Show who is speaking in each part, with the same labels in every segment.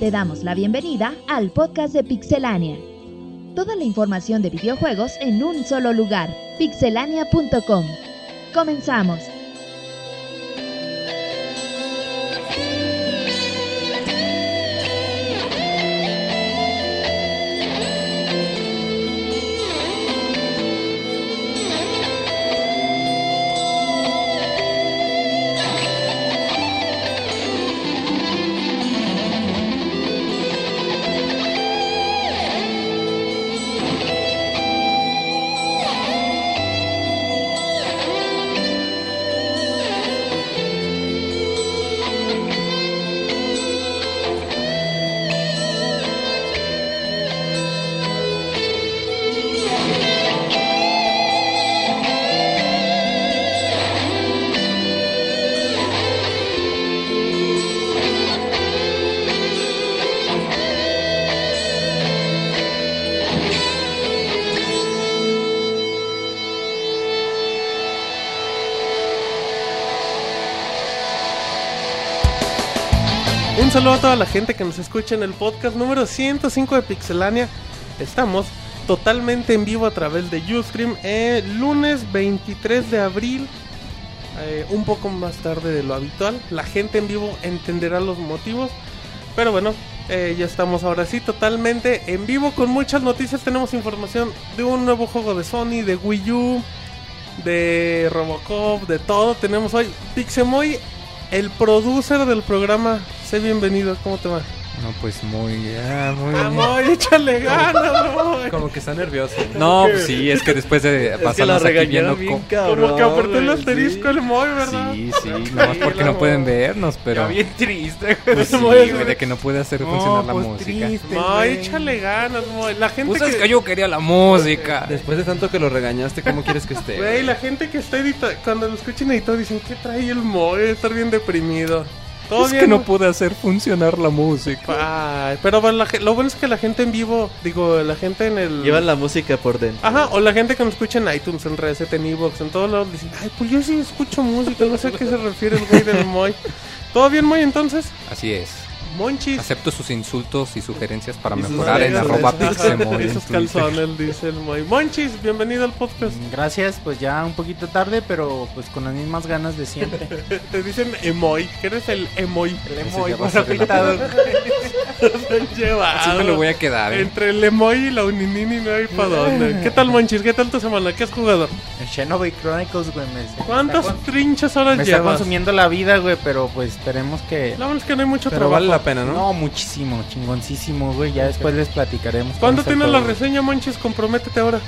Speaker 1: Te damos la bienvenida al podcast de Pixelania. Toda la información de videojuegos en un solo lugar, pixelania.com. Comenzamos.
Speaker 2: Un saludo a toda la gente que nos escucha en el podcast número 105 de Pixelania. Estamos totalmente en vivo a través de Ustream eh, lunes 23 de abril, eh, un poco más tarde de lo habitual. La gente en vivo entenderá los motivos. Pero bueno, eh, ya estamos ahora sí totalmente en vivo con muchas noticias. Tenemos información de un nuevo juego de Sony, de Wii U, de Robocop, de todo. Tenemos hoy Pixemoy el producer del programa, sé bienvenido, ¿cómo te va?
Speaker 3: No, pues muy, ah, muy bien.
Speaker 2: Amor, échale ganas, Moy.
Speaker 4: Como que está nervioso.
Speaker 3: No, pues sí, es que después de pasarnos aquí viendo co-
Speaker 2: Como que apretó el asterisco el Moy, ¿verdad?
Speaker 3: Sí, sí, nomás porque no pueden vernos, pero
Speaker 4: bien triste,
Speaker 3: pues sí,
Speaker 2: Moy,
Speaker 3: güey, de que no puede hacer funcionar la música.
Speaker 2: Moy, échale ganas, Moy. La gente
Speaker 3: Pues es que
Speaker 2: que...
Speaker 3: yo quería la música.
Speaker 4: Después de tanto que lo regañaste, ¿cómo quieres que esté?
Speaker 2: Güey, la gente que está editando, cuando lo escuchen editado dicen, ¿qué trae el Moy? Debe Estar bien deprimido. Todo
Speaker 3: Es
Speaker 2: bien,
Speaker 3: que no pude hacer funcionar la música.
Speaker 2: Ay, pero bueno, la ge- lo bueno es que la gente en vivo, digo, la gente en el...
Speaker 5: Llevan la música por dentro.
Speaker 2: Ajá, o la gente que nos escucha en iTunes, en Reset, en Evox, en todos lados, dicen, ay, pues yo sí escucho música, no sé a qué se refiere el güey del Moy. ¿Todo bien, Moy, entonces?
Speaker 3: Así es.
Speaker 2: Monchis.
Speaker 3: Acepto sus insultos y sugerencias para
Speaker 5: Y sus
Speaker 3: mejorar en
Speaker 5: calzones.
Speaker 3: arroba
Speaker 2: Ajá,
Speaker 3: pixemoy en
Speaker 2: Esos
Speaker 3: Twitter.
Speaker 2: calzones, dice el Moy. Monchis, bienvenido al podcast.
Speaker 6: Gracias, pues ya un poquito tarde, pero pues con las mismas ganas de siempre.
Speaker 2: Te dicen Emoy, que eres el Emoy. El
Speaker 3: Emoy, va a ser el pintado. Así me lo voy a quedar. ¿eh?
Speaker 2: Entre el Emoy y la Uninini no hay para dónde. ¿Qué tal, Monchis? ¿Qué tal tu semana? ¿Qué has jugado?
Speaker 6: El Xenoblade Chronicles, güey, me,
Speaker 2: ¿Cuántas
Speaker 6: me está,
Speaker 2: trinchas horas
Speaker 6: con- me está
Speaker 2: llevas?
Speaker 6: consumiendo la vida, güey, pero pues esperemos que...
Speaker 2: La verdad es que no hay mucho
Speaker 4: Pero
Speaker 2: trabajo.
Speaker 4: vale la pena, ¿no?
Speaker 6: No, muchísimo, chingoncísimo, güey, ya después les platicaremos.
Speaker 2: ¿Cuánto
Speaker 6: cómo está
Speaker 2: tienes
Speaker 6: el
Speaker 2: la
Speaker 6: juego.
Speaker 2: reseña, Monchis? Comprométete ahora.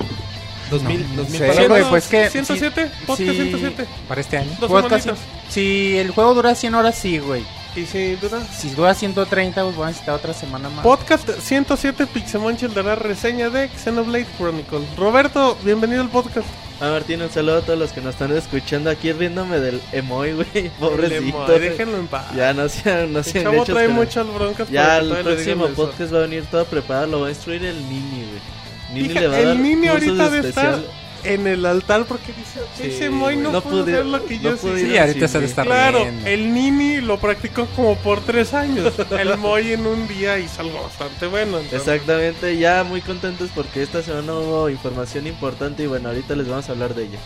Speaker 4: Dos
Speaker 6: No,
Speaker 4: mil,
Speaker 6: no
Speaker 4: dos mil
Speaker 6: sé.
Speaker 4: palabras.
Speaker 6: güey, pues, ¿qué?
Speaker 2: 107,
Speaker 6: Sí,
Speaker 2: podcast
Speaker 6: sí.
Speaker 2: 107.
Speaker 3: Para este año.
Speaker 2: Dos
Speaker 6: Podcast,
Speaker 2: semanitas.
Speaker 6: Si el juego dura 100 horas, sí, güey.
Speaker 2: Y si dura.
Speaker 6: Si dura 130, pues voy a necesitar otra semana más.
Speaker 2: Podcast 107 Pixemonchil dará reseña de Xenoblade Chronicles. Roberto, bienvenido al podcast.
Speaker 5: A Martín, un saludo a todos los que nos están escuchando aquí riéndome del emoy, güey. Pobrecito.
Speaker 2: Ay, Déjenlo en paz.
Speaker 5: Ya no sean, no
Speaker 2: El
Speaker 5: sean
Speaker 2: chavo
Speaker 5: gachos
Speaker 2: trae
Speaker 5: con-
Speaker 2: muchas broncas.
Speaker 5: Ya
Speaker 2: para que
Speaker 5: el
Speaker 2: todavía le
Speaker 5: próximo
Speaker 2: digan eso.
Speaker 5: podcast va a venir todo preparado, lo va a instruir el Nini, güey. Nini
Speaker 2: Fija-
Speaker 5: le va a
Speaker 2: el
Speaker 5: dar
Speaker 2: Nini
Speaker 5: cursos
Speaker 2: ahorita debe estar-
Speaker 5: especiales.
Speaker 2: En el altar, porque dice:
Speaker 5: Sí,
Speaker 2: Ese Moy no,
Speaker 5: no
Speaker 2: pudo
Speaker 5: pude-
Speaker 2: hacer lo que
Speaker 5: no
Speaker 2: yo
Speaker 5: pude
Speaker 2: sí.
Speaker 3: Sí, ahorita se
Speaker 5: sí,
Speaker 3: le está
Speaker 2: Claro,
Speaker 3: riendo.
Speaker 2: el Nini lo practicó como por tres años. El Moy en un día y salgo bastante bueno. entonces-
Speaker 5: Exactamente, ya muy contentos porque esta semana hubo información importante y bueno, ahorita les vamos a hablar de ella.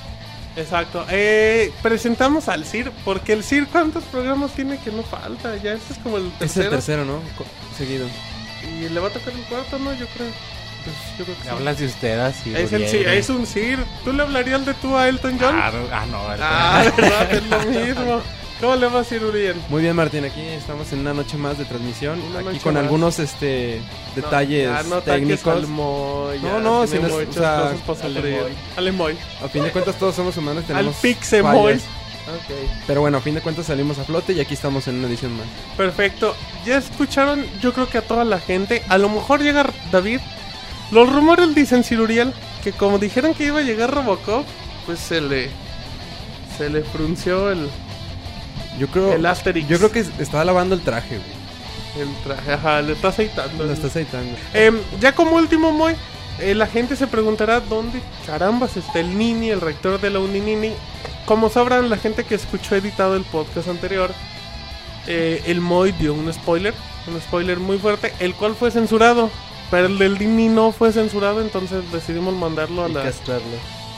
Speaker 2: Exacto. Eh, presentamos al CIR, porque el CIR, ¿cuántos programas tiene que no falta? Ya este es como el
Speaker 4: Es el
Speaker 2: tercero.
Speaker 4: tercero, ¿no? Co- Seguido.
Speaker 2: Y le va a tocar el cuarto, ¿no? Yo creo. Pues yo creo que sí.
Speaker 6: Hablas de usted así,
Speaker 2: Es, el CIR, es un CIR. ¿Tú le hablarías de tú a Elton John?
Speaker 3: Ah, ah, no, ¿verdad?
Speaker 2: Ah, ¿verdad? es lo mismo. ¿Cómo le va a CIR Uriel?
Speaker 4: Muy bien, Martín. Aquí estamos en una noche más de transmisión.
Speaker 2: Una
Speaker 4: aquí
Speaker 2: noche
Speaker 4: con
Speaker 2: más.
Speaker 4: algunos este detalles
Speaker 2: Ah, no ataques
Speaker 4: técnicos.
Speaker 2: al Moy, ya,
Speaker 4: No,
Speaker 2: tiene
Speaker 4: no, si no es- o
Speaker 2: muchas
Speaker 4: sea,
Speaker 2: cosas para
Speaker 4: al
Speaker 2: sufrir.
Speaker 4: Moy.
Speaker 2: Al Moy.
Speaker 4: A fin de cuentas, todos somos humanos.
Speaker 2: Al
Speaker 4: Tenemos
Speaker 2: Pixemoy.
Speaker 4: fallas. Pero bueno, a fin de cuentas salimos a flote y aquí estamos en una edición más.
Speaker 2: Perfecto. Ya escucharon, yo creo que a toda la gente. A lo mejor llega David. Los rumores dicen, Ciruriel, que como dijeron que iba a llegar Robocop, pues se le. Se le frunció el,
Speaker 4: Yo creo,
Speaker 2: el Asterix.
Speaker 4: yo creo que es- está lavando el traje, güey.
Speaker 2: El traje, ajá, le está aceitando.
Speaker 4: Lo está aceitando.
Speaker 2: Em, ya como último, Moy, eh, la gente se preguntará dónde carambas está el Nini, el rector de la Uninini. Como sabrán, la gente que escuchó editado el podcast anterior, eh, el Moy dio un spoiler un spoiler muy fuerte, el cual fue censurado. Pero el del Dini no fue censurado, entonces decidimos mandarlo a
Speaker 5: Y
Speaker 2: la.
Speaker 5: castrarlo.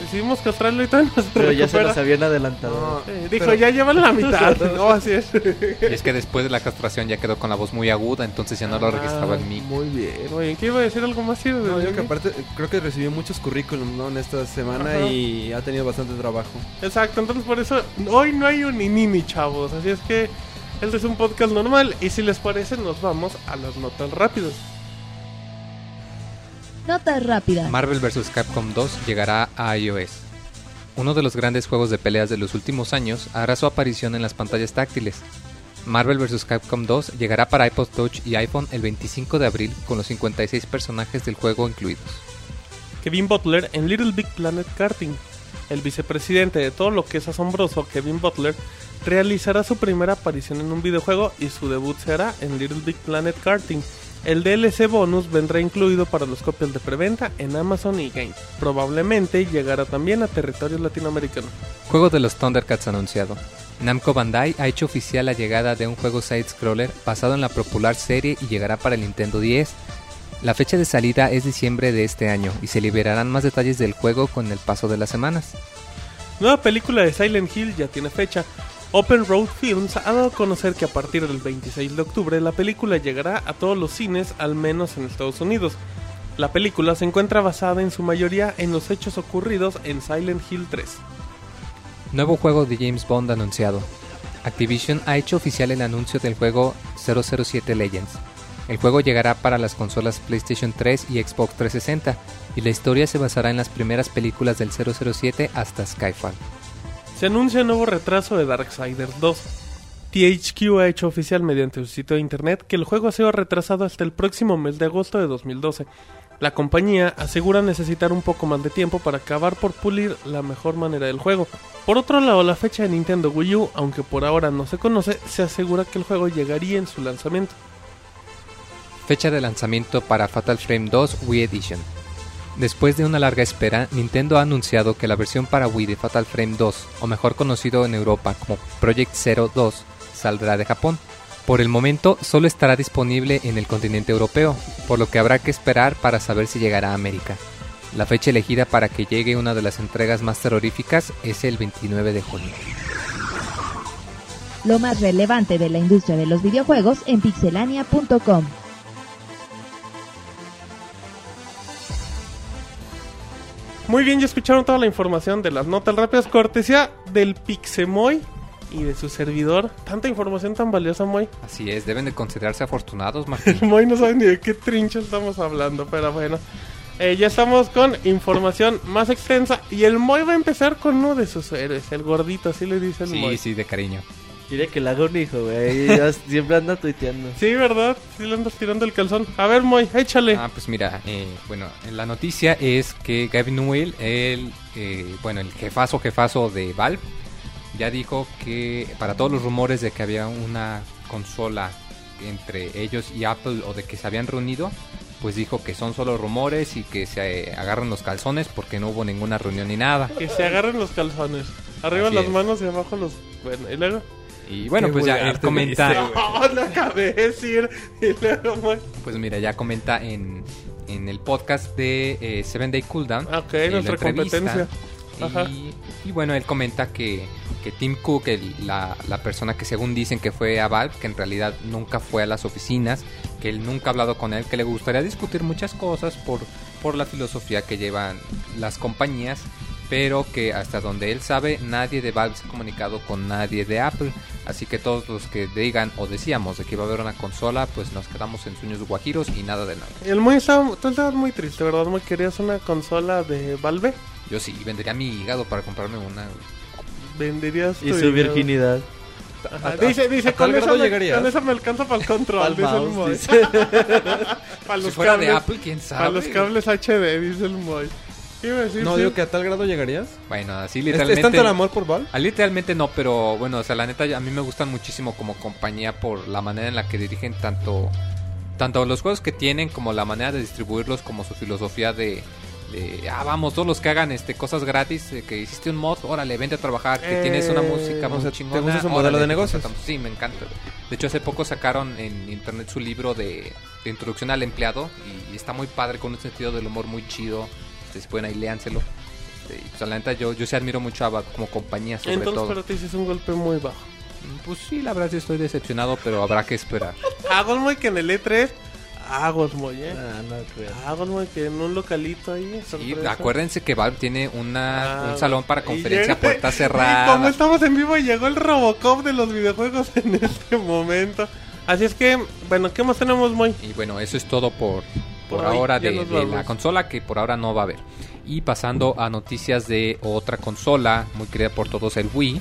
Speaker 2: Decidimos castrarlo y todo. nos
Speaker 5: Pero ya se
Speaker 2: recupera.
Speaker 5: nos habían
Speaker 2: No,
Speaker 5: adelantado.
Speaker 2: eh, dijo, ya llevan la mitad. no, así es.
Speaker 3: Y es que después de la castración ya quedó con la voz muy aguda, entonces ya no
Speaker 2: Ah.
Speaker 3: lo registraba el mic.
Speaker 2: Muy bien, muy bien. ¿Qué iba a decir algo más? Ciro, del
Speaker 4: Ah, No, yo que
Speaker 2: Dini?
Speaker 4: aparte eh, creo que recibió muchos currículums ¿no? en esta semana
Speaker 2: Ajá.
Speaker 4: y ha tenido bastante trabajo.
Speaker 2: Exacto, entonces por eso hoy no hay un ni chavos. Así es que este es un podcast normal. Y si les parece, nos vamos a las notas rápidas.
Speaker 1: Notas rápidas.
Speaker 3: Marvel vs. Capcom 2 llegará a iOS. Uno de los grandes juegos de peleas de los últimos años hará su aparición en las pantallas táctiles. Marvel vs. Capcom 2 llegará para iPod Touch y iPhone el 25 de abril con los 56 personajes del juego incluidos.
Speaker 2: Kevin Butler en Little Big Planet Karting. El vicepresidente de todo lo que es asombroso, Kevin Butler, realizará su primera aparición en un videojuego y su debut será en Little Big Planet Karting. El DLC bonus vendrá incluido para los copias de preventa en Amazon y Game. Probablemente llegará también a territorio latinoamericano.
Speaker 3: Juego de los Thundercats anunciado. Namco Bandai ha hecho oficial la llegada de un juego side-scroller basado en la popular serie y llegará para el Nintendo 10. La fecha de salida es diciembre de este año y se liberarán más detalles del juego con el paso de las semanas.
Speaker 2: Nueva película de Silent Hill ya tiene fecha. Open Road Films ha dado a conocer que a partir del 26 de octubre la película llegará a todos los cines, al menos en Estados Unidos. La película se encuentra basada en su mayoría en los hechos ocurridos en Silent Hill 3.
Speaker 3: Nuevo juego de James Bond anunciado. Activision ha hecho oficial el anuncio del juego 007 Legends. El juego llegará para las consolas PlayStation 3 y Xbox 360 y la historia se basará en las primeras películas del 007 hasta Skyfall.
Speaker 2: Se anuncia un nuevo retraso de Darksiders 2. THQ ha hecho oficial mediante su sitio de internet que el juego ha sido retrasado hasta el próximo mes de agosto de 2012. La compañía asegura necesitar un poco más de tiempo para acabar por pulir la mejor manera del juego. Por otro lado, la fecha de Nintendo Wii U, aunque por ahora no se conoce, se asegura que el juego llegaría en su lanzamiento.
Speaker 3: Fecha de lanzamiento para Fatal Frame 2 Wii Edition. Después de una larga espera, Nintendo ha anunciado que la versión para Wii de Fatal Frame 2, o mejor conocido en Europa como Project Zero 2, saldrá de Japón. Por el momento solo estará disponible en el continente europeo, por lo que habrá que esperar para saber si llegará a América. La fecha elegida para que llegue una de las entregas más terroríficas es el 29 de junio.
Speaker 1: Lo más relevante de la industria de los videojuegos en pixelania.com.
Speaker 2: Muy bien, ya escucharon toda la información de las notas rápidas, cortesía del Pixemoy y de su servidor. Tanta información tan valiosa, Moy.
Speaker 3: Así es, deben de considerarse afortunados, Martín.
Speaker 2: Moy no sabe ni de qué trincha estamos hablando, pero bueno. Eh, ya estamos con información más extensa y el Moy va a empezar con uno de sus héroes, el gordito, así le dice el
Speaker 3: Sí,
Speaker 2: Moy. Sí.
Speaker 3: sí, de cariño.
Speaker 5: Quiere que le haga un hijo, güey. Ya Siempre anda tuiteando.
Speaker 2: ¿verdad? Sí le andas tirando el calzón. A ver, Moy, échale.
Speaker 3: Ah, pues mira, eh, bueno, la noticia es que Gavin Newell, el, eh, bueno, el jefazo, jefazo de Valve, ya dijo que para todos los rumores de que había una consola entre ellos y Apple o de que se habían reunido, pues dijo que son solo rumores y que se eh, agarran los calzones porque no hubo ninguna reunión ni nada.
Speaker 2: Que se agarren los calzones. Arriba
Speaker 3: Así
Speaker 2: las
Speaker 3: es.
Speaker 2: manos y abajo los... Bueno, y luego...
Speaker 3: Y bueno, pues ya él comenta,
Speaker 2: ¡Oh, lo acabé de decir! Y luego, Moy...
Speaker 3: pues mira, ya comenta en, en el podcast de eh, Seven Day Cooldown.
Speaker 2: Ok,
Speaker 3: eh, lo
Speaker 2: nuestra
Speaker 3: entrevista.
Speaker 2: competencia. Ajá.
Speaker 3: Y, y bueno, él comenta que, que Tim Cook, el- la, la persona que según dicen que fue a Valve, que en realidad nunca fue a las oficinas, que él nunca ha hablado con él, que le gustaría discutir muchas cosas por, por la filosofía que llevan las compañías, pero que hasta donde él sabe nadie de Valve se ha comunicado con nadie de Apple. Así que todos los que digan o decíamos de que iba a haber una consola, pues nos quedamos en sueños guajiros y nada de nada.
Speaker 2: El Moy estaba... Tú estabas muy triste, ¿verdad, Moy? ¿Querías una consola de Valve?
Speaker 3: Yo sí, vendería mi hígado para comprarme una. güey.
Speaker 2: Venderías
Speaker 5: Y
Speaker 2: tu
Speaker 5: su
Speaker 2: hígado.
Speaker 5: virginidad.
Speaker 2: Ajá,
Speaker 4: A-
Speaker 2: dice, dice,
Speaker 4: a tal
Speaker 2: con eso,
Speaker 4: grado
Speaker 2: me,
Speaker 4: llegarías.
Speaker 2: con eso me alcanza para el control,
Speaker 5: Pal
Speaker 2: dice el
Speaker 5: mouse,
Speaker 2: Moy.
Speaker 5: dice.
Speaker 2: Para los
Speaker 3: si fuera
Speaker 2: cables,
Speaker 3: de Apple, quién sabe.
Speaker 2: para los cables HD, dice el Moy. ¿Qué iba a decir?
Speaker 4: No,
Speaker 2: Sí.
Speaker 4: digo que a tal grado llegarías.
Speaker 3: Bueno, así
Speaker 4: ¿Es,
Speaker 3: literalmente.
Speaker 4: es tanto el amor por Val?
Speaker 3: Ah, Literalmente no, pero bueno, o sea, la neta a mí me gustan muchísimo como compañía por la manera en la que dirigen tanto tanto los juegos que tienen como la manera de distribuirlos como su filosofía de, de, ah, vamos, todos los que hagan este, cosas gratis, eh, que hiciste un mod, órale, vente a trabajar, que tienes una
Speaker 2: Eh,
Speaker 3: música
Speaker 4: o
Speaker 3: muy
Speaker 4: sea, ¿te
Speaker 3: chingona.
Speaker 4: gusta su
Speaker 3: órale,
Speaker 4: modelo de
Speaker 3: te
Speaker 4: negocios?
Speaker 3: contratamos". Sí, me encanta. De hecho, hace poco sacaron en internet su libro de, de introducción al empleado y, y está muy padre, con un sentido del humor muy chido. Ustedes pueden ahí, léanselo. Este, y, pues, la neta, yo, yo sí admiro mucho a Abad como compañía, sobre
Speaker 2: Entonces,
Speaker 3: todo.
Speaker 2: pero te hiciste un golpe muy bajo.
Speaker 3: Mm, Pues sí, la verdad sí estoy decepcionado, pero habrá que esperar.
Speaker 2: A Golmoy que en el E E3. A Golmoy, eh.
Speaker 5: Ah, no creo.
Speaker 2: A Golmoy que en un localito ahí.
Speaker 3: Y
Speaker 2: sorpresa.
Speaker 3: acuérdense que Valve tiene una,
Speaker 2: Ah,
Speaker 3: un salón para
Speaker 2: y
Speaker 3: conferencia
Speaker 2: llega-
Speaker 3: puerta
Speaker 2: Y como
Speaker 3: cerrada.
Speaker 2: estamos en vivo, llegó el Robocop de los videojuegos en este momento. Así es que, bueno, ¿qué más tenemos, Moy?
Speaker 3: Y bueno, eso es todo por, por
Speaker 2: Por hoy,
Speaker 3: ahora
Speaker 2: ya
Speaker 3: de,
Speaker 2: nos
Speaker 3: de la
Speaker 2: vamos.
Speaker 3: consola que por ahora no va a haber. Y pasando a noticias de otra consola muy querida por todos, el Wii.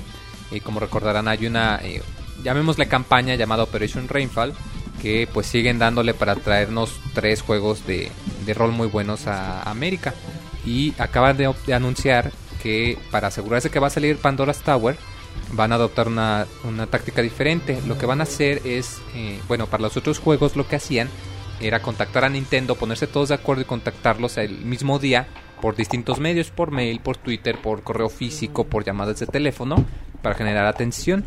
Speaker 3: Eh, como recordarán, hay una, eh, llamémosle campaña llamada Operation Rainfall, que pues siguen dándole para traernos tres juegos de, de rol muy buenos a América. Y acaban de, op- de anunciar que para asegurarse que va a salir Pandora's Tower, van a adoptar una, una táctica diferente. Lo que van a hacer es, eh, bueno, para los otros juegos lo que hacían era contactar a Nintendo, ponerse todos de acuerdo y contactarlos el mismo día por distintos medios, por mail, por Twitter, por correo físico, por llamadas de teléfono, para generar atención.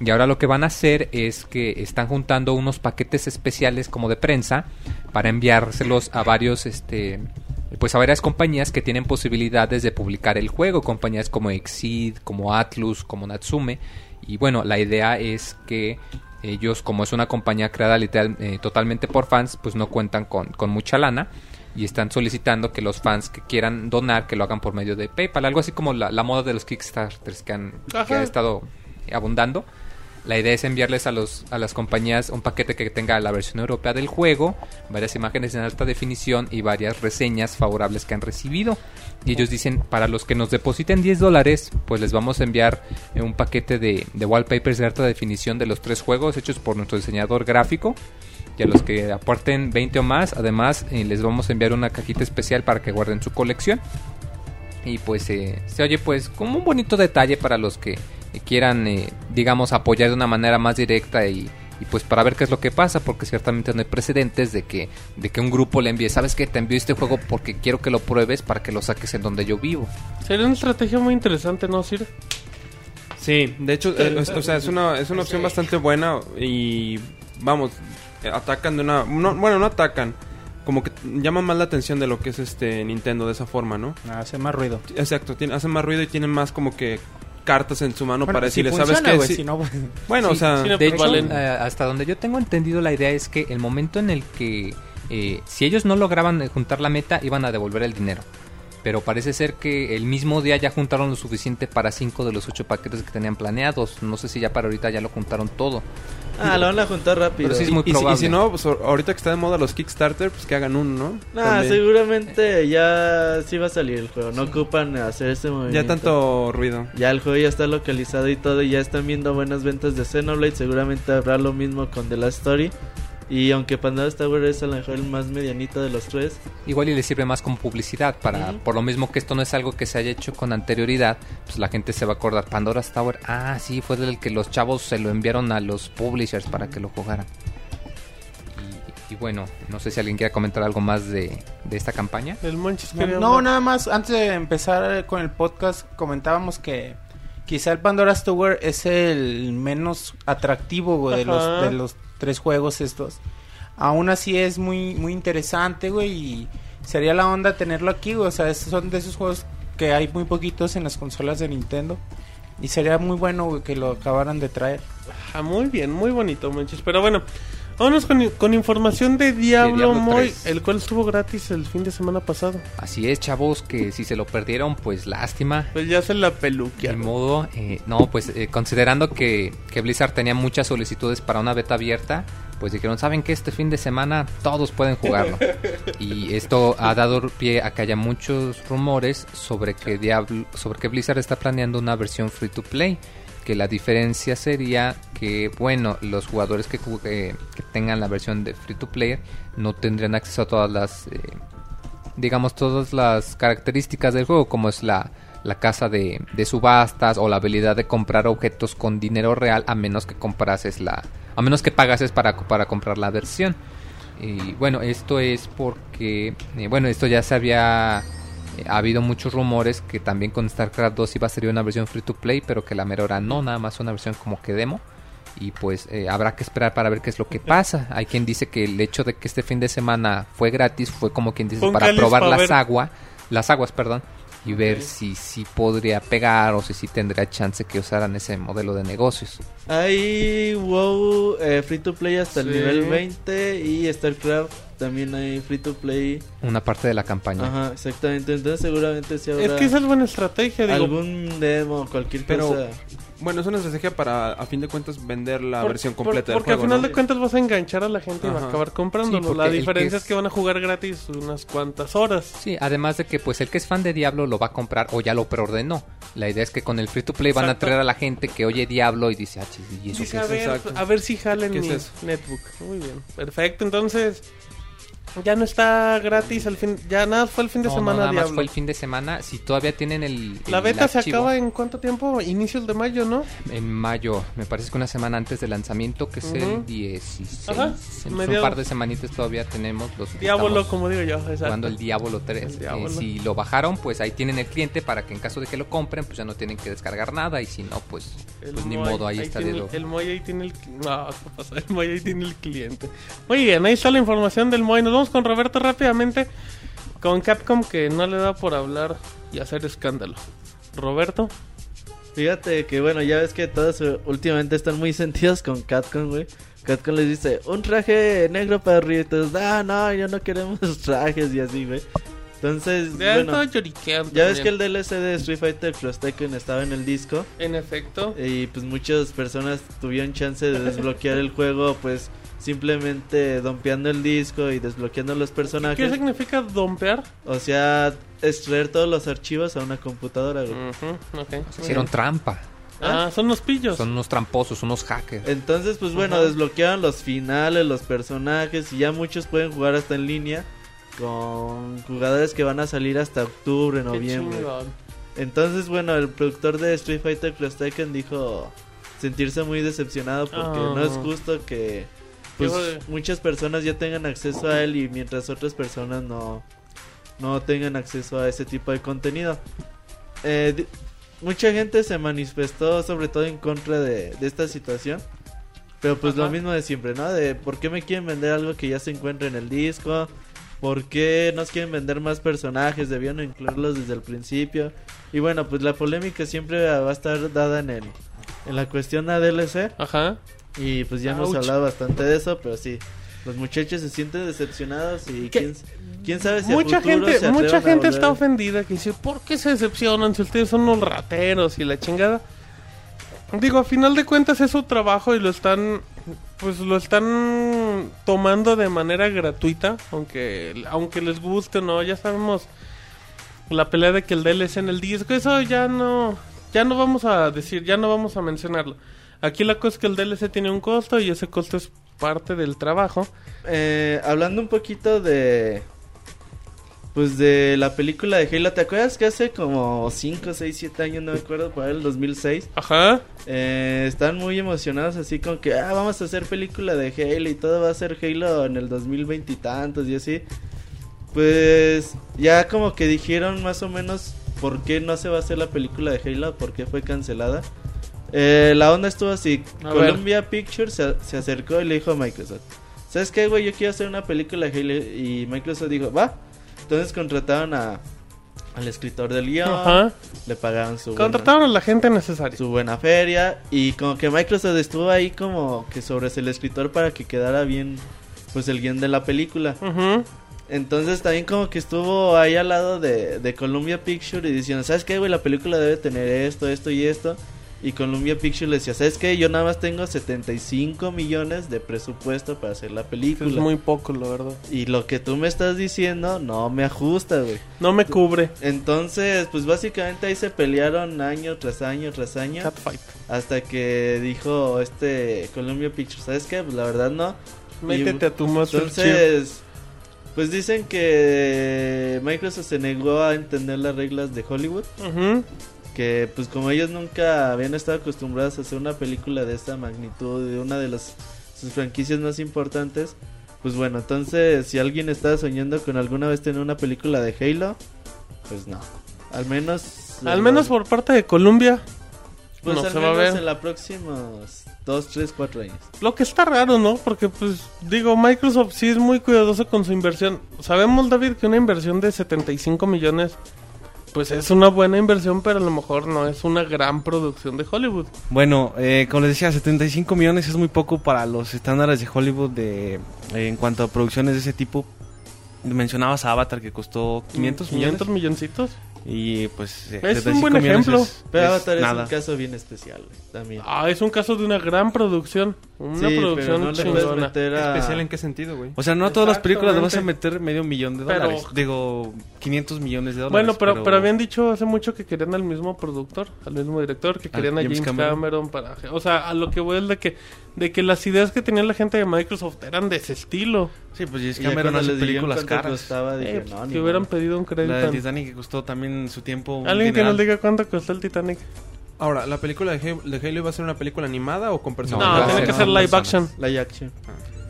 Speaker 3: Y ahora lo que van a hacer es que están juntando unos paquetes especiales como de prensa para enviárselos a varios, este, pues a varias compañías que tienen posibilidades de publicar el juego, compañías como Exid, como Atlus, como Natsume. Y bueno, la idea es que ellos, como es una compañía creada literal, eh, totalmente por fans, pues no cuentan con, con mucha lana. Y están solicitando que los fans que quieran donar, que lo hagan por medio de PayPal. Algo así como la, la moda de los Kickstarters que, han, que
Speaker 2: Ajá.
Speaker 3: ha estado abundando. La idea es enviarles a, los, a las compañías un paquete que tenga la versión europea del juego, varias imágenes en alta definición y varias reseñas favorables que han recibido. Y ellos dicen, para los que nos depositen 10 dólares, pues les vamos a enviar eh, un paquete de, de wallpapers de alta definición de los tres juegos hechos por nuestro diseñador gráfico. Y a los que aporten 20 o más, además eh, les vamos a enviar una cajita especial para que guarden su colección. Y pues eh, se oye pues como un bonito detalle para los que eh, quieran, eh, digamos, apoyar de una manera más directa y, y, pues para ver qué es lo que pasa, porque ciertamente no hay precedentes de que, de que un grupo le envíe, sabes que te envío este juego porque quiero que lo pruebes para que lo saques en donde yo vivo.
Speaker 2: Sería una estrategia muy interesante, ¿no, Sir?
Speaker 4: Sí, de hecho, eh, es- o sea, es una, es una opción bastante buena y vamos, eh, atacan de una... no- bueno, no atacan, como que llaman más la atención de lo que es este Nintendo de esa forma, ¿no?
Speaker 6: Hace más ruido.
Speaker 4: Exacto, tiene, hacen más ruido y tienen más como que cartas en su mano
Speaker 6: Bueno,
Speaker 4: para
Speaker 6: si
Speaker 4: decirle,
Speaker 6: funciona,
Speaker 4: ¿sabes qué?
Speaker 6: güey,
Speaker 4: Sí.
Speaker 6: si no, pues,
Speaker 4: Bueno, o
Speaker 2: Sí,
Speaker 4: sea,
Speaker 2: sí, no,
Speaker 3: De
Speaker 2: pues,
Speaker 3: hecho,
Speaker 2: valen.
Speaker 3: eh, hasta donde yo tengo entendido, la idea es que el momento en el que eh, si ellos no lograban eh, juntar la meta, iban a devolver el dinero. Pero parece ser que el mismo día ya juntaron lo suficiente para cinco de los ocho paquetes que tenían planeados. No sé si ya para ahorita ya lo juntaron todo.
Speaker 5: Ah, lo van a juntar rápido.
Speaker 3: Pero sí es
Speaker 4: y-
Speaker 3: muy
Speaker 4: y, si-
Speaker 3: probable.
Speaker 4: y si no, pues, ahor- ahorita que está de moda los Kickstarter, pues que hagan uno, ¿no?
Speaker 5: Nah,
Speaker 4: También.
Speaker 5: Ah, seguramente ya sí va a salir el juego. No ocupan hacer este movimiento.
Speaker 4: Ya tanto ruido.
Speaker 5: Ya el juego ya está localizado y todo. Y ya están viendo buenas ventas de Xenoblade. Seguramente habrá lo mismo con The Last Story. Y aunque Pandora's Tower es a lo mejor el más medianito de los tres.
Speaker 3: Igual y le sirve más como publicidad para,
Speaker 5: Ujú.
Speaker 3: por lo mismo que esto no es algo que se haya hecho con anterioridad, pues la gente se va a acordar. Pandora's Tower, ah, sí, fue del que los chavos se lo enviaron a los publishers para que lo jugaran. Y, y bueno, no sé si alguien quiera comentar algo más de, de esta campaña.
Speaker 2: El Monchis
Speaker 6: No,
Speaker 2: quería
Speaker 6: no,
Speaker 2: hablar.
Speaker 6: nada más, antes de empezar eh, con el podcast, comentábamos que quizá el Pandora's Tower es el menos atractivo güey, de los,
Speaker 2: Ajá.
Speaker 6: de los tres juegos estos. Aún así es muy, muy interesante, güey, y sería la onda tenerlo aquí, güey. O sea, estos son de esos juegos que hay muy poquitos en las consolas de Nintendo. Y sería muy bueno, güey, que lo acabaran de traer.
Speaker 2: Ah, muy bien, muy bonito, Monchis. Pero bueno, vámonos con, con información de Diablo,
Speaker 3: Diablo
Speaker 2: Moy,
Speaker 3: 3.
Speaker 2: el cual estuvo gratis el fin de semana pasado.
Speaker 3: Así es, chavos, que si se lo perdieron, pues lástima.
Speaker 2: Pues ya se la
Speaker 3: Ni
Speaker 2: peluquearon.
Speaker 3: modo, eh, no, pues eh, considerando que, que Blizzard tenía muchas solicitudes para una beta abierta, pues dijeron, saben que este fin de semana todos pueden jugarlo. y esto ha dado pie a que haya muchos rumores sobre que, Diablo, sobre que Blizzard está planeando una versión free to play. Que la diferencia sería que, bueno, los jugadores que, ju- eh, que tengan la versión de free to play no tendrían acceso a todas las... eh, digamos, todas las características del juego, como es la, la casa de, de subastas o la habilidad de comprar objetos con dinero real, a menos que comprases la. a menos que pagases para, para comprar la versión. Y bueno, esto es porque. eh, bueno, esto ya se había Eh, Ha habido muchos rumores que también con StarCraft 2 iba a salir una versión free to play, pero que la mera hora no, nada más una versión como que demo. Y pues eh, habrá que esperar para ver qué es lo que pasa. Hay quien dice que el hecho de que este fin de semana fue gratis fue como quien dice
Speaker 2: Fue un
Speaker 3: para
Speaker 2: cáliz
Speaker 3: probar
Speaker 2: pa'
Speaker 3: las
Speaker 2: ver.
Speaker 3: aguas, las aguas, perdón, y ver si si podría pegar o si sí tendría chance que usaran ese modelo de negocios.
Speaker 5: Hay WoW eh, free to play hasta el
Speaker 2: Sí.
Speaker 5: nivel 20 y StarCraft también hay free to play.
Speaker 3: Una parte de la campaña.
Speaker 5: Ajá, exactamente. Entonces seguramente sí habrá
Speaker 2: Es que esa es buena estrategia, digo.
Speaker 5: algún demo, cualquier
Speaker 4: Pero-
Speaker 5: cosa.
Speaker 4: Bueno, es una estrategia para, a fin de cuentas, vender la
Speaker 2: por-
Speaker 4: versión
Speaker 2: por-
Speaker 4: completa
Speaker 2: Porque
Speaker 4: del juego.
Speaker 2: al final
Speaker 4: ¿no?
Speaker 2: de cuentas vas a enganchar a la gente y va a
Speaker 4: Ajá.
Speaker 2: acabar comprándolo.
Speaker 3: Sí, porque
Speaker 2: la
Speaker 3: el que
Speaker 2: diferencia es...
Speaker 3: es-
Speaker 2: que van a jugar gratis unas cuantas horas.
Speaker 3: Sí, además de que pues el que es fan de Diablo lo va a comprar o ya lo preordenó. La idea es que con el free to play van a
Speaker 2: Exacto.
Speaker 3: traer a la gente que oye Diablo y dice, ah, chis, ¿y eso
Speaker 2: Dice,
Speaker 3: qué
Speaker 2: a
Speaker 3: es?".
Speaker 2: ver,
Speaker 4: Exacto.
Speaker 2: a ver si jala en
Speaker 4: ¿Qué es
Speaker 2: mi
Speaker 4: eso?
Speaker 2: netbook. Muy bien, perfecto. Entonces, ya no está gratis al fin. Ya nada, fue el fin de
Speaker 3: No, no,
Speaker 2: semana,
Speaker 3: nada más
Speaker 2: Diablo.
Speaker 3: fue el fin de semana. Si todavía tienen el.
Speaker 2: La
Speaker 3: el
Speaker 2: beta se
Speaker 3: archivo
Speaker 2: acaba en cuánto tiempo? Inicios de mayo, ¿no?
Speaker 3: En mayo, me parece que una semana antes del lanzamiento, que es
Speaker 2: Ujú.
Speaker 3: el 16.
Speaker 2: Ajá,
Speaker 3: Entonces, un
Speaker 2: mediados.
Speaker 3: par de semanitas todavía tenemos los. que
Speaker 2: Diablo,
Speaker 3: estamos
Speaker 2: como digo yo. exacto.
Speaker 3: Jugando el Diablo 3.
Speaker 2: El Diablo.
Speaker 3: Eh, si lo bajaron, pues ahí tienen el cliente para que en caso de que lo compren, pues ya no tienen que descargar nada. Y si no, pues,
Speaker 2: El
Speaker 3: pues ni
Speaker 2: Moy,
Speaker 3: modo, ahí, está
Speaker 2: tiene-
Speaker 3: dedo.
Speaker 2: El Moy ahí tiene el. cli- No, ¿qué pasa? El Moy ahí tiene el cliente. Muy bien, ahí está la información del Moy. Nos vamos con Roberto rápidamente. Con Capcom que no le da por hablar y hacer escándalo. Roberto,
Speaker 5: Fíjate que bueno, ya ves que todos eh, últimamente están muy sentidos con Catcon, güey. Catcon les dice, un traje negro para Ritos. Ah, no, ya no queremos trajes y así, güey. Entonces,
Speaker 2: ya
Speaker 5: bueno,
Speaker 2: estaba lloriqueando.
Speaker 5: ya ves que
Speaker 2: también.
Speaker 5: el DLC de Street Fighter Cross Tekken estaba en el disco.
Speaker 2: En efecto.
Speaker 5: Y pues muchas personas tuvieron chance de desbloquear el juego, pues simplemente dompeando el disco y desbloqueando los
Speaker 2: ¿Qué
Speaker 5: personajes.
Speaker 2: significa dompear?
Speaker 5: O sea, extraer todos los archivos a una computadora, güey.
Speaker 2: Ujú, ok.
Speaker 3: hicieron trampa.
Speaker 2: Ah, son los pillos.
Speaker 3: Son unos tramposos, unos hackers.
Speaker 5: Entonces, pues bueno,
Speaker 2: Ajá.
Speaker 5: desbloquearon los finales, los personajes y ya muchos pueden jugar hasta en línea con jugadores que van a salir hasta octubre,
Speaker 2: Qué
Speaker 5: noviembre.
Speaker 2: chingón.
Speaker 5: Entonces, bueno, el productor de Street Fighter Cross Tekken dijo sentirse muy decepcionado porque
Speaker 2: Ah.
Speaker 5: no es justo que pues,
Speaker 2: Yo-
Speaker 5: muchas personas ya tengan acceso a él y mientras otras personas no, no tengan acceso a ese tipo de contenido. Eh, di- mucha gente se manifestó sobre todo en contra de, de esta situación. Pero pues lo
Speaker 2: Ajá.
Speaker 5: mismo de siempre, ¿no? De por qué me quieren vender algo que ya se encuentra en el disco. ¿Por qué nos quieren vender más personajes? Debían incluirlos desde el principio. Y bueno, pues la polémica siempre va a estar dada en el, en la cuestión de DLC.
Speaker 2: Ajá.
Speaker 5: Y pues ya hemos
Speaker 2: Ouch.
Speaker 5: hablado bastante de eso, pero sí. Los muchachos se sienten decepcionados y
Speaker 2: ¿Qué?
Speaker 5: quién, quién sabe si a
Speaker 2: mucha
Speaker 5: futuro se
Speaker 2: gente,
Speaker 5: atrevan
Speaker 2: mucha
Speaker 5: a
Speaker 2: gente está
Speaker 5: volver.
Speaker 2: ofendida que dice, ¿por qué se decepcionan si ustedes son unos rateros y la chingada? Digo, a final de cuentas es su trabajo y lo están, pues lo están tomando de manera gratuita, aunque, aunque les guste o no, ya sabemos la pelea de que el DLC en el disco, eso ya no, ya no vamos a decir, ya no vamos a mencionarlo. Aquí la cosa es que el DLC tiene un costo y ese costo es parte del trabajo.
Speaker 5: Eh, hablando un poquito de. Pues de la película de Halo. ¿Te acuerdas que hace como 5, 6, 7 años, no me acuerdo, para el 2006?
Speaker 2: Ajá.
Speaker 5: Eh, están muy emocionados así con que ah, vamos a hacer película de Halo y todo va a ser Halo en el 2020 y tantos y así. Pues ya como que dijeron más o menos por qué no se va a hacer la película de Halo, por qué fue cancelada. Eh, la onda estuvo así.
Speaker 2: A ver.
Speaker 5: Columbia Pictures se, se acercó y le dijo a Microsoft, ¿sabes qué, güey? Yo quiero hacer una película de Halo y Microsoft dijo, va. Entonces contrataron a, al escritor del guión,
Speaker 2: Ajá.
Speaker 5: le pagaron su... buena-
Speaker 2: Contrataron a la gente necesaria.
Speaker 5: su buena feria y como que Microsoft estuvo ahí como que sobre el escritor para que quedara bien pues el guión de la película.
Speaker 2: Ujú.
Speaker 5: Entonces también como que estuvo ahí al lado de, de Columbia Pictures y diciendo, ¿sabes qué, güey? La película debe tener esto, esto y esto. Y Columbia Pictures le decía, ¿sabes qué? Yo nada más tengo 75 millones de presupuesto para hacer la película.
Speaker 2: Es muy poco, la verdad.
Speaker 5: Y lo que tú me estás diciendo no me ajusta, güey.
Speaker 2: No me cubre.
Speaker 5: Entonces, pues básicamente ahí se pelearon año tras año tras año.
Speaker 2: Catfight.
Speaker 5: Hasta que dijo este Columbia Pictures, ¿sabes qué? Pues la verdad no.
Speaker 2: Métete a tu Master Chief.
Speaker 5: Entonces, pues dicen que Microsoft se negó a entender las reglas de Hollywood.
Speaker 2: Ujú.
Speaker 5: Que pues como ellos nunca habían estado acostumbrados a hacer una película de esta magnitud, de una de las, sus franquicias más importantes. Pues bueno, entonces si alguien estaba soñando con alguna vez tener una película de Halo, pues no. Al menos.
Speaker 2: Al menos por parte de Colombia.
Speaker 5: Pues
Speaker 2: no
Speaker 5: al
Speaker 2: se va a
Speaker 5: menos
Speaker 2: ver.
Speaker 5: en los próximos 2, 3, 4 años.
Speaker 2: Lo que está raro, ¿no? Porque, pues, digo, Microsoft sí es muy cuidadoso con su inversión. Sabemos, David, que una inversión de 75 millones, pues es una buena inversión, pero a lo mejor no es una gran producción de Hollywood.
Speaker 7: Bueno, eh, como les decía, 75 millones es muy poco para los estándares de Hollywood de, eh, en cuanto a producciones de ese tipo. Mencionabas a Avatar que costó 500 millones.
Speaker 2: 500 milloncitos.
Speaker 7: Y pues. eh,
Speaker 2: Mm, Es un
Speaker 7: 75
Speaker 2: buen
Speaker 7: millones
Speaker 2: ejemplo.
Speaker 7: es-
Speaker 5: Pero
Speaker 7: es
Speaker 5: Avatar es
Speaker 7: nada.
Speaker 5: un caso bien especial, güey, también.
Speaker 2: Ah, es un caso de una gran producción. Una
Speaker 5: Sí, pero
Speaker 2: producción
Speaker 5: no le puedes
Speaker 2: chingona.
Speaker 5: meter a...
Speaker 4: ¿Especial en qué sentido, güey?
Speaker 7: O sea, no a todas las películas le vas a
Speaker 2: Exactamente.
Speaker 7: meter medio millón de
Speaker 2: Pero-
Speaker 7: dólares. Digo, 500 millones de dólares.
Speaker 2: Bueno, pero, pero habían dicho hace mucho que querían al mismo productor, al mismo director, que
Speaker 7: Al
Speaker 2: querían a
Speaker 7: James
Speaker 2: James Cameron.
Speaker 7: Cameron.
Speaker 2: para... O sea, a lo que voy es de que, de que las ideas que tenía la gente de Microsoft eran de ese estilo.
Speaker 7: Sí, pues James
Speaker 5: Y ya
Speaker 7: Cameron
Speaker 5: cuando
Speaker 7: hace
Speaker 5: les dijeron
Speaker 7: películas
Speaker 5: cuánto
Speaker 7: caras.
Speaker 5: Costaba, dije,
Speaker 2: Eh, pues,
Speaker 5: no, ni
Speaker 2: que hubieran
Speaker 5: modo.
Speaker 2: pedido un crédito.
Speaker 7: La de
Speaker 2: en-
Speaker 7: Titanic que costó también en su tiempo. un
Speaker 2: Alguien que
Speaker 7: dineral.
Speaker 2: nos diga cuánto costó el Titanic.
Speaker 4: Ahora, ¿la película de Halo, de Halo iba a ser una película animada o con
Speaker 2: No,
Speaker 4: personajes?
Speaker 3: No, va a
Speaker 2: tiene
Speaker 3: ser
Speaker 2: que ser
Speaker 3: con
Speaker 2: live
Speaker 3: personas.
Speaker 2: action.
Speaker 5: Live action.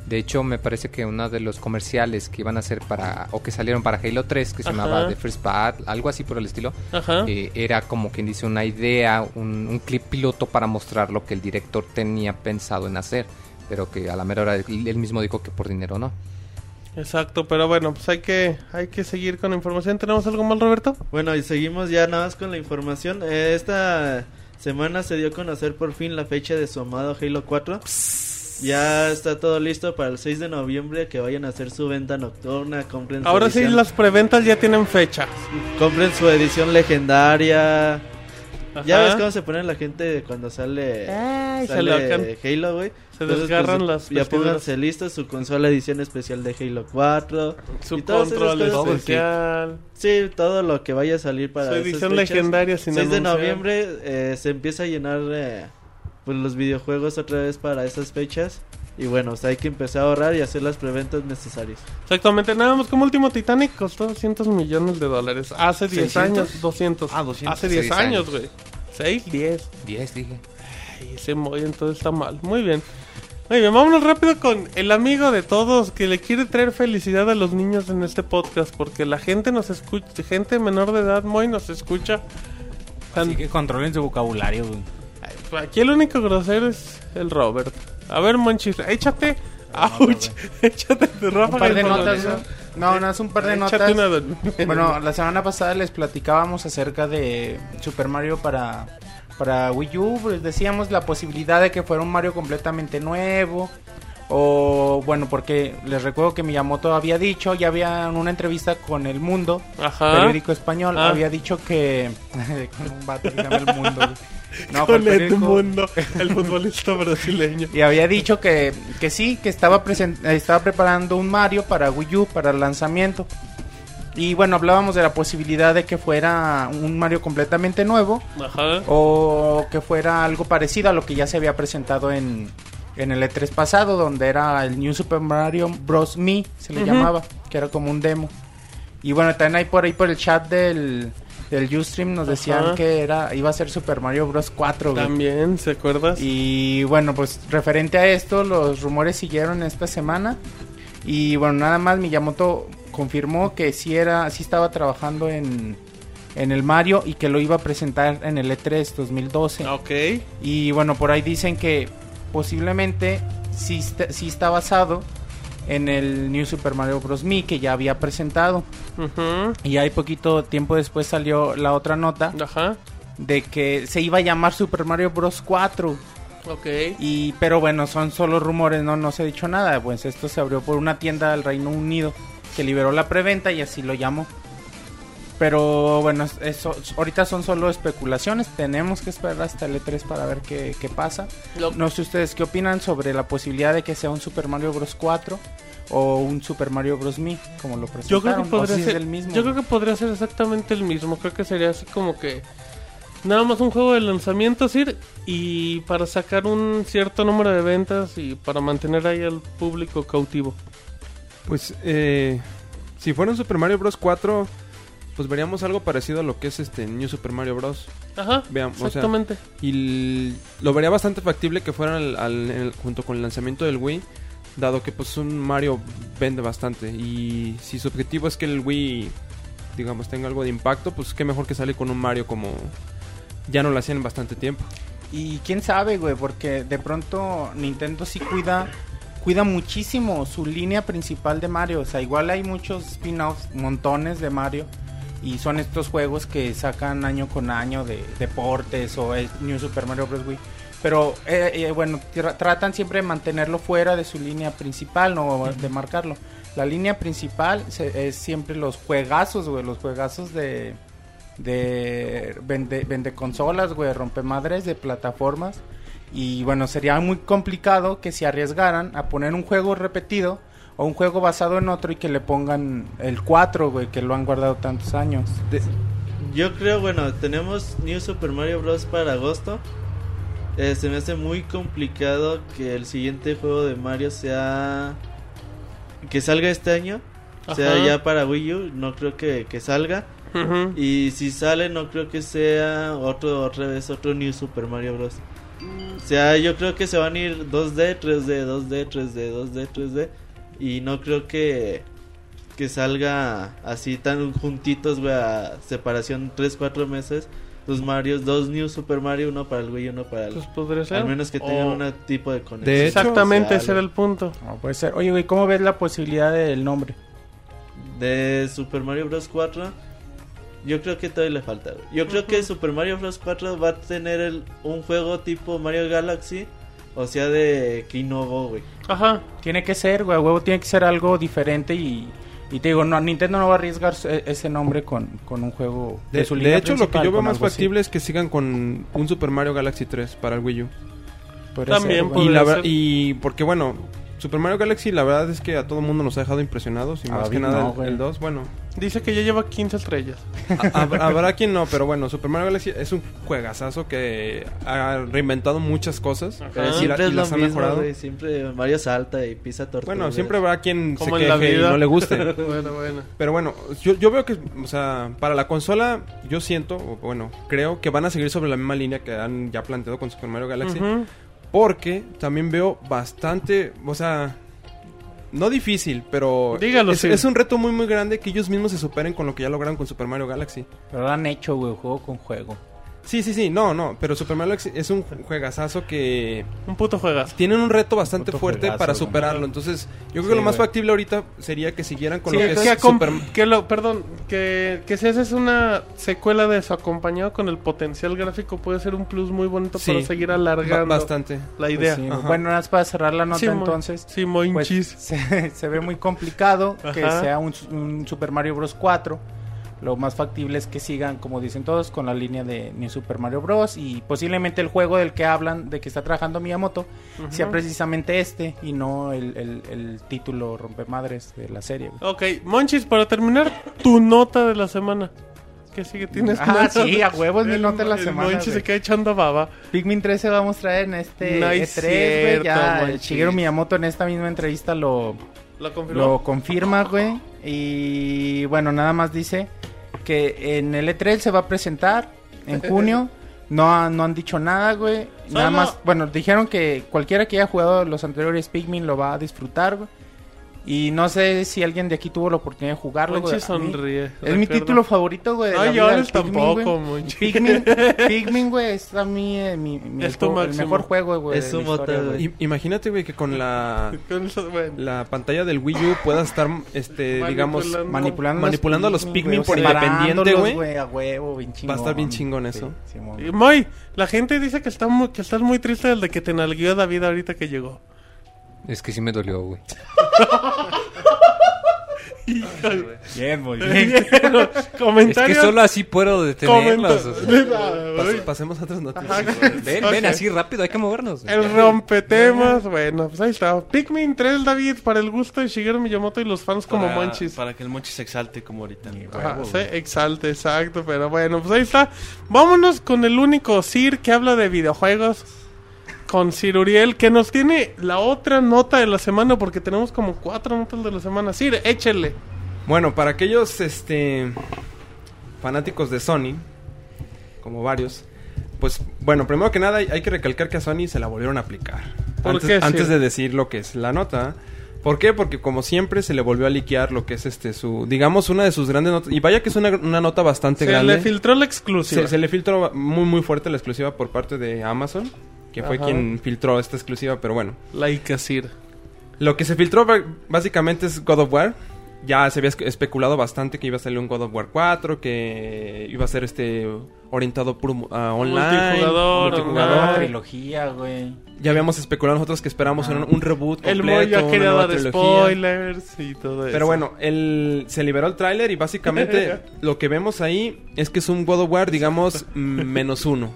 Speaker 3: De hecho, me parece que uno de los comerciales que iban a hacer para, o que salieron para Halo 3, que se
Speaker 2: Ajá.
Speaker 3: llamaba The First Bad, algo así por el estilo,
Speaker 2: Ajá.
Speaker 3: eh, era como quien dice una idea, un, un clip piloto para mostrar lo que el director tenía pensado en hacer, pero que a la mera hora él él mismo dijo que por dinero no.
Speaker 2: Exacto, pero bueno, pues hay que, hay que seguir con la información. ¿Tenemos algo más, Roberto?
Speaker 5: Bueno, y seguimos ya nada más con la información. Eh, esta semana se dio a conocer por fin la fecha de su amado Halo 4. Ya está todo listo para el 6 de noviembre que vayan a hacer su venta nocturna, compren su
Speaker 2: Ahora sí,
Speaker 5: edición-
Speaker 2: las preventas ya tienen fecha.
Speaker 5: compren su edición legendaria. Ya
Speaker 2: Ajá.
Speaker 5: ves cómo se pone la gente cuando sale,
Speaker 2: Ay, se
Speaker 5: sale
Speaker 2: locan.
Speaker 5: Halo, güey. pues,
Speaker 2: Se desgarran las
Speaker 5: Ya
Speaker 2: vestiduras.
Speaker 5: pónganse listos su consola edición especial de Halo 4.
Speaker 2: Su
Speaker 5: Y todas esas
Speaker 2: control
Speaker 5: cosas, pues,
Speaker 2: especial.
Speaker 5: Sí, todo lo que vaya a salir para
Speaker 2: Su
Speaker 5: esas
Speaker 2: edición
Speaker 5: fechas.
Speaker 2: legendaria sin
Speaker 5: 6 de
Speaker 2: anunciar.
Speaker 5: noviembre eh, se empieza a llenar eh, pues los videojuegos otra vez para esas fechas. Y bueno, o sea, hay que empezar a ahorrar y hacer las preventas necesarias.
Speaker 2: Exactamente, nada más como último Titanic costó 200 millones de dólares. Hace 10
Speaker 7: ¿600?
Speaker 2: años, 200.
Speaker 7: Ah, 200.
Speaker 2: Hace 10
Speaker 3: Seis
Speaker 2: años,
Speaker 3: años.
Speaker 2: güey. 6, 10.
Speaker 3: 10, dije.
Speaker 2: Ay, ese Moy entonces está mal. Muy bien. Muy bien, vámonos rápido con el amigo de todos que le quiere traer felicidad a los niños en este podcast. Porque la gente nos escucha, gente menor de edad, Moy nos escucha. Tan-
Speaker 6: Así que controlen su vocabulario, güey.
Speaker 2: pues, Aquí el único grosero es el Robert. A ver, Monchis, échate. Ouch, échate tu
Speaker 6: Un
Speaker 2: ráfaga
Speaker 6: par de notas,
Speaker 2: informativa.
Speaker 6: güey. No, no, es un par de
Speaker 2: Échate
Speaker 6: notas.
Speaker 2: una de-
Speaker 6: Bueno, la semana pasada les platicábamos acerca de Super Mario para, para Wii U. pues, decíamos la posibilidad de que fuera un Mario completamente nuevo. O bueno, porque les recuerdo que Miyamoto había dicho, ya había en una entrevista con El Mundo,
Speaker 2: Ajá.
Speaker 6: periódico español,
Speaker 2: Ah.
Speaker 6: había dicho que... con un vato que se llama El Mundo. güey. No, fue
Speaker 2: con
Speaker 6: el
Speaker 2: el
Speaker 6: periódico-
Speaker 2: mundo, el futbolista brasileño.
Speaker 6: y había dicho que, que sí, que estaba, presen- eh, estaba preparando un Mario para Wii U, para el lanzamiento. Y bueno, hablábamos de la posibilidad de que fuera un Mario completamente nuevo
Speaker 2: Ajá.
Speaker 6: o que fuera algo parecido a lo que ya se había presentado en, en el E3 pasado, donde era el New Super Mario Bros. Me, se le
Speaker 2: Ujú.
Speaker 6: llamaba, que era como un demo. Y bueno, también hay por ahí por el chat del, del Ustream nos decían
Speaker 2: Ajá.
Speaker 6: que era iba a ser Super Mario Bros. 4. güey.
Speaker 2: También, ¿se acuerdas?
Speaker 6: Y bueno, pues referente a esto, los rumores siguieron esta semana. Y bueno, nada más Miyamoto confirmó que sí, era, sí estaba trabajando en, en el Mario y que lo iba a presentar en el E E3 2012.
Speaker 2: Ok.
Speaker 6: Y bueno, por ahí dicen que posiblemente sí, está- sí está basado en el New Super Mario Bros. Me que ya había presentado.
Speaker 2: Ujú.
Speaker 6: Y ahí poquito tiempo después salió la otra nota
Speaker 2: Ajá.
Speaker 6: de que se iba a llamar Super Mario Bros. 4.
Speaker 2: Ok.
Speaker 6: Y, pero bueno, son solo rumores, no, no se ha dicho nada. Pues esto se abrió por una tienda del Reino Unido que liberó la preventa y así lo llamó. Pero bueno, es- eso, ahorita son solo especulaciones. Tenemos que esperar hasta el E3 para ver qué, qué pasa.
Speaker 2: Lo-
Speaker 6: No sé ustedes qué opinan sobre la posibilidad de que sea un Super Mario Bros. 4 o un Super Mario Bros. Me, como lo presentaron.
Speaker 2: Yo creo que
Speaker 6: o
Speaker 2: podría
Speaker 6: si es
Speaker 2: ser.
Speaker 6: el mismo.
Speaker 2: Yo creo que podría ser exactamente el mismo. Creo que sería así como que. Nada más un juego de lanzamiento, Sir, y para sacar un cierto número de ventas y para mantener ahí al público cautivo.
Speaker 4: Pues, eh, si fuera un Super Mario Bros. 4, pues veríamos algo parecido a lo que es este New Super Mario Bros.
Speaker 2: Ajá,
Speaker 4: Veamos, o sea,
Speaker 2: exactamente.
Speaker 4: Y l- lo vería bastante factible que fueran al, al- en el- junto con el lanzamiento del Wii, dado que pues un Mario vende bastante. Y si su objetivo es que el Wii digamos, tenga algo de impacto, pues qué mejor que sale con un Mario como ya no lo hacían en bastante tiempo.
Speaker 6: Y quién sabe, güey, porque de pronto Nintendo sí cuida cuida muchísimo su línea principal de Mario, o sea, igual hay muchos spin-offs, montones de Mario y son estos juegos que sacan año con año de deportes o el New Super Mario Bros. Wii. Pero eh, eh, bueno, tra- tratan siempre de mantenerlo fuera de su línea principal, no de marcarlo. La línea principal se- es siempre los juegazos, güey, los juegazos de de vende, vende consolas, güey, rompe madres de plataformas. Y bueno, sería muy complicado que se arriesgaran a poner un juego repetido o un juego basado en otro y que le pongan el 4, güey, que lo han guardado tantos años.
Speaker 5: Yo creo, bueno, tenemos New Super Mario Bros. para agosto. Eh, se me hace muy complicado que el siguiente juego de Mario sea. que salga este año. O sea,
Speaker 2: Ajá.
Speaker 5: ya para Wii U, no creo que, que salga.
Speaker 2: Ujú.
Speaker 5: Y si sale, no creo que sea otro, otra vez, otro New Super Mario Bros. O sea, yo creo que se van a ir 2D, 3D, 2D, 3D, 2D, 3D. Y no creo que, que salga así tan juntitos, güey, a separación 3, 4 meses. Dos Marios, dos New Super Mario, uno para el Wii y uno para el...
Speaker 2: Pues podría ser.
Speaker 5: Al menos que tengan
Speaker 2: O-
Speaker 5: un tipo de conexión.
Speaker 3: De hecho-
Speaker 2: Exactamente,
Speaker 5: social,
Speaker 2: ese era el punto.
Speaker 6: No puede ser. Oye, güey, ¿cómo ves la posibilidad del nombre?
Speaker 5: De Super Mario Bros. 4, yo creo que todavía le falta. güey. Yo creo que Super Mario Bros. 4 va a tener el- un juego tipo Mario Galaxy, o sea, de que innovó, güey.
Speaker 2: Ajá.
Speaker 6: Tiene que ser, güey, a huevo, tiene que ser algo diferente y, y te digo, no, Nintendo no va a arriesgar su- e- ese nombre con, con un juego de,
Speaker 4: De,
Speaker 6: su
Speaker 4: de
Speaker 6: línea
Speaker 4: hecho, lo que
Speaker 6: principal,
Speaker 4: yo veo
Speaker 6: con
Speaker 4: más
Speaker 6: algo así.
Speaker 4: factible es que sigan con un Super Mario Galaxy 3 para el Wii U.
Speaker 6: Podría ser,
Speaker 2: También
Speaker 6: güey.
Speaker 2: podría
Speaker 4: Y, la ver-
Speaker 2: ser.
Speaker 4: y porque bueno, Super Mario Galaxy la verdad es que a todo el mundo nos ha dejado impresionados y
Speaker 6: A
Speaker 4: más que
Speaker 6: David
Speaker 4: nada
Speaker 6: no,
Speaker 4: el-
Speaker 6: güey.
Speaker 4: el 2, bueno,
Speaker 2: Dice que ya lleva 15 estrellas.
Speaker 4: a- hab- habrá quien no, pero bueno, Super Mario Galaxy es un juegazazo que ha reinventado muchas cosas
Speaker 2: Ajá.
Speaker 5: Pero
Speaker 4: y, la-
Speaker 5: Ah. siempre
Speaker 4: y
Speaker 5: es lo
Speaker 4: las ha
Speaker 5: mismo,
Speaker 4: mejorado.
Speaker 5: güey. Siempre Mario salta y pisa tortugas.
Speaker 4: Bueno, siempre habrá quien se
Speaker 2: Como en la
Speaker 4: queje y
Speaker 2: vida.
Speaker 4: no le guste.
Speaker 2: bueno, bueno.
Speaker 4: Pero bueno, yo, yo veo que, o sea, para la consola, yo siento, o bueno, creo que van a seguir sobre la misma línea que han ya planteado con Super Mario Galaxy.
Speaker 2: Ujú.
Speaker 4: Porque también veo bastante, o sea, no difícil, pero
Speaker 2: Dígalo,
Speaker 4: es,
Speaker 2: sí.
Speaker 4: es un reto muy muy grande que ellos mismos se superen con lo que ya lograron con Super Mario Galaxy.
Speaker 6: Pero lo han hecho, güey, juego con juego.
Speaker 4: Sí, sí, sí, no, no, pero Super Mario Galaxy es un juegazazo que
Speaker 2: Un puto juegazo.
Speaker 4: tienen un reto bastante
Speaker 6: Otro
Speaker 4: fuerte
Speaker 6: juegazo,
Speaker 4: para
Speaker 6: güey.
Speaker 4: superarlo. Entonces, yo creo que
Speaker 6: Sí,
Speaker 4: lo más
Speaker 6: güey.
Speaker 4: factible ahorita sería que siguieran con
Speaker 2: Sí,
Speaker 4: lo que
Speaker 2: que,
Speaker 4: es
Speaker 2: acom-
Speaker 4: Super
Speaker 2: que lo, perdón, que, que si haces una secuela de eso acompañado con el potencial gráfico puede ser un plus muy bonito
Speaker 4: Sí.
Speaker 2: para seguir
Speaker 4: Ba-
Speaker 2: alargando
Speaker 4: bastante.
Speaker 2: la
Speaker 6: Pues
Speaker 2: idea.
Speaker 6: sí,
Speaker 4: ajá.
Speaker 6: bueno, nada más para cerrar la nota
Speaker 2: Sí, mo-
Speaker 6: entonces.
Speaker 2: Sí, moinchis.
Speaker 6: pues, se, se ve muy complicado que
Speaker 2: Ajá.
Speaker 6: sea un, un Super Mario Bros. 4. Lo más factible es que sigan, como dicen todos, con la línea de New Super Mario Bros. Y posiblemente el juego del que hablan, de que está trabajando Miyamoto, sea precisamente este y no el, el, el título rompemadres de la serie. güey.
Speaker 2: Ok, Monchis, para terminar, tu nota de la semana. ¿Qué sigue? ¿Tienes
Speaker 6: Ah,
Speaker 2: nota?
Speaker 6: sí, a huevos, mi
Speaker 2: El-
Speaker 6: nota de la
Speaker 2: el
Speaker 6: semana,
Speaker 2: Monchis se
Speaker 6: güey.
Speaker 2: queda echando baba.
Speaker 6: Pikmin 3 se va a mostrar en este
Speaker 2: No es
Speaker 6: E3, güey. Ya
Speaker 2: cierto, manches.
Speaker 6: Shigeru Miyamoto en esta misma entrevista lo,
Speaker 2: Lo confirmó.
Speaker 6: Lo confirma, güey. Y bueno, nada más dice que en el E3 se va a presentar en junio. No, ha- no han dicho nada, güey. Nada
Speaker 2: Solo-
Speaker 6: más, bueno, dijeron que cualquiera que haya jugado los anteriores Pikmin lo va a disfrutar, güey. Y no sé si alguien de aquí tuvo la oportunidad de jugarlo, güey.
Speaker 2: Monchis
Speaker 6: A mí-
Speaker 2: sonríe.
Speaker 6: Es mi
Speaker 2: recuerda.
Speaker 6: título favorito, güey. de la
Speaker 2: No
Speaker 6: vida
Speaker 2: llores
Speaker 6: del Pikmin,
Speaker 2: tampoco,
Speaker 6: güey.
Speaker 2: Monchis.
Speaker 6: Pikmin, Pikmin, güey, es a mí eh, mi, mi-
Speaker 2: Es tu
Speaker 6: el
Speaker 2: máximo.
Speaker 6: mejor juego, güey.
Speaker 5: Es
Speaker 6: de
Speaker 5: su
Speaker 6: la historia,
Speaker 5: mota, güey.
Speaker 4: I- Imagínate, güey, que con la,
Speaker 2: Con eso, bueno.
Speaker 4: la pantalla del Wii U puedas estar, este, digamos,
Speaker 2: Manipulando.
Speaker 6: manipulando,
Speaker 4: Manipulando a los Pikmin
Speaker 6: güey,
Speaker 4: por
Speaker 6: separándolos,
Speaker 4: independiente, güey.
Speaker 6: a huevo, bien
Speaker 4: Va a estar bien
Speaker 6: chingón.
Speaker 4: chingón eso.
Speaker 6: Sí, Simón.
Speaker 2: Y, Moy, la gente dice que, está muy, que estás muy triste del de que te nalgueó David ahorita que llegó.
Speaker 3: Es que sí me dolió, güey.
Speaker 6: Bien, muy
Speaker 3: Es
Speaker 2: Comentario.
Speaker 3: que solo así puedo detenerlas. o sea.
Speaker 2: Ah,
Speaker 4: Pas- pasemos a otras noticias.
Speaker 3: Ven,
Speaker 2: Ok.
Speaker 3: ven, así rápido, hay que movernos. güey.
Speaker 2: El rompetemas, bueno, pues ahí está. Pikmin 3, David, para el gusto de Shigeru Miyamoto y los fans como
Speaker 3: Ah,
Speaker 7: para,
Speaker 2: Monchis.
Speaker 7: Para que el Monchis se exalte como ahorita.
Speaker 2: Ajá, se exalte, exacto, pero bueno, pues ahí está. Vámonos con el único Sir que habla de videojuegos. Con Sir Uriel, que nos tiene la otra nota de la semana, porque tenemos como cuatro notas de la semana. Sir, échele.
Speaker 4: Bueno, para aquellos este fanáticos de Sony, como varios, pues bueno, primero que nada hay hay que recalcar que a Sony se la volvieron a aplicar.
Speaker 2: ¿Por
Speaker 4: antes,
Speaker 2: qué,
Speaker 4: antes
Speaker 2: sí?
Speaker 4: de decir lo que es la nota, ¿Por qué? Porque como siempre se le volvió a liquear lo que es este su, digamos, una de sus grandes notas. Y vaya que es una, una nota bastante
Speaker 2: Se
Speaker 4: Este grande.
Speaker 2: le filtró la exclusiva.
Speaker 4: se, se le filtró muy muy fuerte la exclusiva por parte de Amazon, que fue
Speaker 2: Ajá.
Speaker 4: quien filtró esta exclusiva, pero bueno.
Speaker 2: La Icasir.
Speaker 4: Lo que se filtró ba- básicamente es God of War. Ya se había espe- especulado bastante que iba a salir un God of War 4, que iba a ser este orientado puro mu- a online,
Speaker 2: Multijugador,
Speaker 4: multijugador.
Speaker 2: online. Ah.
Speaker 6: trilogía, güey.
Speaker 4: Ya habíamos especulado nosotros que esperamos un, un reboot completo,
Speaker 2: El Moy ya
Speaker 4: una
Speaker 2: quería
Speaker 4: nueva
Speaker 2: dar
Speaker 4: trilogía.
Speaker 2: spoilers y todo eso.
Speaker 4: Pero bueno, el, se liberó el tráiler y básicamente lo que vemos ahí es que es un God of War, digamos, mm, menos uno.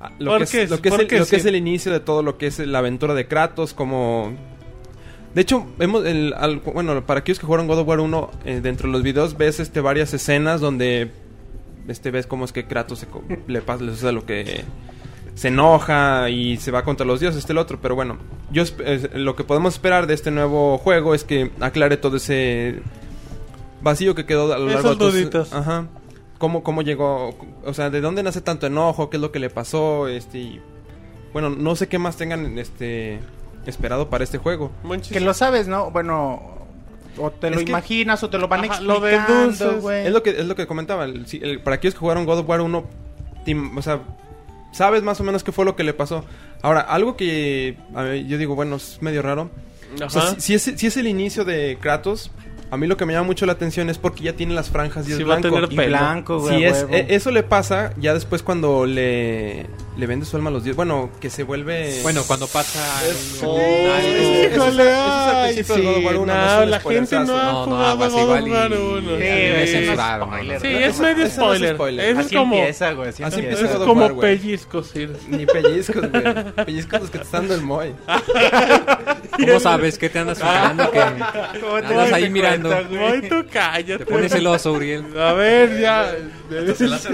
Speaker 4: Ah, Lo,
Speaker 2: ¿Por
Speaker 4: que, es,
Speaker 2: qué?
Speaker 4: lo, que, es
Speaker 2: ¿Por
Speaker 4: el,
Speaker 2: qué
Speaker 4: lo que es
Speaker 2: sí?
Speaker 4: el inicio de todo lo que es la aventura de Kratos, como... De hecho, vemos el, al- bueno, para aquellos que jugaron God of War 1, eh, dentro de los videos ves este, varias escenas donde este, ves cómo es que Kratos se co- le pasa le sucede lo que se enoja y se va contra los dioses, este el otro, pero bueno, yo esp- eh, lo que podemos esperar de este nuevo juego es que aclare todo ese vacío que quedó a lo largo
Speaker 2: Esas
Speaker 4: de
Speaker 2: duditas.
Speaker 4: Ajá. ¿Cómo, cómo llegó, o sea, de dónde nace tanto enojo, qué es lo que le pasó, este, y- bueno, no sé qué más tengan, este, esperado para este juego.
Speaker 2: Monchis.
Speaker 6: Que lo sabes, ¿no? Bueno, o te lo
Speaker 4: Es que-
Speaker 6: imaginas o te lo van
Speaker 2: Ajá, lo
Speaker 6: explicando,
Speaker 2: deduces.
Speaker 6: güey.
Speaker 4: Es lo que, es lo que comentaba, el- si- el- para aquellos que jugaron God of War 1, tim- o sea, sabes más o menos qué fue lo que le pasó. Ahora, algo que a mí- yo digo, bueno, es medio raro,
Speaker 2: Ajá.
Speaker 4: O sea, si, si es, si es el inicio de Kratos, a mí lo que me llama mucho la atención es porque ya tiene las franjas y es
Speaker 2: Sí va a
Speaker 4: blanco.
Speaker 2: tener
Speaker 6: Y
Speaker 2: pelo.
Speaker 6: blanco, güey.
Speaker 4: Si
Speaker 6: a
Speaker 4: es,
Speaker 6: huevo.
Speaker 4: e- eso le pasa ya después cuando le, le vende su alma a los dioses. Bueno, que se vuelve...
Speaker 3: Bueno, cuando pasa...
Speaker 4: Eso es- eso
Speaker 2: Híjole,
Speaker 4: es al
Speaker 2: ay,
Speaker 4: principio de God of War
Speaker 2: sí,
Speaker 4: 1, no ah,
Speaker 2: no,
Speaker 4: es un
Speaker 2: la gente no ha
Speaker 3: No, no,
Speaker 2: jugado
Speaker 3: aguas
Speaker 2: God of
Speaker 3: igual y-
Speaker 2: War 1.
Speaker 3: Sí,
Speaker 2: Sí,
Speaker 3: ese
Speaker 2: sí,
Speaker 3: es raro, ¿no?
Speaker 6: spoiler,
Speaker 3: Sí,
Speaker 6: ¿no?
Speaker 2: es medio
Speaker 4: Ese no es
Speaker 2: spoiler.
Speaker 4: spoiler.
Speaker 2: Ese es
Speaker 6: Así
Speaker 2: como,
Speaker 6: empieza, güey. Así,
Speaker 4: Así
Speaker 6: empieza.
Speaker 2: ese es
Speaker 4: God of
Speaker 2: como
Speaker 4: War, güey.
Speaker 2: pellizcos, sí.
Speaker 4: Ni pellizcos, güey. Pellizcos los que te están dando el moy.
Speaker 2: Ah,
Speaker 3: ¿Cómo sabes que te andas fijando? Que andas ahí mirando.
Speaker 2: Ay, tú cállate.
Speaker 3: Te pones celoso, Uriel.
Speaker 2: A ver, ya.
Speaker 4: Hasta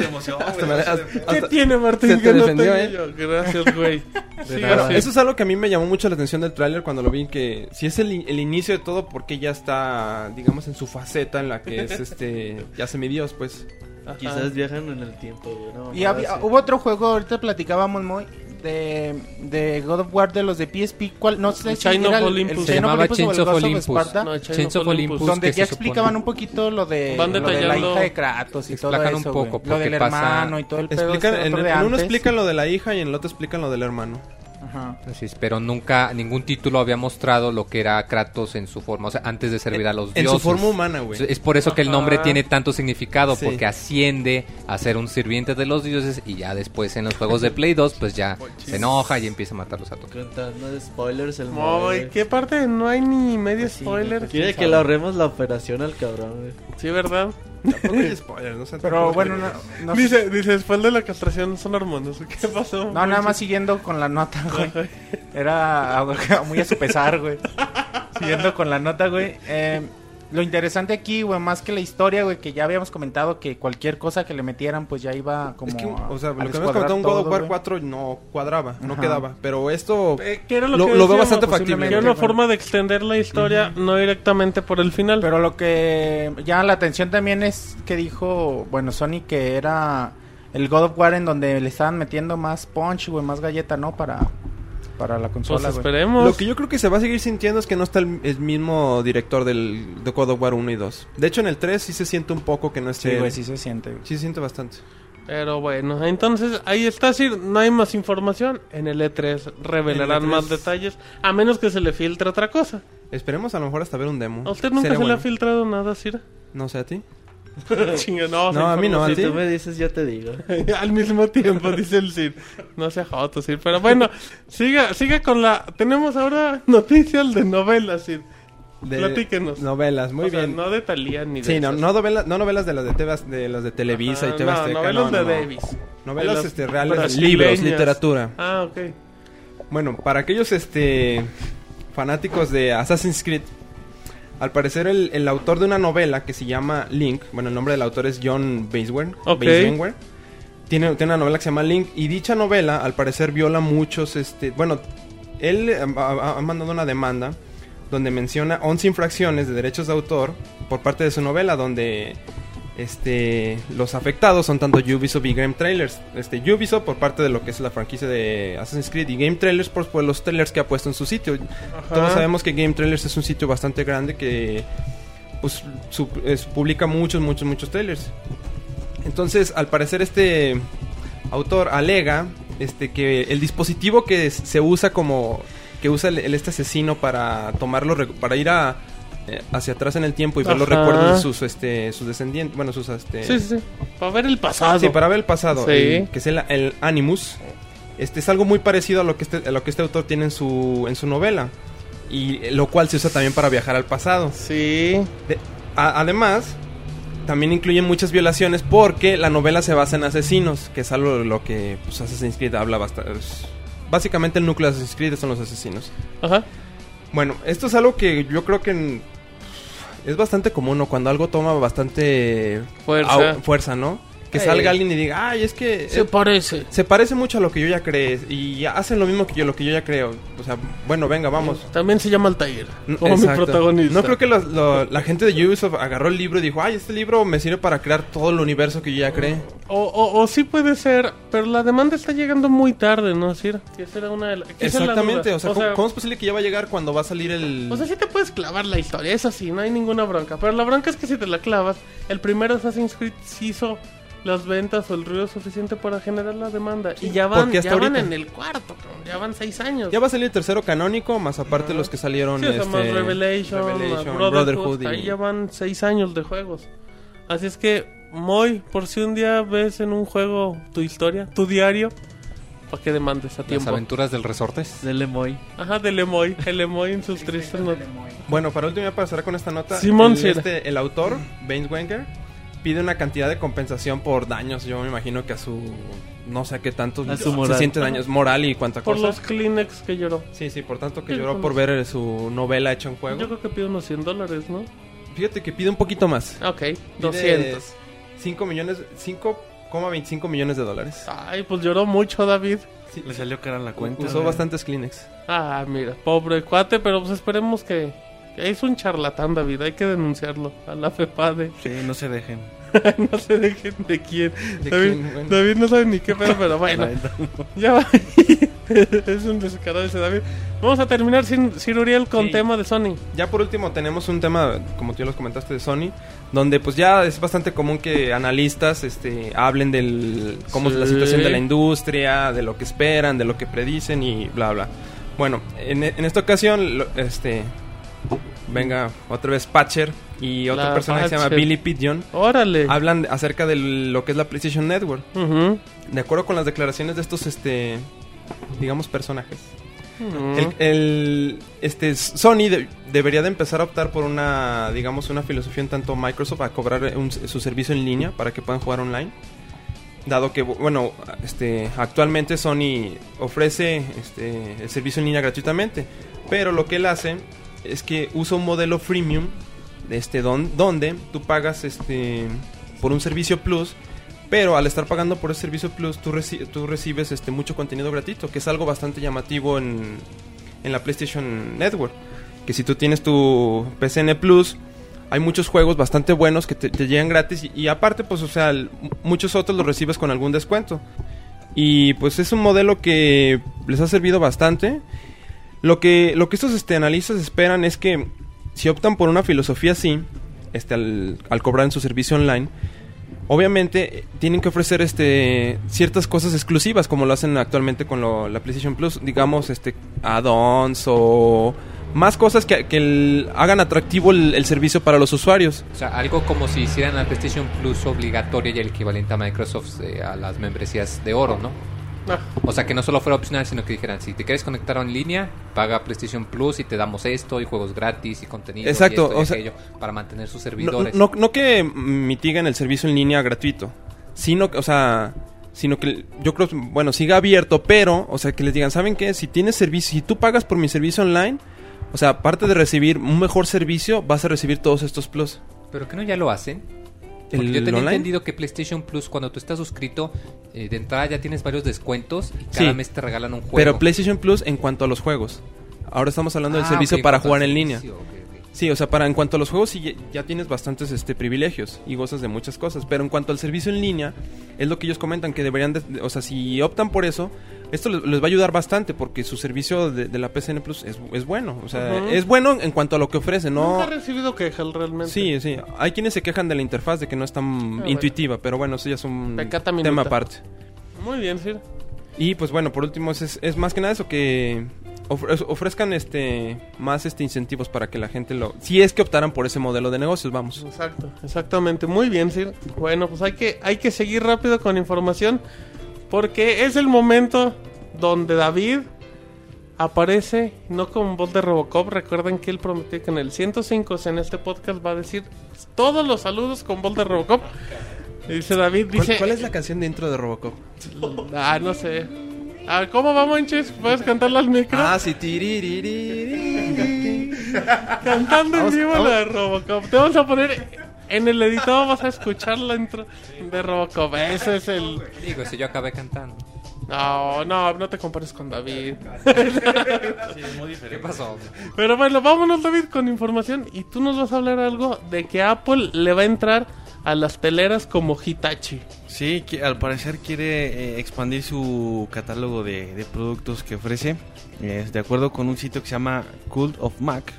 Speaker 4: me- hasta-
Speaker 2: ¿Qué
Speaker 4: hasta-
Speaker 2: tiene Martín?
Speaker 4: se te
Speaker 2: que no
Speaker 4: defendió,
Speaker 2: tenga
Speaker 4: ¿eh?
Speaker 2: yo? Gracias, güey. Sí,
Speaker 4: Bueno,
Speaker 2: gracias.
Speaker 4: eso es algo que a mí me llamó mucho la atención del tráiler cuando lo vi que si es el, in- el inicio de todo porque ya está digamos en su faceta en la que es este ya se mi dios pues
Speaker 2: Ajá.
Speaker 5: Quizás viajan en el tiempo, güey. no,
Speaker 6: Y
Speaker 5: mamada,
Speaker 6: había-
Speaker 5: sí.
Speaker 6: hubo otro juego, ahorita platicábamos muy de, de God of War de los de PSP, ¿cuál? No sé
Speaker 2: El
Speaker 6: si
Speaker 2: Chain of
Speaker 6: era el-
Speaker 2: Olympus.
Speaker 3: Se
Speaker 6: el Chain of
Speaker 3: llamaba
Speaker 6: Olympus o el
Speaker 3: Chains of
Speaker 6: Ghost of
Speaker 3: Olympus.
Speaker 6: Sparta,
Speaker 2: No, Chain
Speaker 3: Chains
Speaker 2: of
Speaker 3: of Olympus,
Speaker 4: Pues,
Speaker 2: Olympus,
Speaker 6: donde
Speaker 3: que
Speaker 6: ya
Speaker 3: se supone-
Speaker 6: explicaban un poquito lo de,
Speaker 2: Van
Speaker 6: lo de la
Speaker 2: detallando-
Speaker 6: hija de Kratos y todo
Speaker 3: Explican
Speaker 6: eso,
Speaker 3: un poco,
Speaker 6: güey. lo
Speaker 3: porque
Speaker 6: del
Speaker 3: pasa-
Speaker 6: hermano y todo el pedo
Speaker 4: Explican-
Speaker 6: este
Speaker 4: en,
Speaker 6: otro de
Speaker 4: en uno
Speaker 6: antes.
Speaker 4: explican lo de la hija y en el otro explican lo del hermano
Speaker 6: Ajá.
Speaker 3: Así es, pero nunca ningún título había mostrado lo que era Kratos en su forma, o sea, antes de servir a los
Speaker 4: en
Speaker 3: dioses.
Speaker 4: su forma humana güey
Speaker 3: Es por eso que el nombre
Speaker 2: Ajá.
Speaker 3: tiene tanto significado,
Speaker 4: Sí.
Speaker 3: porque asciende a ser un sirviente de los dioses y ya después en los juegos de Play 2, pues ya se enoja y empieza a matarlos a todos.
Speaker 5: Contando de spoilers el
Speaker 2: Ay,
Speaker 5: móvil.
Speaker 2: ¿Qué parte? No hay ni medio spoiler.
Speaker 5: Quiere que le ahorremos la operación al cabrón, güey.
Speaker 2: Sí, ¿verdad?
Speaker 4: Tampoco hay spoilers, no sean
Speaker 6: Pero
Speaker 4: tampoco
Speaker 6: bueno, no,
Speaker 4: creídos.
Speaker 6: no-
Speaker 2: Dice, dice, después de la castración son hormonas. ¿Qué pasó?
Speaker 6: no, nada más siguiendo con la nota, güey. Era algo que- muy a su pesar, güey. Siguiendo con la nota, güey. eh, lo interesante aquí, güey, más que la historia, güey, que ya habíamos comentado que cualquier cosa que le metieran, pues ya iba como.
Speaker 4: es que
Speaker 6: a-
Speaker 4: o sea
Speaker 6: a
Speaker 4: lo que habíamos
Speaker 6: descuadrar
Speaker 4: comentado un God of
Speaker 6: todo,
Speaker 4: War
Speaker 6: güey.
Speaker 4: 4 no cuadraba no
Speaker 6: Ajá.
Speaker 4: quedaba pero esto
Speaker 2: Eh, que era lo,
Speaker 4: Lo-
Speaker 2: que
Speaker 4: lo veo
Speaker 2: decíamos,
Speaker 4: bastante
Speaker 2: posiblemente,
Speaker 4: factible.
Speaker 2: Que era una
Speaker 6: Bueno.
Speaker 2: forma de extender la historia no directamente por el final.
Speaker 6: Pero lo que llama la atención también es que dijo, bueno, Sony que era el God of War en donde le estaban metiendo más punch, güey, más galleta, ¿no? Para, para la
Speaker 2: pues
Speaker 6: consola, güey.
Speaker 2: esperemos.
Speaker 4: lo que yo creo que se va a seguir sintiendo es que no está el, el mismo director del de God of War 1 y 2 de hecho en el 3 sí se siente un poco que no esté
Speaker 6: Sí, güey,
Speaker 4: sí.
Speaker 6: sí se siente. güey.
Speaker 4: se siente bastante
Speaker 2: Pero bueno, entonces ahí está Sir. No hay más información. En el E3 revelarán
Speaker 4: En el E3.
Speaker 2: más detalles. A menos que se le filtre otra cosa.
Speaker 4: Esperemos a lo mejor hasta ver un demo.
Speaker 2: ¿A usted nunca
Speaker 4: Sería
Speaker 2: se le
Speaker 4: bueno.
Speaker 2: ha filtrado nada, Sir?
Speaker 4: No sé a ti.
Speaker 2: Chinga, no, se
Speaker 4: No, a mí no,
Speaker 2: informó,
Speaker 4: a
Speaker 2: Sir.
Speaker 5: Si
Speaker 4: ti.
Speaker 5: tú me dices, yo te digo.
Speaker 2: Al mismo tiempo, dice el Sir. No sea joto, Sir. Pero bueno, siga, siga con la. Tenemos ahora noticias de novelas, Sir.
Speaker 4: De
Speaker 2: Platíquenos.
Speaker 4: Novelas, muy
Speaker 2: O sea,
Speaker 4: bien.
Speaker 2: no de Talía ni de.
Speaker 4: sí, no,
Speaker 2: esas.
Speaker 4: no novelas, no novelas de las de, Tebas- de las de Televisa
Speaker 2: Ajá,
Speaker 4: y Tebas
Speaker 2: no,
Speaker 4: Azteca,
Speaker 2: novelas
Speaker 4: no,
Speaker 2: de
Speaker 4: no, no.
Speaker 2: Davis.
Speaker 4: Novelas
Speaker 2: Las
Speaker 4: este, reales,
Speaker 2: brasileñas.
Speaker 4: libros, literatura.
Speaker 2: Ah, ok.
Speaker 4: Bueno, para aquellos este fanáticos de Assassin's Creed, al parecer el, el autor de una novela que se llama Link, bueno, el nombre del autor es John Baseware,
Speaker 2: Ok.
Speaker 4: Baseware, tiene, tiene una novela que se llama Link y dicha novela al parecer viola muchos, este, bueno, él eh, ha, ha- ha mandado una demanda donde menciona 11 infracciones de derechos de autor por parte de su novela, donde este, los afectados son tanto Ubisoft y Game Trailers. Este, Ubisoft por parte de lo que es la franquicia de Assassin's Creed y Game Trailers por, por los trailers que ha puesto en su sitio. Todos sabemos que Game Trailers es un sitio bastante grande que pues, su- es- publica muchos, muchos, muchos trailers. Entonces, al parecer este autor alega este, que el dispositivo que es- se usa como que usa el, el- este asesino para tomar los recu- para ir a eh, hacia atrás en el tiempo y ver los
Speaker 2: Ajá.
Speaker 4: recuerdos de sus este sus descendientes, bueno, sus este
Speaker 2: Sí, sí, sí. Para ver el pasado.
Speaker 4: Sí, para ver el pasado,
Speaker 2: Sí.
Speaker 4: el- que es el, el Animus. Este es algo muy parecido a lo que este, a lo que este autor tiene en su en su novela y eh, lo cual se usa también para viajar al pasado.
Speaker 2: Sí.
Speaker 4: De- a- además, también incluyen muchas violaciones porque la novela se basa en asesinos, que es algo de lo que pues, Assassin's Creed habla bastante. Básicamente el núcleo de Assassin's Creed son los asesinos.
Speaker 2: Ajá.
Speaker 4: Bueno, esto es algo que yo creo que en- es bastante común, ¿no? Cuando algo toma bastante
Speaker 2: Fuerza.
Speaker 4: au- fuerza ¿no? Que
Speaker 2: Sí.
Speaker 4: salga alguien y diga, ay, es que... eh,
Speaker 2: parece.
Speaker 4: se parece mucho a lo que yo ya creé y hacen lo mismo que yo, lo que yo ya creo. O sea, bueno, venga, vamos.
Speaker 2: También se llama Altair.
Speaker 4: No,
Speaker 2: Como mi
Speaker 4: Mm, exacto.
Speaker 2: protagonista.
Speaker 4: No creo que los- lo- la gente de Ubisoft agarró el libro y dijo, ay, este libro me sirve para crear todo el universo que yo ya creé.
Speaker 2: O, o, o sí puede ser, pero la demanda está llegando muy tarde, ¿no, Sir? Que esa era una de la- que esa es la
Speaker 4: Exactamente,
Speaker 2: duda.
Speaker 4: o sea, ¿cómo, cómo es posible que ya va a llegar cuando va a salir el...
Speaker 2: o sea, sí te puedes clavar la historia, es así, no hay ninguna bronca. Pero la bronca es que si te la clavas, el primer Assassin's Creed sí hizo las ventas o el ruido suficiente para generar la demanda. y ya van,
Speaker 4: porque hasta
Speaker 2: ya van
Speaker 4: ahorita-
Speaker 2: en el cuarto, cabrón, ya van seis años.
Speaker 4: Ya va a salir el tercero canónico, más aparte los que salieron...
Speaker 2: Sí, o sea,
Speaker 4: este,
Speaker 2: más Revelation,
Speaker 4: Revelation,
Speaker 2: más Brotherhood,
Speaker 4: Brotherhood y-
Speaker 2: ahí ya van seis años de juegos. Así es que, Moy, por si un día ves en un juego tu historia, tu diario, para que demandes a
Speaker 3: Las
Speaker 2: tiempo.
Speaker 3: aventuras del resortes.
Speaker 5: Del Emoy.
Speaker 2: Ajá, del Emoy, el Emoy en sus tristes notas.
Speaker 4: Bueno, para último, ya para cerrar con esta nota,
Speaker 2: Simón,
Speaker 4: el,
Speaker 2: sí.
Speaker 4: este, el autor, Baines Wenger, pide una cantidad de compensación por daños. Yo me imagino que a su... No sé a qué tanto
Speaker 5: A su
Speaker 4: se
Speaker 5: moral.
Speaker 4: siente daños moral y cuánta
Speaker 2: Por
Speaker 4: cosa.
Speaker 2: los Kleenex que lloró.
Speaker 4: Sí, sí, por tanto que
Speaker 2: Sí,
Speaker 4: lloró
Speaker 2: con
Speaker 4: por
Speaker 2: los-
Speaker 4: ver su novela hecha en
Speaker 2: Yo
Speaker 4: juego.
Speaker 2: creo que pide unos 100 dólares, ¿no?
Speaker 4: Fíjate que pide un poquito más.
Speaker 2: Ok,
Speaker 4: Pide
Speaker 2: 200.
Speaker 4: 5 millones, 5,25 millones de dólares.
Speaker 2: Ay, pues lloró mucho David.
Speaker 7: Le salió cara en la cuenta.
Speaker 4: Usó bastantes Kleenex.
Speaker 2: Ah, mira, pobre cuate, pero pues esperemos que... que Es un charlatán, David, hay que denunciarlo a la FEPADE.
Speaker 7: Sí, no se dejen.
Speaker 2: no sé de quién, de quién.
Speaker 4: ¿De
Speaker 2: David,
Speaker 4: quién? Bueno.
Speaker 2: David no sabe ni qué pedo, pero bueno. ya va. es un descarado ese David. Vamos a terminar sin, sin Uriel con
Speaker 4: Sí.
Speaker 2: tema de Sony.
Speaker 4: Ya por último tenemos un tema, como tú ya los comentaste, de Sony, donde pues ya es bastante común que analistas este, hablen del cómo es la
Speaker 2: Sí.
Speaker 4: situación de la industria, de lo que esperan, de lo que predicen y bla, bla. Bueno, en, en esta ocasión, lo- este, venga otra vez Patcher y otra
Speaker 2: La
Speaker 4: persona que se llama
Speaker 2: Patcher.
Speaker 4: Billy Pigeon,
Speaker 2: Órale.
Speaker 4: hablan acerca de lo que es la PlayStation Network.
Speaker 2: Ujú.
Speaker 4: De acuerdo con las declaraciones de estos, este, digamos, personajes.
Speaker 2: Ujú.
Speaker 4: El, el- este Sony de- debería de empezar a optar por una, digamos, una filosofía en tanto Microsoft a cobrar un- su servicio en línea para que puedan jugar online. Dado que, bueno, este, actualmente Sony ofrece este, el servicio en línea gratuitamente. Pero lo que él hace es que usa un modelo freemium, este, don- donde tú pagas este, por un servicio plus. Pero al estar pagando por ese servicio plus, tú, reci- tú recibes este, mucho contenido gratuito, que es algo bastante llamativo en, en la PlayStation Network. Que si tú tienes tu PCN Plus, hay muchos juegos bastante buenos que te, te llegan gratis. Y, y aparte, pues, o sea, el- muchos otros los recibes con algún descuento. Y pues es un modelo que les ha servido bastante. Lo que, lo que estos este, analistas esperan es que si optan por una filosofía así, este, al, al cobrar en su servicio online, obviamente eh, tienen que ofrecer este, ciertas cosas exclusivas, como lo hacen actualmente con lo- la PlayStation Plus, digamos, este, add-ons o más cosas que, que el- hagan atractivo el- el servicio para los usuarios.
Speaker 3: O sea, algo como si hicieran la PlayStation Plus obligatoria y el equivalente a Microsoft eh, a las membresías de oro, ¿no?
Speaker 2: Ah,
Speaker 3: O sea, que no solo fuera opcional, sino que dijeran, si te quieres conectar en línea, paga PlayStation Plus y te damos esto, y juegos gratis, y contenido, y
Speaker 4: Exacto,
Speaker 3: esto y
Speaker 4: o sea-
Speaker 3: aquello, para mantener sus
Speaker 4: No,
Speaker 3: servidores.
Speaker 4: no- no que mitiguen el servicio en línea gratuito, sino que, o sea, sino que yo creo, bueno, siga abierto, pero, o sea, que les digan, ¿saben qué? Si tienes servicio, si tú pagas por mi servicio online, o sea, aparte de recibir un mejor servicio, vas a recibir todos estos plus.
Speaker 3: Pero que no ya lo hacen. Porque
Speaker 4: ¿El
Speaker 3: yo tenía
Speaker 4: online?
Speaker 3: entendido que PlayStation Plus, cuando tú estás suscrito, eh, de entrada ya tienes varios descuentos y cada
Speaker 4: Sí.
Speaker 3: mes te regalan un juego.
Speaker 4: Pero PlayStation Plus en cuanto a los juegos. Ahora estamos hablando del
Speaker 3: Ah,
Speaker 4: servicio
Speaker 3: ok,
Speaker 4: para
Speaker 3: con
Speaker 4: jugar en
Speaker 3: servicio,
Speaker 4: línea.
Speaker 3: ok, ok.
Speaker 4: Sí, o sea, para en cuanto a los juegos sí, ya, ya tienes bastantes este privilegios y gozas de muchas cosas, pero en cuanto al servicio en línea es lo que ellos comentan que deberían, de- de- o sea, si optan por eso, esto les, les va a ayudar bastante porque su servicio de, de la PCN Plus es, es bueno, o sea,
Speaker 2: Ujú.
Speaker 4: es bueno en cuanto a lo que ofrece, no
Speaker 2: Nunca he recibido quejas realmente. Ah,
Speaker 4: Sí, sí. Hay quienes se quejan de la interfaz, de que no es tan
Speaker 2: bueno.
Speaker 4: intuitiva, pero bueno, eso ya es un
Speaker 2: Pecata
Speaker 4: tema
Speaker 2: minuta.
Speaker 4: aparte.
Speaker 2: Muy bien, Sir.
Speaker 4: Y pues bueno, por último, es, es- es más que nada eso que ofre- ofrezcan este más este incentivos para que la gente lo... Si es que optaran por ese modelo de negocios, vamos.
Speaker 2: Exacto, exactamente. Muy bien, Sir. Bueno, pues hay que, hay que seguir rápido con información. Porque es el momento donde David aparece, no con voz de Robocop. Recuerden que él prometió que en el 105 en este podcast va a decir todos los saludos con voz de Robocop. Y Dice David,
Speaker 4: ¿Cuál,
Speaker 2: dice.
Speaker 4: cuál es la canción de intro de Robocop?
Speaker 2: Ah, no sé. Ah, ¿Cómo va, Monchis? ¿Puedes cantarla al micro?
Speaker 4: Ah, sí. tiriririri.
Speaker 2: Cantando en vivo la de Robocop. Te vamos a poner en el editado, vas a escuchar la intro de Robocop. Ese es el.
Speaker 3: Digo, si yo acabé cantando.
Speaker 2: No, no, no te compares con David.
Speaker 3: ¿Qué pasó?
Speaker 2: Pero bueno, vámonos, David, con información. Y tú nos vas a hablar algo de que Apple le va a entrar a las teleras como Hitachi.
Speaker 7: Sí, que al parecer quiere eh, expandir su catálogo de, de productos que ofrece. Eh, de acuerdo con un sitio que se llama Cult of Mac,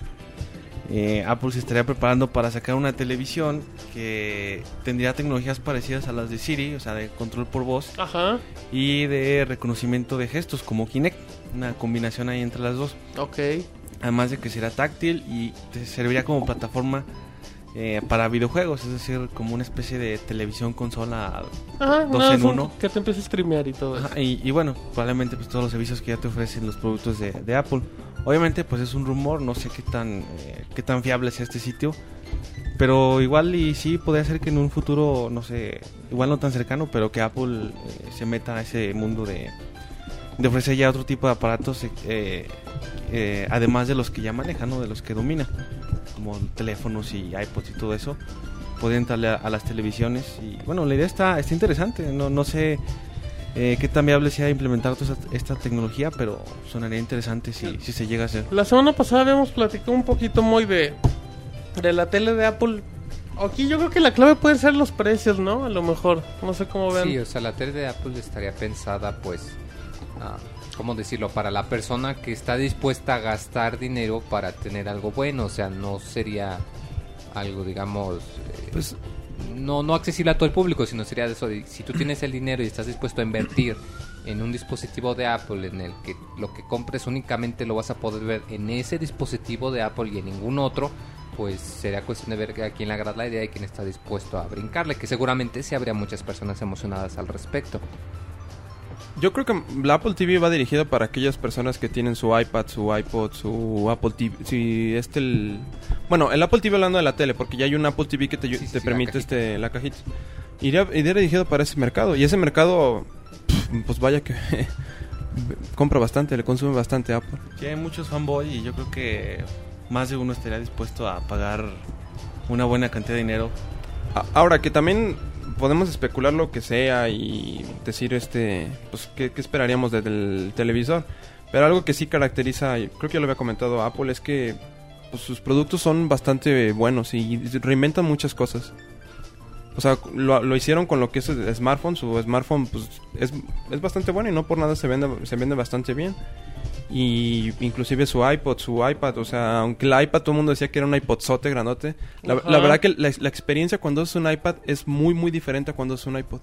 Speaker 7: eh, Apple se estaría preparando para sacar una televisión que tendría tecnologías parecidas a las de Siri, o sea, de control por voz
Speaker 2: Ajá,
Speaker 7: y de reconocimiento de gestos como Kinect, una combinación ahí entre las dos.
Speaker 2: ok.
Speaker 7: Además de que será táctil y te serviría como plataforma eh, para videojuegos, es decir, como una especie de televisión consola
Speaker 2: Ajá,
Speaker 7: Dos
Speaker 2: nada,
Speaker 7: en
Speaker 2: son
Speaker 7: uno.
Speaker 2: Que te empiece a streamear y todo eso.
Speaker 7: Ajá, y, y bueno, probablemente pues todos los servicios que ya te ofrecen los productos de, de Apple. Obviamente pues es un rumor, no sé qué tan eh, qué tan fiable sea este sitio, pero igual y sí podría ser que en un futuro, no sé, igual no tan cercano, pero que Apple eh, se meta a ese mundo de, de ofrecer ya otro tipo de aparatos eh, eh, eh, además de los que ya maneja, ¿no? de los que domina, como teléfonos y iPods y todo eso. Pueden entrarle a, a las televisiones y bueno, la idea está, está interesante, no, no sé eh, qué tan viable sea implementar toda esta, esta tecnología, pero sonaría interesante si, si se llega a hacer.
Speaker 2: La semana pasada habíamos platicado un poquito muy de, de la tele de Apple. Aquí yo creo que la clave pueden ser los precios, ¿no? A lo mejor. No sé cómo ven.
Speaker 3: Sí, o sea, la tele de Apple estaría pensada, pues, ah, ¿cómo decirlo? Para la persona que está dispuesta a gastar dinero para tener algo bueno, o sea, no sería algo, digamos, eh,
Speaker 7: Pues
Speaker 3: no, no accesible a todo el público, sino sería de eso, de, si tú tienes el dinero y estás dispuesto a invertir en un dispositivo de Apple en el que lo que compres únicamente lo vas a poder ver en ese dispositivo de Apple y en ningún otro, pues será cuestión de ver a quién le agrada la idea y quién está dispuesto a brincarle, que seguramente sí habría muchas personas emocionadas al respecto.
Speaker 4: Yo creo que la Apple TV va dirigida para aquellas personas que tienen su iPad, su iPod, su Apple TV. Si este el... Bueno, el Apple TV hablando de la tele, porque ya hay un Apple TV que te, ayu-
Speaker 3: Sí, sí, sí,
Speaker 4: te
Speaker 3: la
Speaker 4: permite
Speaker 3: cajita.
Speaker 4: este la cajita. Iría, iría dirigido para ese mercado. Y ese mercado, pf, pues vaya que compra bastante, le consume bastante a Apple.
Speaker 7: sí, hay muchos fanboy y yo creo que más de uno estaría dispuesto a pagar una buena cantidad de dinero.
Speaker 4: A- Ahora que también podemos especular lo que sea y decir este, pues qué, qué esperaríamos desde el televisor. Pero algo que sí caracteriza, y creo que ya lo había comentado a Apple, es que pues, sus productos son bastante buenos y reinventan muchas cosas. O sea, lo, lo hicieron con lo que es el smartphone. Su smartphone pues, es, es bastante bueno y no por nada se vende, se vende bastante bien. Y inclusive su iPod, su iPad. O sea, aunque el iPad todo el mundo decía que era un iPodzote grandote. La,
Speaker 2: Ajá.
Speaker 4: la verdad que la, la experiencia cuando es un iPad es muy, muy diferente a cuando es un iPod.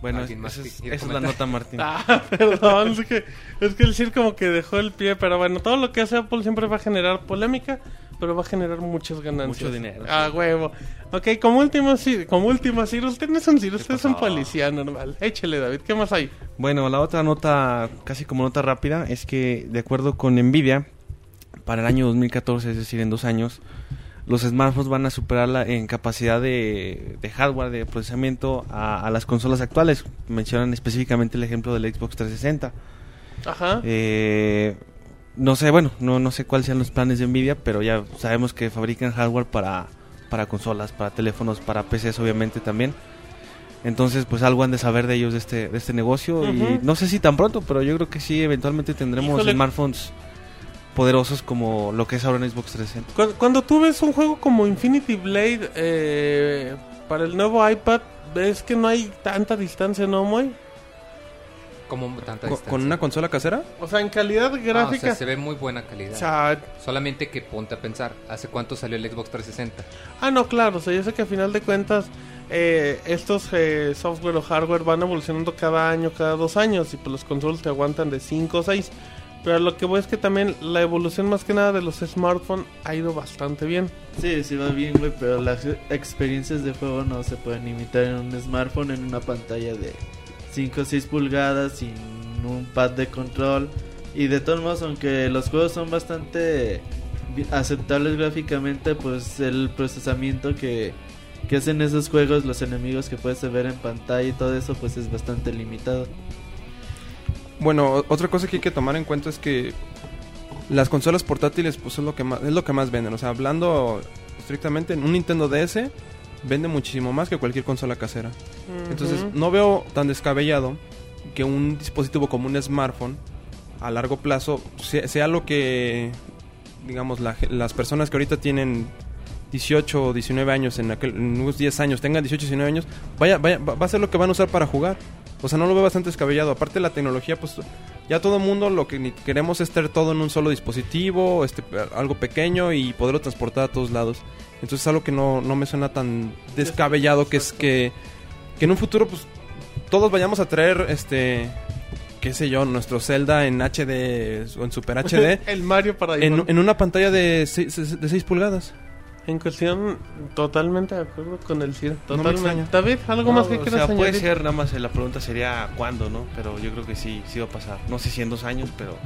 Speaker 7: Bueno, es-
Speaker 3: Alguien más
Speaker 7: esa
Speaker 3: que
Speaker 7: es,
Speaker 3: quiera
Speaker 7: esa es la
Speaker 3: comentar.
Speaker 7: nota, Martín.
Speaker 2: Ah, perdón, es que, es que el CIR como que dejó el pie, pero bueno, todo lo que hace Apple siempre va a generar polémica, pero va a generar muchas ganancias.
Speaker 7: Mucho dinero.
Speaker 2: Ah, huevo. Ok, como último CIR, como última CIR, usted no es un CIR, usted es un
Speaker 7: pasó?
Speaker 2: policía normal. Échele, David, ¿qué más hay?
Speaker 7: Bueno, la otra nota, casi como nota rápida, es que de acuerdo con Nvidia, para el año 2014, es decir, en dos años, los smartphones van a superar la, en capacidad de, de hardware, de procesamiento, a, a las consolas actuales. Mencionan específicamente el ejemplo del Xbox 360.
Speaker 2: Ajá.
Speaker 7: Eh, no sé, bueno, no, no sé cuáles sean los planes de Nvidia, pero ya sabemos que fabrican hardware para, para consolas, para teléfonos, para PCs obviamente también. Entonces, pues algo han de saber de ellos de este, de este negocio.
Speaker 2: Ujú.
Speaker 7: Y no sé si tan pronto, pero yo creo que sí, eventualmente tendremos
Speaker 2: Híjole.
Speaker 7: smartphones poderosos como lo que es ahora en Xbox 360.
Speaker 2: Cu- Cuando, tú ves un juego como Infinity Blade eh, para el nuevo iPad, ves que no hay tanta distancia, ¿no, Moy?
Speaker 3: Como tanta
Speaker 4: ¿Con,
Speaker 3: distancia.
Speaker 4: con una consola casera?
Speaker 2: O sea, en calidad
Speaker 3: Ah, o
Speaker 2: gráfica.
Speaker 3: sea, se ve muy buena calidad.
Speaker 2: o sea,
Speaker 3: Solamente que ponte a pensar, ¿hace cuánto salió el Xbox 360?
Speaker 2: Ah, no, claro, o sea, yo sé que a final de cuentas eh, estos eh, software o hardware van evolucionando cada año, cada dos años, y pues los consoles te aguantan de 5 o 6. Pero lo que voy es que también la evolución más que nada de los smartphones ha ido bastante bien.
Speaker 5: Sí, sí va bien, güey, pero las experiencias de juego no se pueden imitar en un smartphone, en una pantalla de 5 o 6 pulgadas, sin un pad de control. Y de todos modos, aunque los juegos son bastante bi- aceptables gráficamente, pues el procesamiento que, que hacen esos juegos, los enemigos que puedes ver en pantalla y todo eso, pues es bastante limitado.
Speaker 4: Bueno, o- otra cosa que hay que tomar en cuenta es que las consolas portátiles pues es lo que más, es lo que más venden. O sea, hablando estrictamente, un Nintendo DS vende muchísimo más que cualquier consola casera. Entonces,
Speaker 2: Ujú.
Speaker 4: no veo tan descabellado que un dispositivo como un smartphone a largo plazo sea, sea lo que, digamos, la ge- las personas que ahorita tienen 18 o 19 años, en, aquel, en unos 10 años tengan 18 o 19 años, vaya, vaya, va va a ser lo que van a usar para jugar. O sea, no lo veo bastante descabellado. Aparte la tecnología, pues ya todo el mundo lo que ni- queremos es tener todo en un solo dispositivo, este, pe- algo pequeño y poderlo transportar a todos lados. Entonces es algo que no, no me suena tan descabellado que es que, que en un futuro pues todos vayamos a traer este qué sé yo, nuestro Zelda en HD o en Super HD
Speaker 2: el Mario para
Speaker 4: en,
Speaker 2: iPhone.
Speaker 4: en una pantalla de 6, de 6 pulgadas.
Speaker 2: En cuestión, totalmente de acuerdo con el CIR.
Speaker 4: No me
Speaker 2: Totalmente.
Speaker 4: extraña.
Speaker 2: David, ¿algo más que
Speaker 7: o
Speaker 2: quieras
Speaker 7: sea, puede
Speaker 2: añadir?
Speaker 7: ser, nada más eh, la pregunta sería cuándo, ¿no? Pero yo creo que sí, sí va a pasar. No sé si en dos años, pero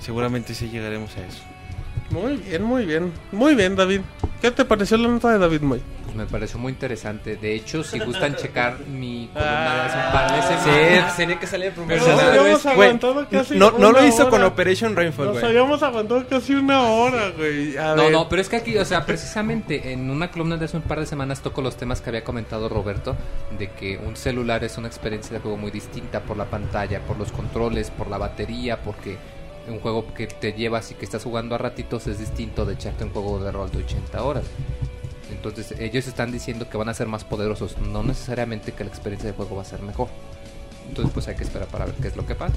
Speaker 7: seguramente sí llegaremos a eso.
Speaker 2: Muy bien, muy bien. Muy bien, David. ¿Qué te pareció la nota de David Moy?
Speaker 3: Pues me pareció muy interesante. De hecho, si gustan checar mi columna de hace un par de semanas.
Speaker 4: tenía que salir
Speaker 3: primero. Pero no
Speaker 2: habíamos aguantado casi
Speaker 4: no, no lo
Speaker 2: una
Speaker 4: hizo con
Speaker 2: hora.
Speaker 4: Operation Rainfall,
Speaker 2: Nos
Speaker 4: güey.
Speaker 2: habíamos aguantado casi una hora, güey. A
Speaker 3: No,
Speaker 2: ver.
Speaker 3: no, pero es que aquí, o sea, precisamente en una columna de hace un par de semanas toco los temas que había comentado Roberto, de que un celular es una experiencia de juego muy distinta por la pantalla, por los controles, por la batería, porque un juego que te llevas y que estás jugando a ratitos es distinto de echarte un juego de rol de 80 horas. Entonces ellos están diciendo que van a ser más poderosos, no necesariamente que la experiencia de juego va a ser mejor. Entonces pues hay que esperar para ver qué es lo que pasa.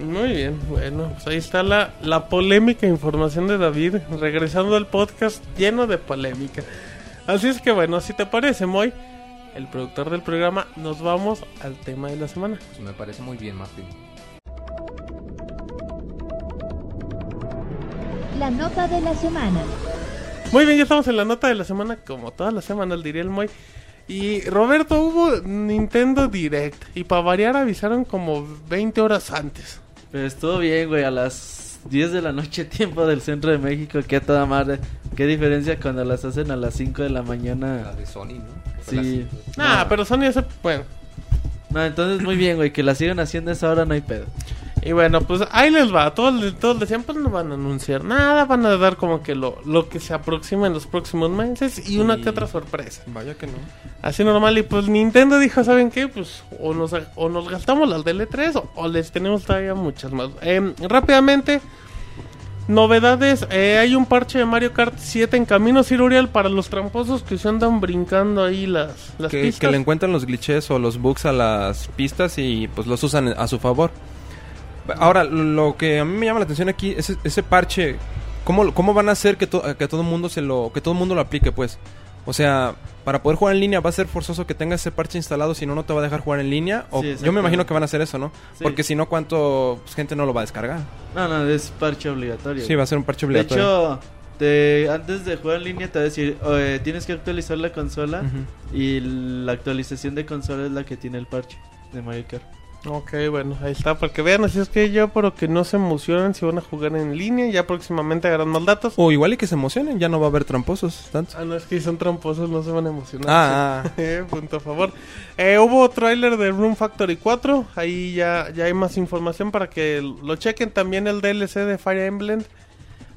Speaker 2: Muy bien, bueno, pues ahí está la, la polémica información de David, regresando al podcast lleno de polémica. Así es que bueno, si te parece, Moy, el productor del programa, nos vamos al tema de la semana.
Speaker 3: Pues me parece muy bien, Martín.
Speaker 1: La nota de la semana.
Speaker 2: Muy bien, ya estamos en la nota de la semana, como todas las semanas, diría el Moy. Y Roberto, hubo Nintendo Direct, y para variar avisaron como 20 horas antes.
Speaker 5: Pero estuvo Pues, bien, güey, a las 10 de la noche, tiempo del centro de México, que a toda madre. Qué diferencia cuando las hacen a las 5 de
Speaker 3: La
Speaker 5: la mañana.
Speaker 3: de Sony, ¿no? Fue la
Speaker 5: Sí.
Speaker 3: cinco.
Speaker 2: Nah,
Speaker 5: No.
Speaker 2: Ah, pero Sony hace, bueno,
Speaker 5: No, entonces muy bien, güey, que la sigan haciendo a esa hora no hay pedo.
Speaker 2: Y bueno, pues ahí les va. Todos, le- todos decían, pues no van a anunciar nada, van a dar como que lo, lo que se aproxima en los próximos meses y una
Speaker 4: Sí.
Speaker 2: que otra sorpresa.
Speaker 4: Vaya que no.
Speaker 2: Así normal. Y pues Nintendo dijo, ¿saben qué? Pues o nos, o nos gastamos las DL3 o, o les tenemos todavía muchas más. Em, rápidamente, novedades. eh, hay un parche de Mario Kart 7 en camino Cirurial para los tramposos que se andan brincando ahí las, las
Speaker 4: que,
Speaker 2: pistas.
Speaker 4: que le encuentran los glitches o los bugs a las pistas y pues los usan a su favor. Ahora, lo que a mí me llama la atención aquí es e- ese parche. ¿Cómo, lo- cómo van a hacer que, to- que todo mundo se lo que todo mundo lo aplique, pues? O sea, para poder jugar en línea va a ser forzoso que tengas ese parche instalado, si no, no te va a dejar jugar en línea. O,
Speaker 5: Sí,
Speaker 4: yo me
Speaker 5: exactamente.
Speaker 4: imagino que van a hacer eso, ¿no?
Speaker 5: Sí.
Speaker 4: Porque si no, ¿cuánto pues, gente no lo va a descargar?
Speaker 5: No, no, es parche obligatorio.
Speaker 4: Sí, va a ser un parche
Speaker 5: De
Speaker 4: obligatorio.
Speaker 5: hecho, te- antes de jugar en línea te va a decir, "Oh, eh, tienes que actualizar la consola
Speaker 4: Ujú.
Speaker 5: y la actualización de consola es la que tiene el parche de Mario Kart.
Speaker 2: Ok, bueno, ahí está, para que vean, así es que yo, pero que no se emocionen si van a jugar en línea, ya próximamente harán más datos.
Speaker 4: O igual y que se emocionen, ya no va a haber tramposos tanto.
Speaker 2: Ah, no, es que son tramposos, no se van a emocionar.
Speaker 4: Ah, ah.
Speaker 2: Eh, punto a favor. Eh, hubo tráiler de Room Factory 4, ahí ya, ya hay más información para que lo chequen. También el DLC de Fire Emblem,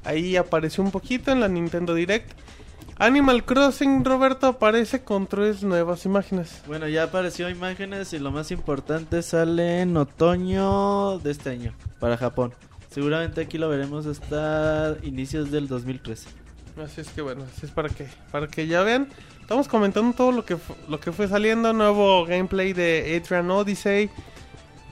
Speaker 2: ahí apareció un poquito en la Nintendo Direct. Animal Crossing, Roberto, aparece con tres nuevas imágenes.
Speaker 5: Bueno, ya apareció imágenes y lo más importante sale en otoño de este año para Japón. Seguramente aquí lo veremos hasta inicios del 2013.
Speaker 2: Así es que bueno, así es para que, para que ya vean. Estamos comentando todo lo que, fu- lo que fue saliendo. Nuevo gameplay de Adrian Odyssey.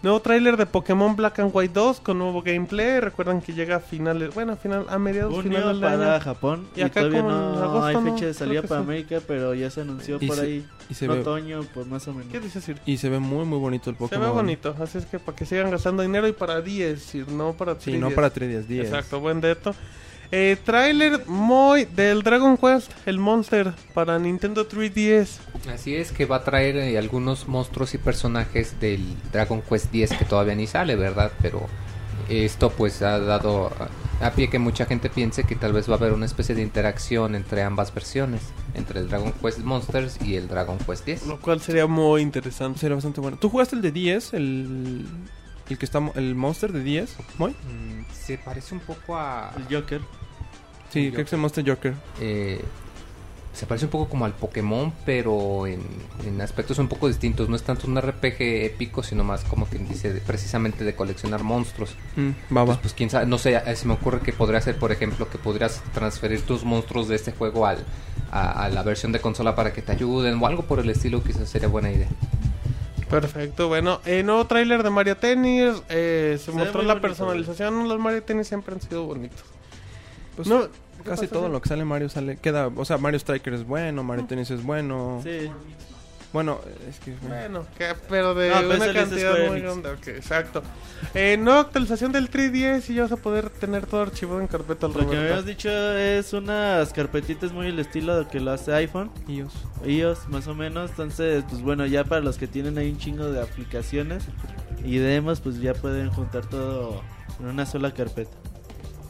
Speaker 2: Nuevo tráiler de Pokémon Black and White 2 con nuevo gameplay. Recuerdan que llega a finales, bueno, a final, a mediados finales
Speaker 5: Junio
Speaker 2: del
Speaker 5: para
Speaker 2: año.
Speaker 5: Japón
Speaker 2: Y
Speaker 5: y,
Speaker 2: acá
Speaker 5: todavía
Speaker 2: como en
Speaker 5: no
Speaker 2: agosto,
Speaker 5: hay
Speaker 2: ¿no?
Speaker 5: fecha de salida
Speaker 2: Creo que
Speaker 5: para
Speaker 2: sí.
Speaker 5: América, pero ya se anunció
Speaker 4: Y
Speaker 5: por
Speaker 4: se-
Speaker 5: ahí.
Speaker 4: Y se,
Speaker 5: en
Speaker 4: ve,
Speaker 5: otoño, pues más o menos.
Speaker 2: ¿Qué dices, Sir?
Speaker 4: y se ve muy, muy bonito el Pokémon.
Speaker 2: Se ve bonito, así es que para que sigan gastando dinero y para 10, Sir, no para 3.
Speaker 4: Sí, no para 3 días, 10.
Speaker 2: Exacto, buen dato. Eh, trailer muy del Dragon Quest, el Monster, para Nintendo 3DS.
Speaker 3: Así es que va a traer eh, algunos monstruos y personajes del Dragon Quest X que todavía ni sale, ¿verdad? Pero esto pues ha dado a- a pie que mucha gente piense que tal vez va a haber una especie de interacción entre ambas versiones, entre el Dragon Quest Monsters y el Dragon Quest X.
Speaker 2: Lo cual sería muy interesante.
Speaker 4: Sería bastante bueno. ¿Tú jugaste el de 10? El, el que está... mo- El Monster de 10? ¿Moy?
Speaker 3: Mm, Se parece un poco a...
Speaker 5: El Joker.
Speaker 4: Sí,
Speaker 3: El
Speaker 4: creo que es el Monster Joker.
Speaker 3: eh, se parece un poco como al Pokémon, pero en, en aspectos un poco distintos. No es tanto un RPG épico, sino más como quien dice de- precisamente de coleccionar monstruos.
Speaker 4: Mm, va, va.
Speaker 5: Ah.
Speaker 3: Pues, pues, quién sabe, no sé, eh, se me ocurre que podría ser, por ejemplo, que podrías transferir tus monstruos de este juego al, a, a la versión de consola para que te ayuden o algo por el estilo, quizás sería buena idea.
Speaker 2: Perfecto, bueno, eh, nuevo tráiler de Mario Tennis, eh, se,
Speaker 5: Se ve
Speaker 2: mostró
Speaker 5: muy
Speaker 2: la
Speaker 5: bonito,
Speaker 2: personalización, los Mario Tennis siempre han sido bonitos.
Speaker 4: Pues,
Speaker 2: No,
Speaker 4: Casi
Speaker 2: pasó,
Speaker 4: todo
Speaker 2: Sir?
Speaker 4: lo que sale Mario sale... Queda... O sea, Mario Striker es bueno, Mario Tennis es bueno.
Speaker 5: Sí.
Speaker 4: Bueno, es que...
Speaker 2: Bueno, que- pero de
Speaker 5: Ah, pero
Speaker 2: una
Speaker 5: eso lo hizo
Speaker 2: cantidad
Speaker 5: Square
Speaker 2: muy
Speaker 5: Enix.
Speaker 2: grande, ok, exacto. Eh, nueva actualización del 3DS y ya vas a poder tener todo archivado en carpeta al
Speaker 5: Lo que
Speaker 2: Roberto.
Speaker 5: habíamos dicho es unas carpetitas muy el estilo de que lo hace iPhone,
Speaker 4: iOS.
Speaker 5: iOS más o menos. Entonces, pues bueno, ya para los que tienen ahí un chingo de aplicaciones y demos, pues ya pueden juntar todo en una sola carpeta.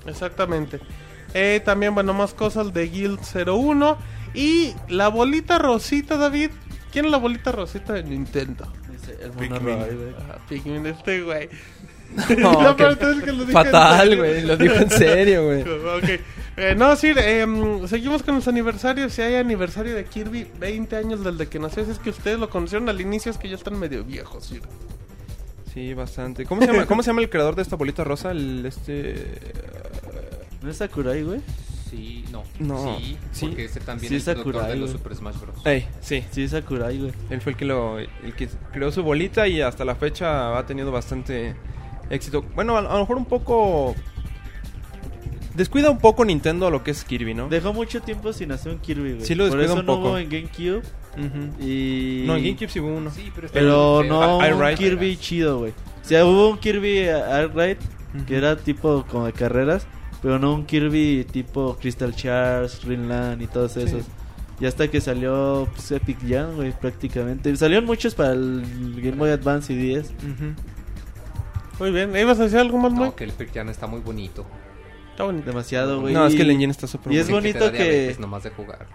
Speaker 2: Exactamente. Eh, también, bueno, más cosas de Guild 01. Y la bolita rosita, David. ¿Quién es la bolita rosita de Nintendo?
Speaker 5: Dice el mono Roy, güey.
Speaker 2: Pikmin. Ah, Pikmin, este güey.
Speaker 4: No,
Speaker 2: La
Speaker 4: qué
Speaker 2: parte es que lo dije en
Speaker 4: Fatal,
Speaker 2: serio.
Speaker 4: güey. Lo dijo en serio, güey.
Speaker 2: Ok. Eh, no, sí, em, seguimos con los aniversarios. Si hay aniversario de Kirby, 20 años del de que nació. Si es que ustedes lo conocieron al inicio, es que ya están medio viejos, Sir.
Speaker 4: Sí, bastante. ¿Cómo se llama, cómo se llama el creador de esta bolita rosa? El este.
Speaker 5: ¿No es Sakurai, güey?
Speaker 3: Sí, no.
Speaker 4: No.
Speaker 3: Sí,
Speaker 4: Sí.
Speaker 3: porque ese también
Speaker 5: Sí,
Speaker 3: es el doctor
Speaker 5: Sakurai,
Speaker 3: de los
Speaker 5: güey.
Speaker 3: Super Smash Bros.
Speaker 4: Ey, sí.
Speaker 5: Sí, es Sakurai, güey.
Speaker 4: Él fue el que lo. el que creó su bolita y hasta la fecha ha tenido bastante éxito. Bueno, a, a lo mejor un poco. Descuida un poco Nintendo lo que es Kirby, ¿no?
Speaker 5: Dejó mucho tiempo sin hacer un Kirby, güey.
Speaker 4: Sí, lo
Speaker 5: Por
Speaker 4: descuida
Speaker 5: eso
Speaker 4: un
Speaker 5: no
Speaker 4: poco.
Speaker 5: hubo en GameCube
Speaker 4: Ujú.
Speaker 5: y...
Speaker 4: No, en GameCube sí hubo uno.
Speaker 3: Sí, pero, está
Speaker 5: Pero
Speaker 3: bien,
Speaker 5: no
Speaker 3: eh,
Speaker 4: I- I
Speaker 5: hubo un
Speaker 4: Ride.
Speaker 5: Kirby chido, güey. O sea, hubo un Kirby eh, Ride
Speaker 4: Ujú.
Speaker 5: que era tipo como de carreras, pero no un Kirby tipo Crystal Shards, Land y todos
Speaker 4: Sí.
Speaker 5: esos. Y hasta que salió pues, Epic Jam, güey, prácticamente. Salieron muchos para el Game Boy Advance y 10.
Speaker 4: Ujú.
Speaker 2: Muy bien. ¿eh, ¿Ibas a decir algo más, muy?
Speaker 3: No, que el Pirjan está muy bonito.
Speaker 2: Está bonito.
Speaker 5: Demasiado, güey.
Speaker 4: No, es que el
Speaker 5: Y-
Speaker 4: engine está súper
Speaker 5: y es
Speaker 4: bueno.
Speaker 3: Dicen
Speaker 5: bonito
Speaker 3: te da
Speaker 5: que-
Speaker 3: diabetes nomás de jugar.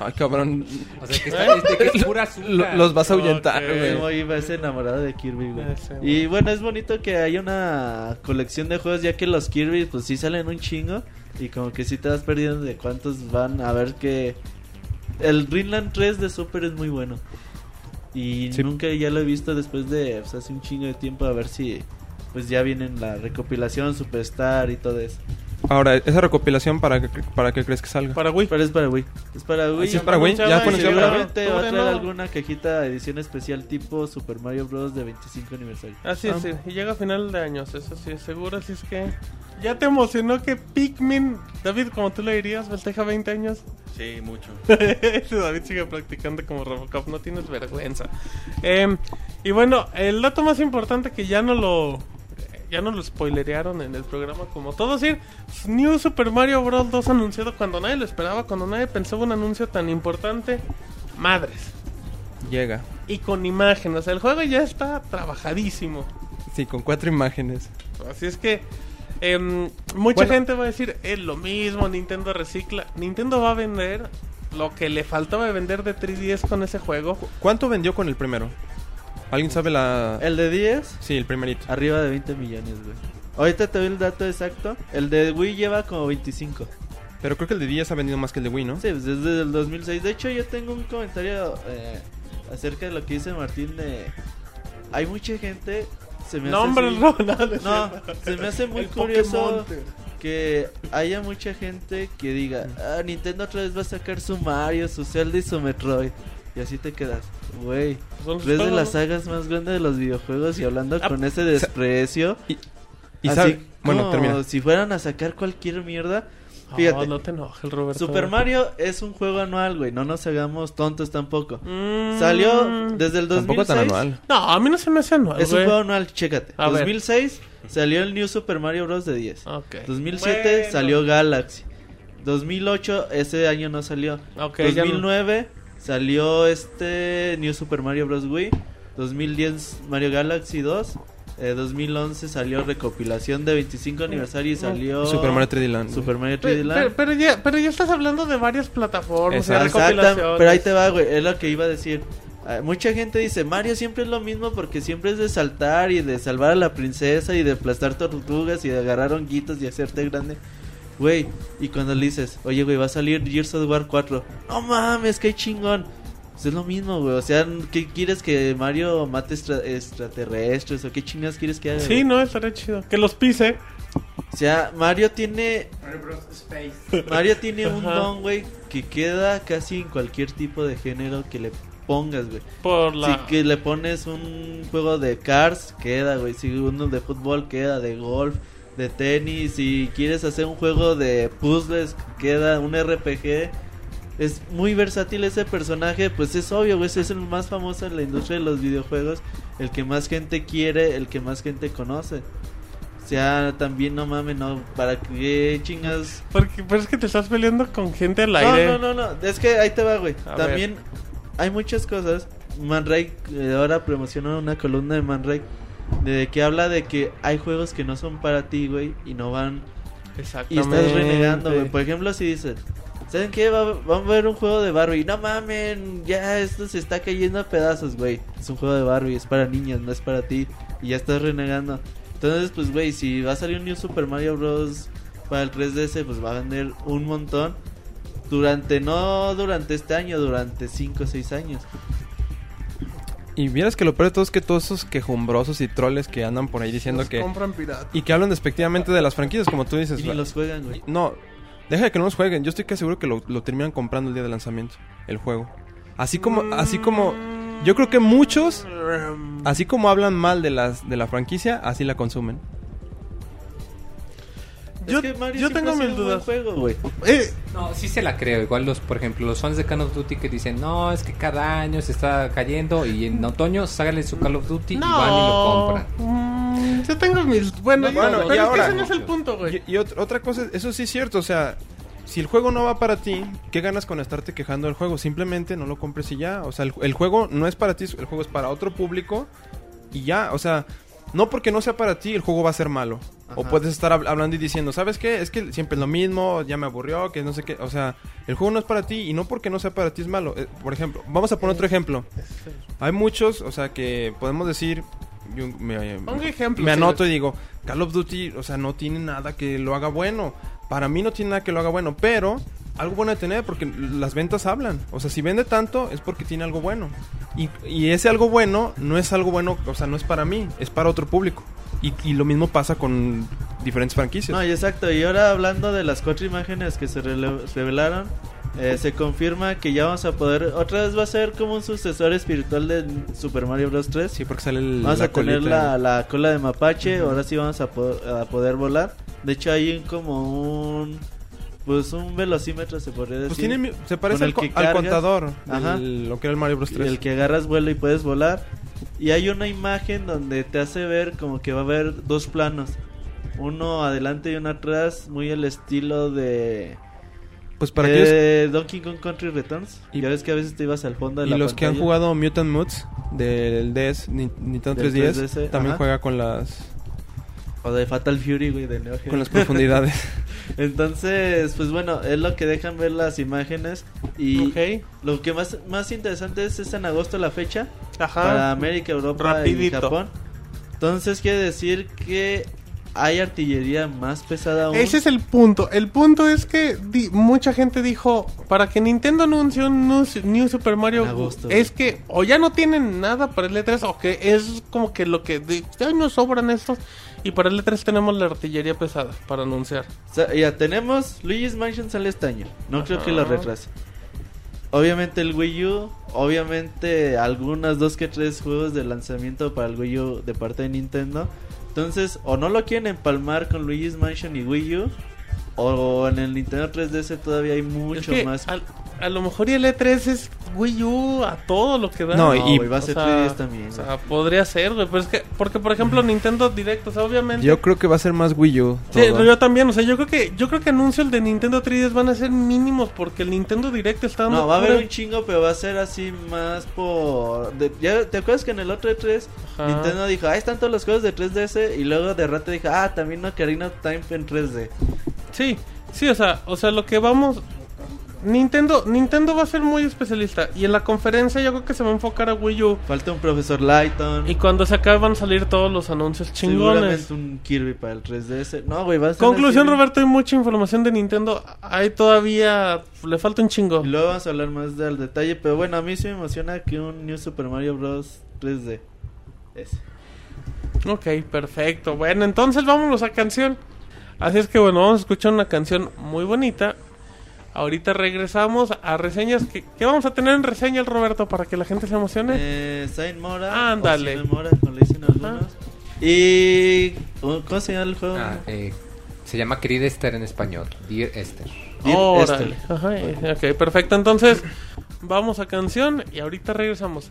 Speaker 4: Ay, cabrón.
Speaker 3: O sea, que, está, es de que es pura
Speaker 4: Lo-
Speaker 3: azúcar.
Speaker 4: los vas a ahuyentar,
Speaker 2: Ok.
Speaker 4: güey.
Speaker 5: Game Boy va a ser enamorado de Kirby, güey.
Speaker 2: Ah, sí, güey.
Speaker 5: Y bueno, es bonito que haya una colección de juegos, ya que los Kirby, pues sí salen un chingo. Y como que sí te vas perdiendo de cuántos van. A ver que. El Greenland 3 de Super es muy bueno. Y
Speaker 4: Sí.
Speaker 5: nunca ya lo he visto después de. pues, hace un chingo de tiempo, a ver si. Pues ya vienen la recopilación, Superstar y todo eso.
Speaker 4: Ahora, esa recopilación, ¿para qué, para qué crees que salga?
Speaker 2: Para Wii.
Speaker 5: Pero es para Wii. Es para Wii.
Speaker 4: Ah, sí, es para Wii. Ya
Speaker 5: Y
Speaker 4: fue anunciado para Wii.
Speaker 5: seguramente va a
Speaker 2: Octubre,
Speaker 5: traer
Speaker 2: ¿no?
Speaker 5: alguna cajita de edición especial tipo Super Mario Bros. de 25 aniversario.
Speaker 2: Así
Speaker 4: Ah.
Speaker 2: es, sí. Y llega a final de años, eso sí, es seguro. Así es que. Ya te emocionó que Pikmin, David, como tú le dirías, festeja 20 años.
Speaker 7: Sí, mucho.
Speaker 2: Ese David sigue practicando como Robocop, no tienes vergüenza. Em, y bueno, el dato más importante que ya no lo ya no lo spoilerearon en el programa como todo decir, New Super Mario Bros 2 anunciado cuando nadie lo esperaba, cuando nadie pensaba un anuncio tan importante. Madres.
Speaker 4: Llega.
Speaker 2: Y con imágenes, o sea, el juego ya está trabajadísimo.
Speaker 4: Sí, con cuatro imágenes.
Speaker 2: Así es que em, mucha
Speaker 4: Bueno.
Speaker 2: gente va a decir, es lo mismo, Nintendo recicla. Nintendo va a vender lo que le faltaba de vender de 3DS con ese juego.
Speaker 4: ¿Cuánto vendió con el primero? ¿Alguien sabe la...?
Speaker 5: El Ah. de 10,
Speaker 4: Sí, el primerito.
Speaker 5: arriba de 20 millones, güey. Ahorita te doy el dato exacto. El de Wii lleva como 25.
Speaker 4: Pero creo que el de 10 ha vendido más que el de Wii, ¿no?
Speaker 5: Sí, pues desde el 2006. De hecho, yo tengo un comentario eh, acerca de lo que dice Martín de... Hay mucha gente se me
Speaker 2: No,
Speaker 5: hace
Speaker 2: hombre,
Speaker 5: así-
Speaker 2: no, no, no.
Speaker 5: No, se me hace muy
Speaker 2: El
Speaker 5: curioso
Speaker 2: Pokémon, te-
Speaker 5: que haya mucha gente que diga, ah, Nintendo otra vez va a sacar su Mario, su Zelda y su Metroid. Y así te quedas, güey.
Speaker 2: son los
Speaker 5: Tres de
Speaker 2: juegos,
Speaker 5: las
Speaker 2: ¿no?
Speaker 5: sagas más grandes de los videojuegos y hablando
Speaker 4: Ah,
Speaker 2: pues,
Speaker 5: con ese desprecio.
Speaker 4: Y
Speaker 5: así
Speaker 4: sabe- bueno,
Speaker 5: como
Speaker 4: termina.
Speaker 5: si fueran a sacar cualquier mierda.
Speaker 2: No,
Speaker 5: Fíjate.
Speaker 2: no te enojes, Roberto.
Speaker 5: Super Mario es un juego anual, güey. No nos hagamos tontos tampoco.
Speaker 2: Mm.
Speaker 5: Salió desde el 2006.
Speaker 4: Tampoco tan anual.
Speaker 2: No, a mí no se me hace anual,
Speaker 5: Es un
Speaker 2: güey.
Speaker 5: juego anual, chécate.
Speaker 2: A ver.
Speaker 5: 2006 salió el New Super Mario Bros. de 10.
Speaker 2: Ok.
Speaker 5: 2007
Speaker 2: Bueno.
Speaker 5: salió Galaxy. 2008 ese año no salió.
Speaker 2: Ok, ya no.
Speaker 5: 2009 salió este New Super Mario Bros. Wii. 2010 Mario Galaxy 2. Eh, 2011 salió recopilación de 25 aniversario y salió
Speaker 4: Super Mario 3D Land. güey.
Speaker 5: Super Mario 3D
Speaker 2: Pe-
Speaker 5: Land.
Speaker 2: Pero, pero ya, pero ya estás hablando de varias plataformas, de
Speaker 5: Exacta-
Speaker 2: recopilaciones.
Speaker 5: pero ahí te va, güey, es lo que iba a decir. Ah, Mucha gente dice, Mario siempre es lo mismo porque siempre es de saltar y de salvar a la princesa y de aplastar tortugas y de agarrar honguitos y hacerte grande. Güey, y cuando le dices, oye, güey, va a salir Gears of War 4. No mames, qué chingón. Pues es lo mismo, güey. O sea, ¿qué quieres que Mario mate extra- extraterrestres o qué chingas quieres que haga?
Speaker 2: Sí,
Speaker 5: güey?
Speaker 2: no, estaría chido. Que los pise.
Speaker 5: O sea, Mario tiene Mario tiene un
Speaker 2: Ajá.
Speaker 5: don, güey, que queda casi en cualquier tipo de género que le pongas, güey.
Speaker 2: Por
Speaker 5: Si
Speaker 2: la.
Speaker 5: que le pones un juego de cars, queda, güey. Si uno de fútbol, queda. De golf, de tenis. Si quieres hacer un juego de puzzles, queda. Un RPG. Es muy versátil ese personaje. Pues es obvio, güey. Es el más famoso en la industria de los videojuegos. El que más gente quiere, el que más gente conoce. O sea, también no mames, no. ¿Para qué chingas?
Speaker 2: Porque, pero es que te estás peleando con gente al
Speaker 5: No,
Speaker 2: aire.
Speaker 5: no, no, no. Es que ahí te va, güey.
Speaker 2: A
Speaker 5: También hay muchas cosas. Man Ray eh, ahora promociona una columna de Man Ray de que habla de que hay juegos que no son para ti, güey, y no van y
Speaker 2: Exactamente.
Speaker 5: estás renegando, güey. pues, Por ejemplo, si dices, ¿saben qué? Va, va a haber un juego de Barbie. No mamen, ya esto se está cayendo a pedazos, güey. Es un juego de Barbie, es para niñas, no es para ti. Y ya estás renegando. Entonces, pues, güey, si va a salir un New Super Mario Bros. para el 3DS, pues va a vender un montón. Durante, no durante este año, durante 5 o 6 años.
Speaker 4: Y vieras que lo peor de todo es que todos esos quejumbrosos y troles que andan por ahí diciendo
Speaker 2: Los
Speaker 4: que...
Speaker 2: Compran pirata.
Speaker 4: Y que hablan despectivamente de las franquicias, como tú dices.
Speaker 5: Y ni
Speaker 4: va-
Speaker 5: los juegan, güey.
Speaker 4: No, deja de que no los jueguen. Yo estoy casi seguro que lo, lo terminan comprando el día de lanzamiento, el juego. Así como, así como, yo creo que muchos, así como hablan mal de las de la franquicia, así la consumen.
Speaker 2: Yo,
Speaker 5: es que Mario
Speaker 2: yo
Speaker 5: siempre
Speaker 2: tengo
Speaker 5: ha sido
Speaker 2: mis
Speaker 5: un buen
Speaker 2: dudas.
Speaker 5: juego, güey.
Speaker 2: Eh,
Speaker 3: No, sí se la creo. Igual los, por ejemplo, los fans de Call of Duty que dicen, no, es que cada año se está cayendo y en otoño ságanle su Call of Duty y van y lo compran.
Speaker 2: Mm, yo tengo mis. Bueno,
Speaker 4: No,
Speaker 2: yo-
Speaker 4: bueno,
Speaker 2: pero
Speaker 4: y
Speaker 2: es que
Speaker 4: ahora.
Speaker 2: ese no es el punto, güey.
Speaker 4: Y, y ot- otra cosa, eso sí es cierto, o sea, si el juego no va para ti, ¿qué ganas con estarte quejando del juego? Simplemente no lo compres y ya. O sea, el, el juego no es para ti, el juego es para otro público y ya. O sea, no porque no sea para ti, el juego va a ser malo. O
Speaker 5: Ajá.
Speaker 4: puedes estar hab- hablando y diciendo, ¿sabes qué? Es que siempre es lo mismo, ya me aburrió, que no sé qué. O sea, el juego no es para ti y no porque no sea para ti es malo. Eh, por ejemplo, vamos a poner otro ejemplo. Hay muchos, o sea, que podemos decir... yo me- eh,
Speaker 2: Pon un ejemplo,
Speaker 4: Me
Speaker 2: sí,
Speaker 4: anoto
Speaker 2: güey.
Speaker 4: y digo, Call of Duty, o sea, no tiene nada que lo haga bueno. Para mí no tiene nada que lo haga bueno, pero algo bueno de tener porque las ventas hablan. O sea, si vende tanto es porque tiene algo bueno. Y, y ese algo bueno no es algo bueno, o sea, no es para mí, es para otro público. Y, y lo mismo pasa con diferentes franquicias.
Speaker 5: No, y exacto. Y ahora hablando de las cuatro imágenes que se rele- revelaron, eh, se confirma que ya vamos a poder. Otra vez va a ser como un sucesor espiritual de Super Mario Bros. 3.
Speaker 4: sí, porque sale el,
Speaker 5: vamos
Speaker 4: la
Speaker 5: a tener
Speaker 4: colita. eh.
Speaker 5: la, la cola de mapache. Ahora sí vamos a, po- a poder volar. De hecho, hay un- como un. Pues un velocímetro, se podría decir.
Speaker 4: Pues tiene mi- se parece
Speaker 5: Con el
Speaker 4: al, co-
Speaker 5: que
Speaker 4: al
Speaker 5: cargas.
Speaker 4: contador,
Speaker 5: Ajá.
Speaker 4: del- lo que era el Mario Bros. 3.
Speaker 5: El que agarras vuelo y puedes volar. Y hay una imagen donde te hace ver como que va a haber dos planos. Uno adelante y uno atrás, muy el estilo de...
Speaker 4: pues para
Speaker 5: de
Speaker 4: aquellos-
Speaker 5: Eh, Donkey Kong Country Returns.
Speaker 4: Y-
Speaker 5: ya ves que a veces te ibas al fondo de
Speaker 4: Y
Speaker 5: la
Speaker 4: los que han
Speaker 5: pantalla.
Speaker 4: jugado Mutant Moods del DS, Ni- Nintendo
Speaker 5: Del
Speaker 4: 3DS,
Speaker 5: 3DS,
Speaker 4: también
Speaker 5: ajá.
Speaker 4: juega con las
Speaker 5: O de Fatal Fury, güey, de Neo Geo.
Speaker 4: con las profundidades.
Speaker 5: Entonces, pues bueno, es lo que dejan ver las imágenes. Y lo que más, más interesante es, es en agosto la fecha.
Speaker 2: Ajá.
Speaker 4: Ah,
Speaker 5: para América, Europa
Speaker 2: Rapidito.
Speaker 5: y Japón. Entonces quiere decir que hay artillería más pesada aún.
Speaker 2: Ese es el punto. El punto es que di- mucha gente dijo, para que Nintendo anuncie un nu- New Super Mario,
Speaker 5: En agosto.
Speaker 2: es que o ya no tienen nada para el E3 o que es como que lo que... De, "Ay, nos sobran estos. Y para el E3 tenemos la artillería pesada para anunciar.
Speaker 5: O sea, ya tenemos Luigi's Mansion sale este año. No creo que lo retrase. Obviamente el Wii U, obviamente algunas dos que tres juegos de lanzamiento para el Wii U de parte de Nintendo. Entonces, o no lo quieren empalmar con Luigi's Mansion y Wii U, o en el Nintendo 3DS todavía hay mucho
Speaker 2: Es que
Speaker 5: más.
Speaker 2: al- A, lo mejor y el E3 es Wii U a todo lo que da.
Speaker 4: No,
Speaker 5: No,
Speaker 4: y-
Speaker 5: güey, va a
Speaker 2: O
Speaker 5: ser
Speaker 2: sea,
Speaker 5: 3DS también. Mm.
Speaker 2: O sea, podría ser, güey, pero es que... Porque, por ejemplo, Nintendo Direct, o sea, obviamente...
Speaker 8: Yo creo que va a ser más Wii U.
Speaker 2: Sí,
Speaker 8: todo.
Speaker 5: pues
Speaker 2: yo también, o sea, yo creo que yo creo que anuncios de Nintendo 3DS van a ser mínimos porque el Nintendo Direct está dando
Speaker 5: No, va a haber
Speaker 2: pura-
Speaker 5: un chingo, pero va a ser así más por... de- ya, ¿Te acuerdas que en el otro E3
Speaker 2: Ajá.
Speaker 5: Nintendo dijo, ah, están todos los juegos de 3DS? Y luego de rato dijo, ah, también Ocarina of Time en 3D.
Speaker 2: Sí, sí, o sea, o sea, lo que vamos Nintendo Nintendo va a ser muy especialista y en la conferencia yo creo que se va a enfocar a Wii U
Speaker 5: Falta un Profesor Lighton.
Speaker 2: y cuando se acabe van a salir todos los anuncios chingones.
Speaker 5: Seguramente un Kirby para el 3DS. No, güey, va a ser
Speaker 2: Conclusión,
Speaker 5: así.
Speaker 2: Roberto, hay mucha información de Nintendo. Ahí todavía le falta un chingo.
Speaker 5: Y luego vamos a hablar más del detalle, pero bueno, a mí sí me emociona que un New Super Mario Bros. 3D. Ese.
Speaker 2: Ok, perfecto. Bueno, entonces vámonos a canción. Así es que bueno, vamos a escuchar una canción muy bonita. Ahorita regresamos a reseñas. ¿Qué, qué vamos a tener en reseñas, Roberto, para que la gente se emocione?
Speaker 5: Eh, Saint Mora.
Speaker 2: Ándale.
Speaker 5: o Sin Mora, como le dicen algunos. Y... ¿Cómo se llama el juego?
Speaker 3: Ah, eh, se llama Creed Esther en español. Dear Esther.
Speaker 5: Dear
Speaker 2: Órale.
Speaker 5: Esther.
Speaker 2: Ajá, eh, ok, perfecto. Entonces, vamos a canción y ahorita regresamos.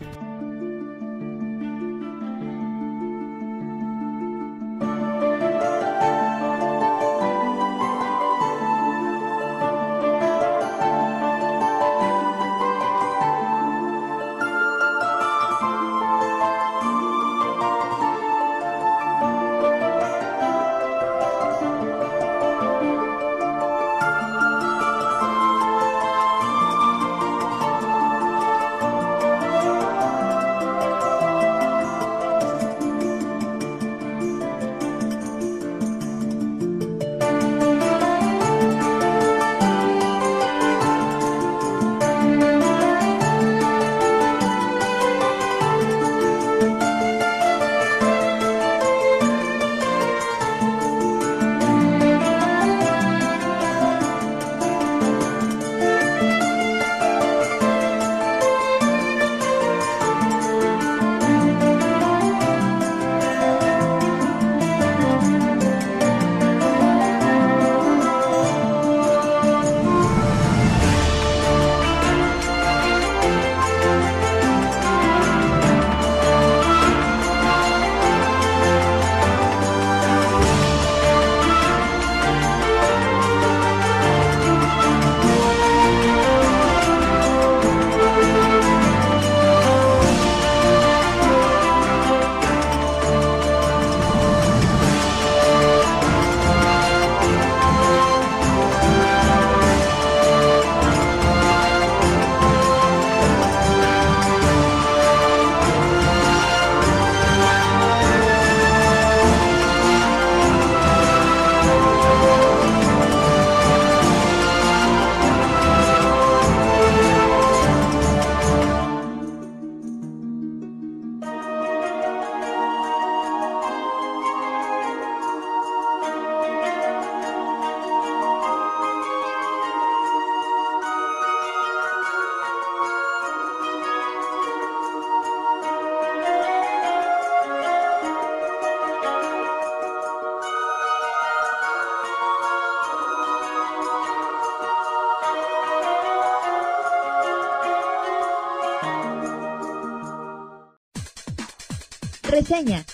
Speaker 1: Reseña.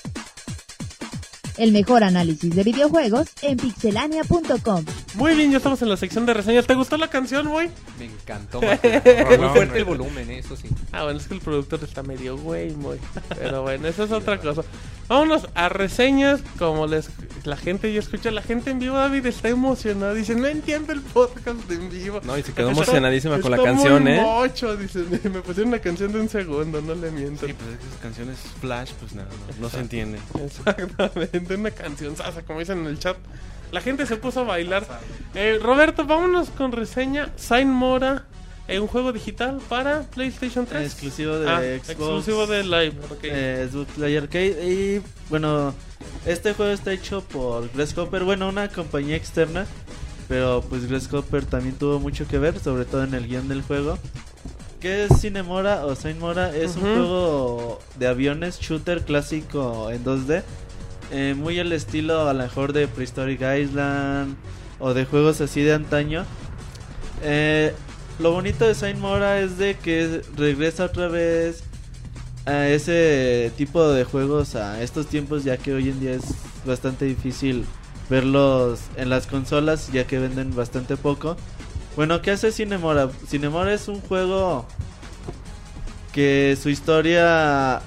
Speaker 1: El mejor análisis de videojuegos en pixelania.com.
Speaker 2: Muy bien, ya estamos en la sección de reseñas. ¿Te gustó la canción, güey?
Speaker 3: Me encantó. Muy fuerte el volumen, eso sí.
Speaker 2: Ah, bueno, es que el productor está medio güey, muy. Pero bueno, eso es otra cosa. Vámonos a reseñas, como les La gente ya escucha, la gente en vivo, David, está emocionada. Dice, no entiendo el podcast de en vivo.
Speaker 7: No, y se quedó
Speaker 2: Está-
Speaker 7: emocionadísima con la
Speaker 2: está
Speaker 7: canción,
Speaker 2: muy
Speaker 7: ¿eh?
Speaker 2: mocho, dicen. Me pusieron una canción de un segundo, no le miento.
Speaker 7: Sí, pues es que esas canciones flash, pues nada, no, no se entiende.
Speaker 2: Exactamente, una canción sasa, como dicen en el chat. La gente se puso a bailar. Eh, Roberto, vámonos con reseña. Sain Mora, eh, un juego digital para PlayStation 3.
Speaker 5: Exclusivo de
Speaker 2: Ah,
Speaker 5: Xbox.
Speaker 2: exclusivo de Live. ok.
Speaker 5: eh, Xbox Play Arcade. Y bueno, este juego está hecho por Grasshopper, bueno, una compañía externa. Pero pues Grasshopper también tuvo mucho que ver, sobre todo en el guión del juego. ¿Qué es Cinemora o Saint Mora? Es un
Speaker 2: Ujú.
Speaker 5: juego de aviones shooter clásico en 2D. eh, muy al estilo a lo mejor de Prehistoric Island o de juegos así de antaño. Eh, lo bonito de Saint Mora es de que regresa otra vez a ese tipo de juegos a estos tiempos ya que hoy en día es bastante difícil verlos en las consolas ya que venden bastante poco. Bueno, ¿qué hace Cinemora? Cinemora es un juego que su historia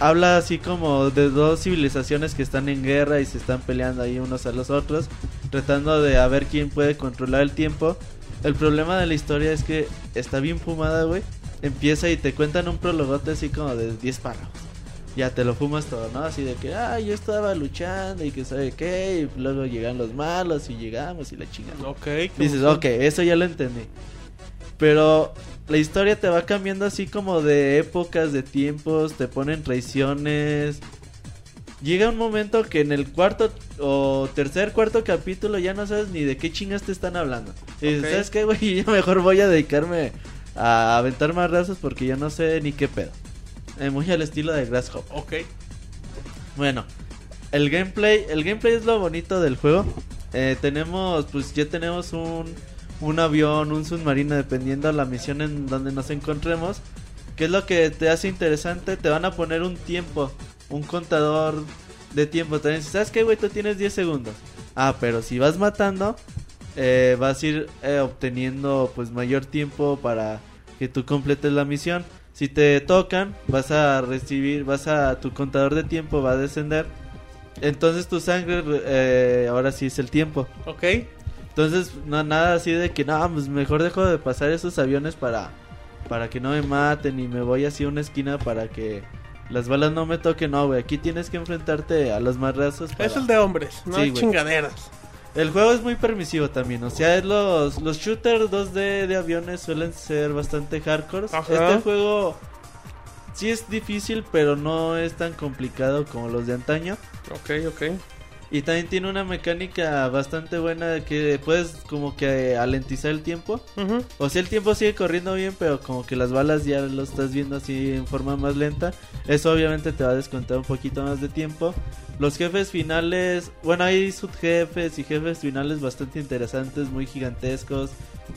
Speaker 5: habla así como de dos civilizaciones que están en guerra y se están peleando ahí unos a los otros, tratando de a ver quién puede controlar el tiempo. El problema de la historia es que está bien fumada, güey. Empieza y te cuentan un prologote así como de 10 párrafos. Ya te lo fumas todo, ¿no? Así de que, ah, yo estaba luchando y que sabe qué, y luego llegan los malos y llegamos y la chingada.
Speaker 2: Ok, qué
Speaker 5: Dices,
Speaker 2: emoción.
Speaker 5: ok, eso ya lo entendí. Pero la historia te va cambiando así como de épocas, de tiempos, te ponen traiciones. Llega un momento que en el cuarto o tercer, cuarto capítulo ya no sabes ni de qué chingas te están hablando. Y dices,
Speaker 2: Ok.
Speaker 5: ¿sabes qué, güey? Yo mejor voy a dedicarme a aventar más razas porque ya no sé ni qué pedo. Eh, muy al estilo de Grasshopper.
Speaker 2: Ok.
Speaker 5: Bueno, el gameplay, el gameplay es lo bonito del juego. Eh, tenemos, pues ya tenemos un, un avión, un submarino, dependiendo de la misión en donde nos encontremos. ¿Qué es lo que te hace interesante? Te van a poner un tiempo, un contador de tiempo. También dices, ¿sabes qué, güey? Tú tienes 10 segundos. Ah, pero si vas matando, eh, vas a ir eh, obteniendo pues mayor tiempo para que tú completes la misión. Si te tocan, vas a recibir, vas a tu contador de tiempo va a descender. Entonces tu sangre, eh, ahora sí es el tiempo.
Speaker 2: Ok.
Speaker 5: Entonces, no, nada así de que, no, pues mejor dejo de pasar esos aviones para, para que no me maten y me voy así a una esquina para que las balas no me toquen. No, güey, aquí tienes que enfrentarte a los marrazos. para-
Speaker 2: Es el de hombres, no
Speaker 5: Sí,
Speaker 2: hay
Speaker 5: güey.
Speaker 2: chingaderas.
Speaker 5: el juego es muy permisivo también, o sea, es los, los shooters 2D de aviones suelen ser bastante hardcore.
Speaker 2: Ajá.
Speaker 5: Este juego sí es difícil, pero no es tan complicado como los de antaño.
Speaker 2: Ok, ok.
Speaker 5: Y también tiene una mecánica bastante buena que puedes como que alentizar el tiempo.
Speaker 2: Ujú.
Speaker 5: O sea, el tiempo sigue corriendo bien, pero como que las balas ya lo estás viendo así en forma más lenta. Eso obviamente te va a descontar un poquito más de tiempo. Los jefes finales, bueno, hay subjefes y jefes finales bastante interesantes, muy gigantescos,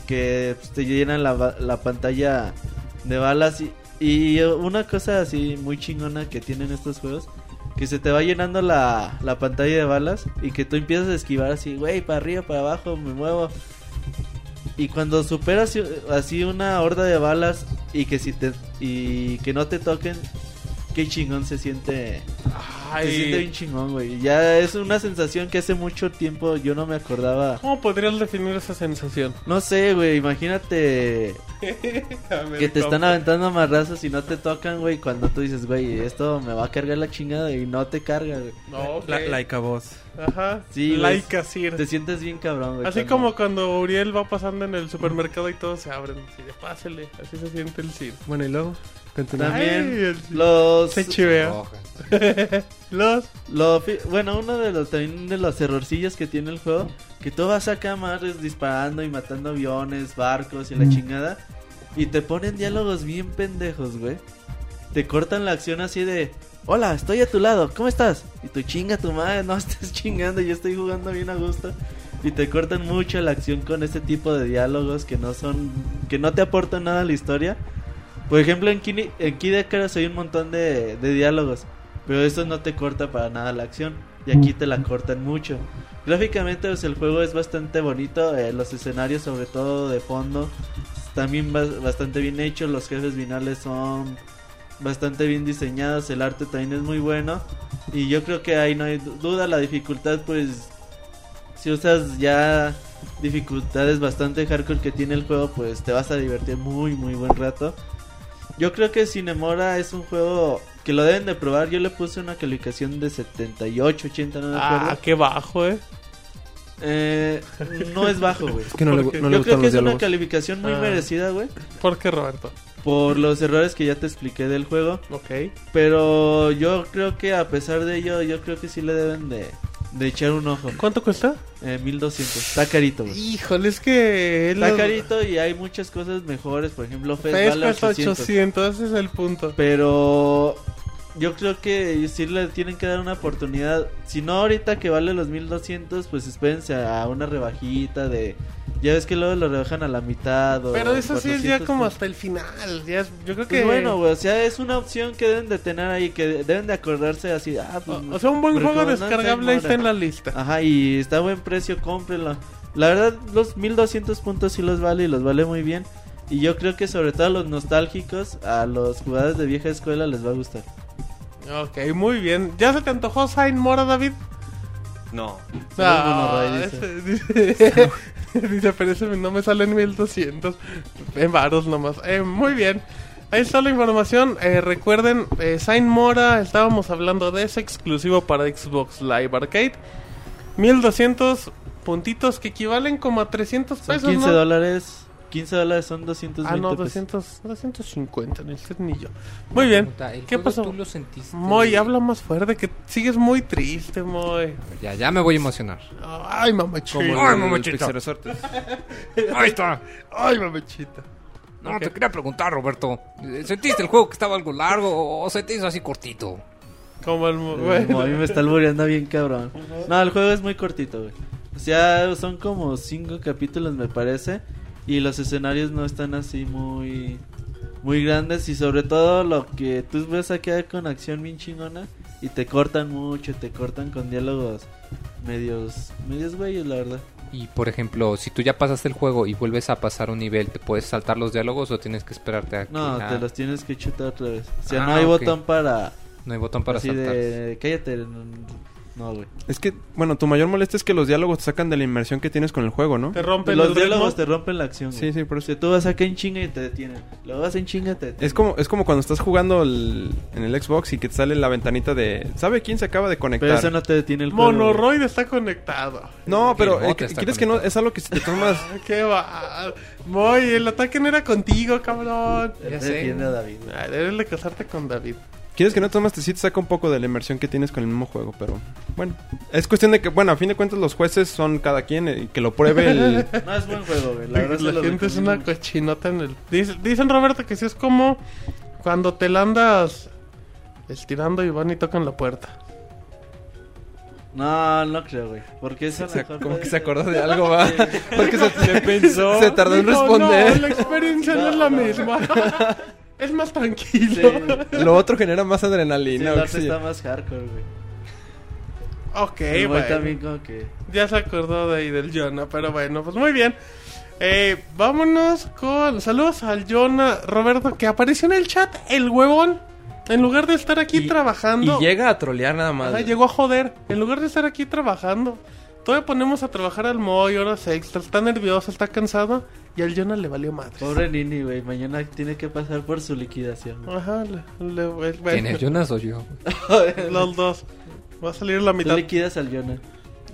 Speaker 5: que pues, te llenan la, ba- la pantalla de balas. Y, y una cosa así muy chingona que tienen estos juegos, que se te va llenando la, la pantalla de balas y que tú empiezas a esquivar así, güey, para arriba, para abajo, me muevo. Y cuando superas eh, así una horda de balas y que si te y que no te toquen, qué chingón se siente. Se siente bien
Speaker 2: Ay.
Speaker 5: chingón, güey. Ya es una sensación que hace mucho tiempo yo no me acordaba.
Speaker 2: ¿Cómo podrías definir esa sensación?
Speaker 5: No sé, güey, imagínate que te están aventando marrazos y no te tocan, güey, cuando tú dices, güey, esto me va a cargar la chingada y no te carga, güey.
Speaker 2: No, ok.
Speaker 7: La, laica voz.
Speaker 2: Ajá.
Speaker 5: Sí, güey.
Speaker 2: Laica, sí.
Speaker 5: Te sientes bien cabrón, güey.
Speaker 2: Así
Speaker 5: cuando-
Speaker 2: como cuando Uriel va pasando en el supermercado y todos se abren. Así de pásele. Así se siente el cine.
Speaker 7: Bueno, y luego,
Speaker 5: También.
Speaker 2: Ay, el Cid.
Speaker 5: los
Speaker 2: Se chivea.
Speaker 3: Ojo.
Speaker 2: Los.
Speaker 5: Lo fi- bueno, uno de los también de los errorcillos que tiene el juego, que tú vas acá madres disparando y matando aviones, barcos y la chingada, y te ponen diálogos bien pendejos, güey. Te cortan la acción así de, hola, estoy a tu lado, ¿cómo estás? Y tú chinga tu madre, no estás chingando, yo estoy jugando bien a gusto. Y te cortan mucho la acción con este tipo de diálogos que no son, que no te aportan nada a la historia. Por ejemplo, en Kid, en Kid Icarus hay un montón de, de diálogos, pero eso no te corta para nada la acción. Y aquí te la cortan mucho. Gráficamente, pues, el juego es bastante bonito, eh, los escenarios, sobre todo de fondo, también bas- bastante bien hechos. Los jefes finales son bastante bien diseñados, el arte también es muy bueno. Y yo creo que ahí no hay du- duda, la dificultad pues si usas ya dificultades bastante hardcore que tiene el juego, pues te vas a divertir muy muy buen rato. Yo creo que Cinemora es un juego que lo deben de probar. Yo le puse una calificación de 78, 80, no me acuerdo.
Speaker 8: Ah, qué bajo, eh.
Speaker 5: Eh, no es bajo, güey.
Speaker 7: que no le,
Speaker 8: Porque
Speaker 7: no le
Speaker 5: Yo creo
Speaker 7: gustan
Speaker 5: que
Speaker 7: los
Speaker 5: es una
Speaker 7: diálogos.
Speaker 5: calificación muy
Speaker 8: Ah.
Speaker 5: merecida, güey.
Speaker 8: ¿Por qué, Roberto?
Speaker 5: Por los errores que ya te expliqué del juego.
Speaker 8: Ok.
Speaker 5: Pero yo creo que a pesar de ello, yo creo que sí le deben de, de echar un ojo.
Speaker 2: ¿Cuánto cuesta?
Speaker 5: Eh, 1200. Está carito, güey.
Speaker 2: Híjole, es que...
Speaker 5: Pues Está
Speaker 2: lo-
Speaker 5: carito y hay muchas cosas mejores. Por ejemplo, Fez
Speaker 2: Fez
Speaker 5: vale
Speaker 2: cuesta
Speaker 5: 800.
Speaker 2: 800, ese es el punto.
Speaker 5: Pero yo creo que sí le tienen que dar una oportunidad. Si no ahorita que vale los 1200, pues espérense a una rebajita de... Ya ves que luego lo rebajan a la mitad. O
Speaker 2: Pero eso sí es ya
Speaker 5: 400,
Speaker 2: como
Speaker 5: pues.
Speaker 2: hasta el final. ya es- yo creo
Speaker 5: Pues
Speaker 2: que...
Speaker 5: bueno, güey, o sea, es una opción que deben de tener ahí, que de- deben de acordarse así, ah, pues,
Speaker 2: O, o sea, un buen
Speaker 5: porque
Speaker 2: juego
Speaker 5: no está en
Speaker 2: descargable ahí está en
Speaker 5: mora.
Speaker 2: la lista.
Speaker 5: Ajá, y está a buen precio, cómprenlo. La verdad, los 1200 puntos sí los vale y los vale muy bien. Y yo creo que sobre todo a los nostálgicos, a los jugadores de vieja escuela les va a gustar. Ah.
Speaker 2: Ok, muy bien. ¿Ya se te antojó Sain Mora, David? Ah,
Speaker 7: No.
Speaker 5: Sain Mora, Ray,
Speaker 2: ese- dice. dice, pero ese no me sale en 1200. En varos nomás. Eh, muy bien. Ahí está la información. Eh, recuerden, eh, Saint Mora, estábamos hablando de ese exclusivo para Xbox Live Arcade. 1200 puntitos que equivalen como a 300
Speaker 5: Son
Speaker 2: pesos.
Speaker 5: 15
Speaker 2: ¿no?
Speaker 5: dólares. 15 dólares son 220
Speaker 2: Ah, no,
Speaker 5: pesos.
Speaker 2: 200, 250, ni usted ni yo. Muy bien.
Speaker 3: Pregunta, ¿el
Speaker 2: ¿Qué
Speaker 3: juego
Speaker 2: pasó?
Speaker 3: tú lo sentiste?
Speaker 2: Moy, habla más fuerte, que sigues muy triste, Moy.
Speaker 3: Ya, ya me voy a emocionar.
Speaker 2: Ay, mamachita.
Speaker 4: Como
Speaker 3: Ay,
Speaker 4: el, el
Speaker 3: mamachita.
Speaker 4: Pixel Resortes.
Speaker 3: Ahí está.
Speaker 2: Ay, mamachita.
Speaker 3: No, te quería preguntar, Roberto. ¿Sentiste el juego que estaba algo largo o se te hizo así cortito?
Speaker 2: Como el... mo-
Speaker 5: Eh, Como
Speaker 2: bueno.
Speaker 5: a mí me está albureando bien cabrón. No, el juego es muy cortito, güey. O sea, son como cinco capítulos me parece. Y los escenarios no están así muy muy grandes. Y sobre todo lo que tú ves aquí con acción bien chingona. Y te cortan mucho, te cortan con diálogos medios, medios güeyes, la verdad.
Speaker 3: Y por ejemplo, si tú ya pasaste el juego y vuelves a pasar un nivel, ¿te puedes saltar los diálogos o tienes que esperarte a que
Speaker 5: No,
Speaker 3: la-
Speaker 5: te los tienes que chutar otra vez. O sea,
Speaker 3: Ah,
Speaker 5: no hay
Speaker 3: ok.
Speaker 5: botón para...
Speaker 3: no hay botón para
Speaker 5: así
Speaker 3: saltar?
Speaker 5: de... Cállate. no, No, güey.
Speaker 4: Es que, bueno, tu mayor molestia es que los diálogos te sacan de la inmersión que tienes con el juego, ¿no?
Speaker 2: Te rompe
Speaker 5: Los
Speaker 2: el
Speaker 5: diálogos
Speaker 2: ritmo.
Speaker 5: te rompen la acción. güey.
Speaker 4: Sí, sí, por
Speaker 5: O
Speaker 4: eso.
Speaker 5: sea, tú vas acá en chinga y te detienen. Lo vas en chinga y te detienen.
Speaker 4: Es como, es como cuando estás jugando el- en el Xbox y que te sale la ventanita de... ¿Sabe quién se acaba de conectar?
Speaker 5: Pero eso no te detiene el juego. güey.
Speaker 2: Monoroid está conectado. Ah,
Speaker 4: No, pero
Speaker 3: El bot
Speaker 4: eh,
Speaker 3: está
Speaker 4: ¿quieres que no? Es algo que si te tomas...
Speaker 2: ¿Qué va? Moy, el ataque no era contigo, cabrón.
Speaker 5: Él
Speaker 3: Ya
Speaker 5: te
Speaker 3: sé.
Speaker 5: detiene a David. güey.
Speaker 2: Ay, debes de casarte con David.
Speaker 4: ¿Quieres que no tomas? Sí te saca un poco de la inmersión que tienes con el mismo juego, pero... Bueno, es cuestión de que, bueno, a fin de cuentas los jueces son cada quien eh, y que lo pruebe el...
Speaker 5: No es buen juego, güey. La
Speaker 2: La,
Speaker 5: verdad se lo
Speaker 2: gente es
Speaker 5: recomiendo
Speaker 2: una
Speaker 5: mucho.
Speaker 2: cochinota en el... Dice- dicen, Roberto, que sí es como cuando te la andas estirando y van y tocan la puerta.
Speaker 5: No, no creo, güey. Porque eso
Speaker 4: se- como que se acordó de algo, va. Porque se,
Speaker 2: pensó.
Speaker 4: se tardó en
Speaker 2: Dijo,
Speaker 4: responder.
Speaker 2: No, la experiencia no,
Speaker 5: No,
Speaker 2: es la
Speaker 5: no.
Speaker 2: misma. es más
Speaker 5: Sí,
Speaker 2: tranquilo.
Speaker 5: güey.
Speaker 4: Lo otro genera más
Speaker 5: Sí,
Speaker 4: adrenalina.
Speaker 5: el arte
Speaker 4: o qué sé yo.
Speaker 5: está más hardcore, güey.
Speaker 2: Ok,
Speaker 5: El güey
Speaker 2: bueno.
Speaker 5: también como que...
Speaker 2: Ya se acordó de ahí del Jonah, pero bueno, pues muy bien. Eh, vámonos con saludos al Jonah Roberto que apareció en el chat, el huevón. En lugar de estar aquí
Speaker 7: Y-
Speaker 2: trabajando,
Speaker 7: Y llega a trolear nada más.
Speaker 2: Ajá, llegó a joder. En lugar de estar aquí trabajando, todavía ponemos a trabajar al Moy horas extras. Está nervioso, está cansado y al Jonah le valió madre.
Speaker 5: Pobre Nini, güey. Mañana tiene que pasar por su liquidación. güey.
Speaker 2: Ajá, le, le- bueno,
Speaker 3: ¿Quién es, Jonas o yo?
Speaker 2: los dos. Va a salir la
Speaker 5: Tú
Speaker 2: mitad.
Speaker 5: liquidas al Jonah.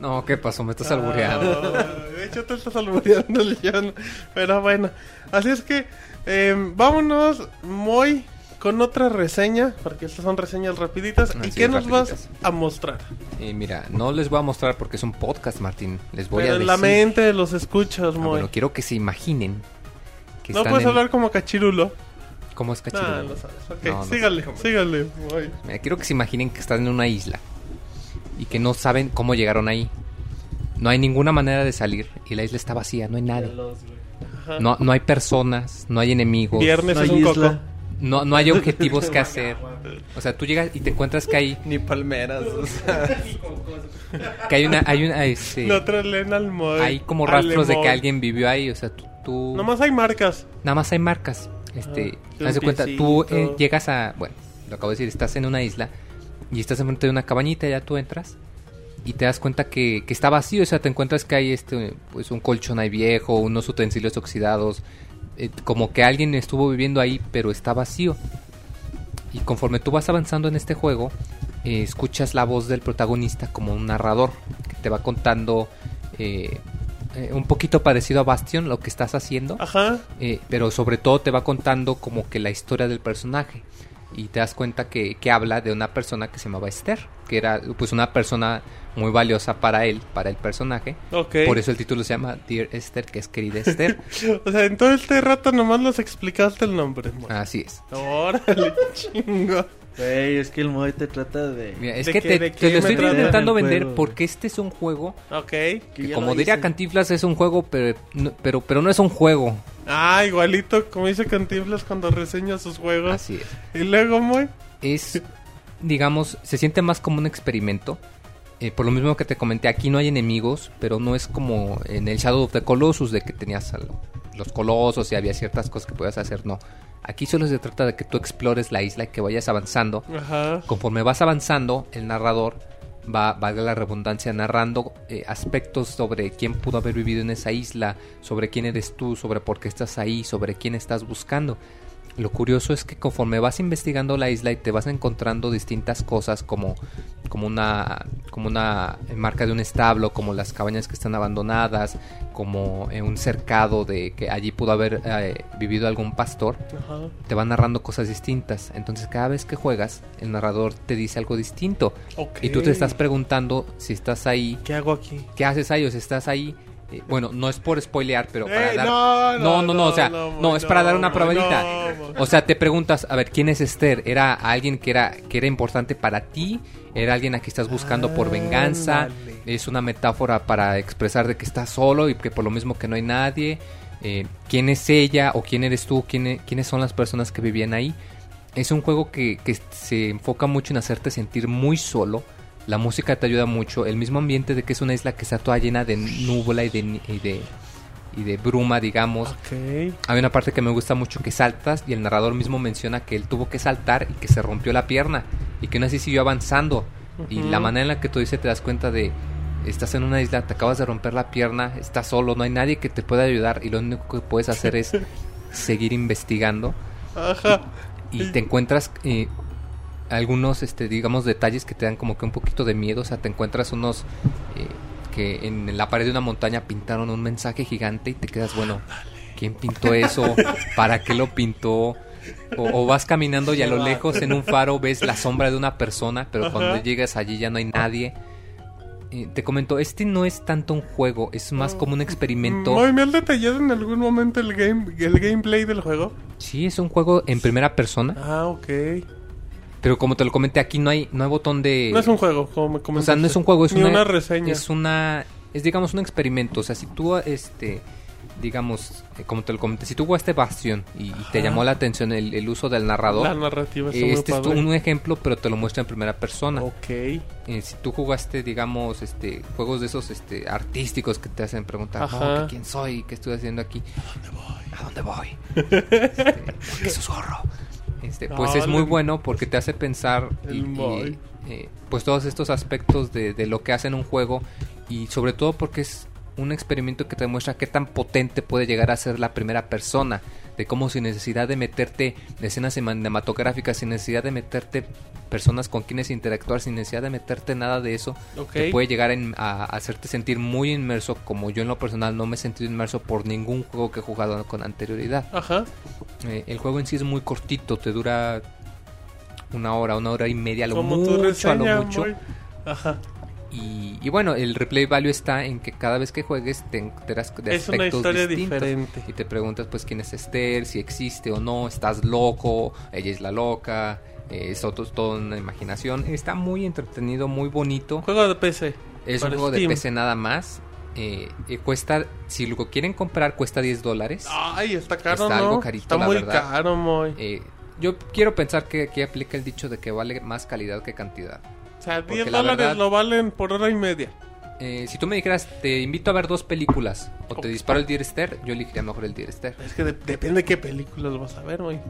Speaker 3: No, ¿qué pasó? Me estás albureando.
Speaker 2: Ah, de hecho, te estás albureando, León. Pero bueno, así es que eh, vámonos muy con otra reseña, porque estas son reseñas rapiditas. ¿Y
Speaker 3: Así
Speaker 2: qué
Speaker 3: es,
Speaker 2: nos vas
Speaker 3: rapiditas.
Speaker 2: a mostrar?
Speaker 3: Y mira, no les voy a mostrar porque es un podcast, Martín. Les voy
Speaker 2: Pero
Speaker 3: a
Speaker 2: en
Speaker 3: decir.
Speaker 2: la mente de los escuchas,
Speaker 3: Ah,
Speaker 2: Moy.
Speaker 3: bueno, quiero que se imaginen que
Speaker 2: no
Speaker 3: están
Speaker 2: puedes
Speaker 3: en-
Speaker 2: hablar como cachirulo.
Speaker 3: ¿Cómo es cachirulo?
Speaker 2: Nah, Ah, lo sabes. Ok,
Speaker 3: No, no
Speaker 2: sígale, sígale, Moy.
Speaker 3: Mira, quiero que se imaginen que están en una isla y que no saben cómo llegaron ahí. No hay ninguna manera de salir y la isla está vacía, no hay nadie.
Speaker 5: Veloz, güey.
Speaker 2: Ajá.
Speaker 3: No, no hay personas, no hay enemigos,
Speaker 2: Viernes
Speaker 5: No
Speaker 2: es
Speaker 5: hay
Speaker 2: un coco.
Speaker 5: isla.
Speaker 3: no, no hay objetivos que hacer. O sea, tú llegas y te encuentras que hay,
Speaker 4: Ni palmeras, o sea...
Speaker 3: que hay una, hay una, este,
Speaker 2: Lo traen al Moy.
Speaker 3: hay como
Speaker 2: al
Speaker 3: rastros de
Speaker 2: Moy.
Speaker 3: que alguien vivió ahí. O sea, tú, tú-
Speaker 2: Nomás hay marcas.
Speaker 3: nada más hay marcas. Este,
Speaker 2: Ah,
Speaker 3: haz de cuenta, tú eh,
Speaker 2: piecito.
Speaker 3: llegas a, bueno, lo acabo de decir, estás en una isla y estás enfrente de una cabañita, ya tú entras y te das cuenta que, que está vacío, o sea, te encuentras que hay este, pues un colchón ahí viejo, unos utensilios oxidados, eh, como que alguien estuvo viviendo ahí, pero está vacío. Y conforme tú vas avanzando en este juego, eh, escuchas la voz del protagonista como un narrador que te va contando eh, eh, un poquito parecido a Bastion lo que estás haciendo.
Speaker 2: Ajá.
Speaker 3: Eh, pero sobre todo te va contando como que la historia del personaje. Y te das cuenta que, que habla de una persona que se llamaba Esther, que era pues una persona muy valiosa para él, para el personaje.
Speaker 2: Ok.
Speaker 3: Por eso el título se llama Dear Esther, que es querida Esther.
Speaker 2: O sea, en todo este rato nomás los explicaste el nombre. Bueno.
Speaker 3: Ah, Así es.
Speaker 2: Órale, chingo.
Speaker 5: Güey, es que el Moy te trata de.
Speaker 3: Mira, es
Speaker 2: ¿De
Speaker 3: que
Speaker 2: qué-
Speaker 3: te,
Speaker 2: de
Speaker 3: te
Speaker 2: qué
Speaker 3: lo estoy
Speaker 2: me trata
Speaker 3: intentando
Speaker 5: el
Speaker 3: vender
Speaker 5: juego?
Speaker 3: porque este es un juego
Speaker 2: Ok.
Speaker 5: que
Speaker 3: que
Speaker 5: ya
Speaker 3: como
Speaker 5: lo
Speaker 3: diría
Speaker 5: hice.
Speaker 3: Cantinflas es un juego, pero no, pero, pero no es un juego.
Speaker 2: Ah, igualito como dice Cantinflas cuando reseña sus juegos.
Speaker 3: Así es.
Speaker 2: Y luego, muy.
Speaker 3: es, digamos, se siente más como un experimento. Eh, por lo mismo que te comenté, aquí no hay enemigos, pero no es como en el Shadow of the Colossus de que tenías al- los colosos y había ciertas cosas que podías hacer. No, aquí solo se trata de que tú explores la isla y que vayas avanzando.
Speaker 2: Ajá.
Speaker 3: Conforme vas avanzando, el narrador va, valga la redundancia, narrando eh, aspectos sobre quién pudo haber vivido en esa isla, sobre quién eres tú, sobre por qué estás ahí, sobre quién estás buscando. Lo curioso es que conforme vas investigando la isla y te vas encontrando distintas cosas como, como, una, como una marca de un establo, como las cabañas que están abandonadas, como eh, un cercado de que allí pudo haber eh, vivido algún pastor,
Speaker 2: Ajá.
Speaker 3: te va narrando cosas distintas. Entonces cada vez que juegas, el narrador te dice algo distinto.
Speaker 2: Ok.
Speaker 3: Y tú te estás preguntando si estás ahí,
Speaker 2: ¿Qué hago aquí?
Speaker 3: qué haces ahí o si estás ahí. Eh, bueno, no es por spoilear, pero para
Speaker 2: Eh,
Speaker 3: dar...
Speaker 2: no,
Speaker 3: No, no, no, o sea,
Speaker 2: muy,
Speaker 3: no, es para dar una
Speaker 2: muy,
Speaker 3: probadita.
Speaker 2: no, muy.
Speaker 3: O sea, te preguntas, a ver, ¿quién es Esther? ¿Era alguien que era, que era importante para ti? ¿Era alguien a quien estás buscando por venganza?
Speaker 2: Ándale.
Speaker 3: Es una metáfora para expresar de que estás solo y que por lo mismo que no hay nadie. Eh, ¿Quién es ella o quién eres tú? ¿Quién e- ¿Quiénes son las personas que vivían ahí? Es un juego que, que se enfoca mucho en hacerte sentir muy solo. La música te ayuda mucho. El mismo ambiente de que es una isla que está toda llena de nubla y de, ni- y de, y de bruma, digamos.
Speaker 2: Ok.
Speaker 3: Hay una parte que me gusta mucho que saltas y el narrador mismo menciona que él tuvo que saltar y que se rompió la pierna y que aún así siguió avanzando. Y
Speaker 2: Ujú.
Speaker 3: la manera en la que tú dices te das cuenta de estás en una isla, te acabas de romper la pierna, estás solo, no hay nadie que te pueda ayudar y lo único que puedes hacer es seguir investigando
Speaker 2: Ajá.
Speaker 3: y te encuentras eh, algunos, este, digamos, detalles que te dan como que un poquito de miedo. O sea, te encuentras unos eh, que en la pared de una montaña pintaron un mensaje gigante y te quedas, bueno, ¿quién pintó eso? ¿Para qué lo pintó? O, o vas caminando y a lo lejos en un faro ves la sombra de una persona, pero cuando
Speaker 2: Ajá.
Speaker 3: llegas allí ya no hay nadie. Eh, te comento, este no es tanto un juego, es más como un experimento.
Speaker 2: Muy bien detallado en algún momento el, game, el gameplay del juego.
Speaker 3: Sí, es un juego en primera persona,
Speaker 2: Ah, ok.
Speaker 3: Eh, pero como te lo comenté aquí no hay no hay botón de
Speaker 2: No es un juego, como me
Speaker 3: O
Speaker 2: comentaste.
Speaker 3: sea, no es un juego, es
Speaker 2: Ni
Speaker 3: una,
Speaker 2: una, reseña.
Speaker 3: Es una. Es digamos un experimento. O sea, si tú, este. Digamos, eh, como te lo comenté, si tú jugaste Bastion y, y te
Speaker 2: Ajá.
Speaker 3: llamó la atención el, el uso del narrador,
Speaker 2: La narrativa es
Speaker 3: eh,
Speaker 2: muy
Speaker 3: este es tu-
Speaker 2: padre.
Speaker 3: un ejemplo, pero te lo muestra en primera persona.
Speaker 2: Ok.
Speaker 3: Eh, si tú jugaste, digamos, este juegos de esos este, artísticos que te hacen preguntar,
Speaker 2: Ajá.
Speaker 3: "No, que ¿quién soy? ¿Qué estoy haciendo aquí? ¿A dónde voy? Este, ¿por qué susurro? Este, pues es
Speaker 2: Dale.
Speaker 3: muy bueno porque te hace pensar y-
Speaker 2: El
Speaker 3: y,
Speaker 2: boy.
Speaker 3: eh, pues todos estos aspectos de, de lo que hacen un juego y sobre todo porque es un experimento que te muestra qué tan potente puede llegar a ser la primera persona, de cómo sin necesidad de meterte en escenas cinematográficas, sin necesidad de meterte personas con quienes interactuar, sin necesidad de meterte nada de eso,
Speaker 2: Ok.
Speaker 3: te puede llegar en- a, hacerte sentir muy inmerso, como yo en lo personal no me he sentido inmerso por ningún juego que he jugado con anterioridad.
Speaker 2: Ajá.
Speaker 3: Eh, el juego en sí es muy cortito, te dura una hora, una hora y media, a lo
Speaker 2: como
Speaker 3: mucho,
Speaker 2: tu
Speaker 3: a
Speaker 2: reseña,
Speaker 3: lo mucho.
Speaker 2: muy- Ajá.
Speaker 3: Y, y bueno, el replay value está en que cada vez que juegues te enteras de
Speaker 2: Es una
Speaker 3: aspectos
Speaker 2: historia
Speaker 3: distintos.
Speaker 2: diferente.
Speaker 3: Y te preguntas pues quién es Esther, si existe o no, estás loco, ella es la loca, eh, es otro- todo una imaginación. Está muy entretenido, muy bonito.
Speaker 2: Juego de PC.
Speaker 3: Es un
Speaker 2: para
Speaker 3: juego de
Speaker 2: Steam.
Speaker 3: PC nada más. Eh, eh, cuesta, si lo quieren comprar, cuesta 10 dólares.
Speaker 2: Ay, está caro,
Speaker 3: Está
Speaker 2: ¿no?
Speaker 3: algo carito,
Speaker 2: está
Speaker 3: la
Speaker 2: muy
Speaker 3: verdad.
Speaker 2: caro, muy.
Speaker 3: Eh, yo quiero pensar que aquí aplica el dicho de que vale más calidad que cantidad.
Speaker 2: O sea,
Speaker 3: porque
Speaker 2: 10
Speaker 3: la
Speaker 2: dólares
Speaker 3: verdad-
Speaker 2: lo valen por hora y media.
Speaker 3: Eh, si tú me dijeras, te invito a ver dos películas, o
Speaker 2: Ok.
Speaker 3: te disparo el Dear Esther, yo elegiría mejor el Dear Esther.
Speaker 2: Es que de- depende de qué película lo vas a ver, muy.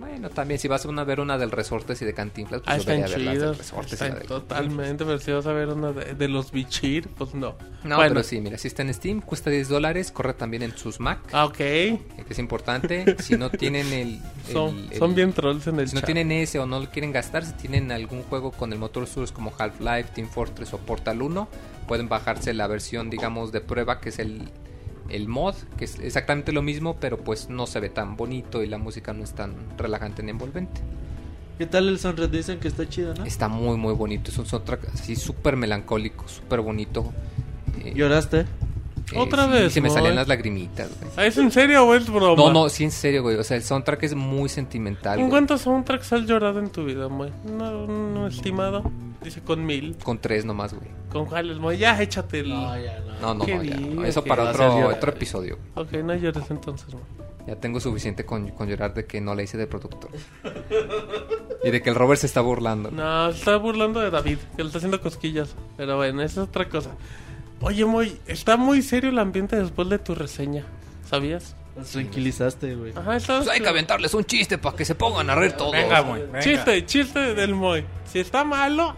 Speaker 3: Bueno, también si vas a una- ver una del Resortes y de Cantinflas,
Speaker 2: Ah,
Speaker 3: pues yo
Speaker 2: están
Speaker 3: vería a ver las del
Speaker 2: chidos.
Speaker 3: Resortes y
Speaker 2: Están
Speaker 3: la de-
Speaker 2: totalmente, pero si vas a ver una de, de los bichir, pues no.
Speaker 3: No,
Speaker 2: Bueno.
Speaker 3: pero sí, mira, si está en Steam, cuesta 10 dólares, corre también en sus Mac,
Speaker 2: Ah, ok.
Speaker 3: que es importante. Si no tienen el... el-
Speaker 2: Son,
Speaker 3: el-
Speaker 2: son bien trolls en el
Speaker 3: Si no
Speaker 2: chat.
Speaker 3: tienen ese o no lo quieren gastar, si tienen algún juego con el motor Source como Half-Life, Team Fortress o Portal 1, pueden bajarse la versión, digamos, de prueba, que es el, el mod, que es exactamente lo mismo, pero pues no se ve tan bonito y la música no es tan relajante ni envolvente.
Speaker 5: ¿Qué tal el Sunred? Dicen que está chido,
Speaker 2: Ah.
Speaker 5: ¿no?
Speaker 3: Está muy, muy bonito. Es un soundtrack así súper melancólico, súper bonito. Eh,
Speaker 5: Lloraste.
Speaker 3: eh,
Speaker 2: Otra
Speaker 3: sí,
Speaker 2: vez,
Speaker 3: Se me
Speaker 2: ¿no?
Speaker 3: salían las lagrimitas, güey.
Speaker 2: Ah, ¿Es en serio o es broma?
Speaker 3: No, no, sí, en serio, güey. O sea, el soundtrack es muy sentimental.
Speaker 2: ¿Con
Speaker 3: güey.
Speaker 2: cuántos soundtracks has llorado en tu vida, Moy? No, no, estimado. Dice con mil.
Speaker 3: Con tres nomás, güey.
Speaker 2: ¿Con cuáles, Moy? Ya, échate el...
Speaker 5: ya no.
Speaker 3: No, no,
Speaker 2: Qué
Speaker 3: no, ya, no.
Speaker 2: bien,
Speaker 3: Eso
Speaker 2: qué
Speaker 3: para
Speaker 5: vas a
Speaker 3: otro,
Speaker 5: llorar.
Speaker 3: otro episodio.
Speaker 2: Ok, no llores entonces, Moy.
Speaker 3: Ya tengo suficiente con, con llorar de que no la hice de productor. y de que el Robert se está burlando.
Speaker 2: No, se está burlando de David, que le está haciendo cosquillas. Pero bueno, esa es otra cosa. Oye, Moy, está muy serio el ambiente después de tu reseña. ¿Sabías?
Speaker 5: Nos tranquilizaste, güey.
Speaker 2: Ajá, estabas...
Speaker 3: Pues hay que aventarles un chiste para que se pongan a reír todos.
Speaker 8: Venga, muy. venga.
Speaker 2: Chiste, chiste del Moy. Si está malo,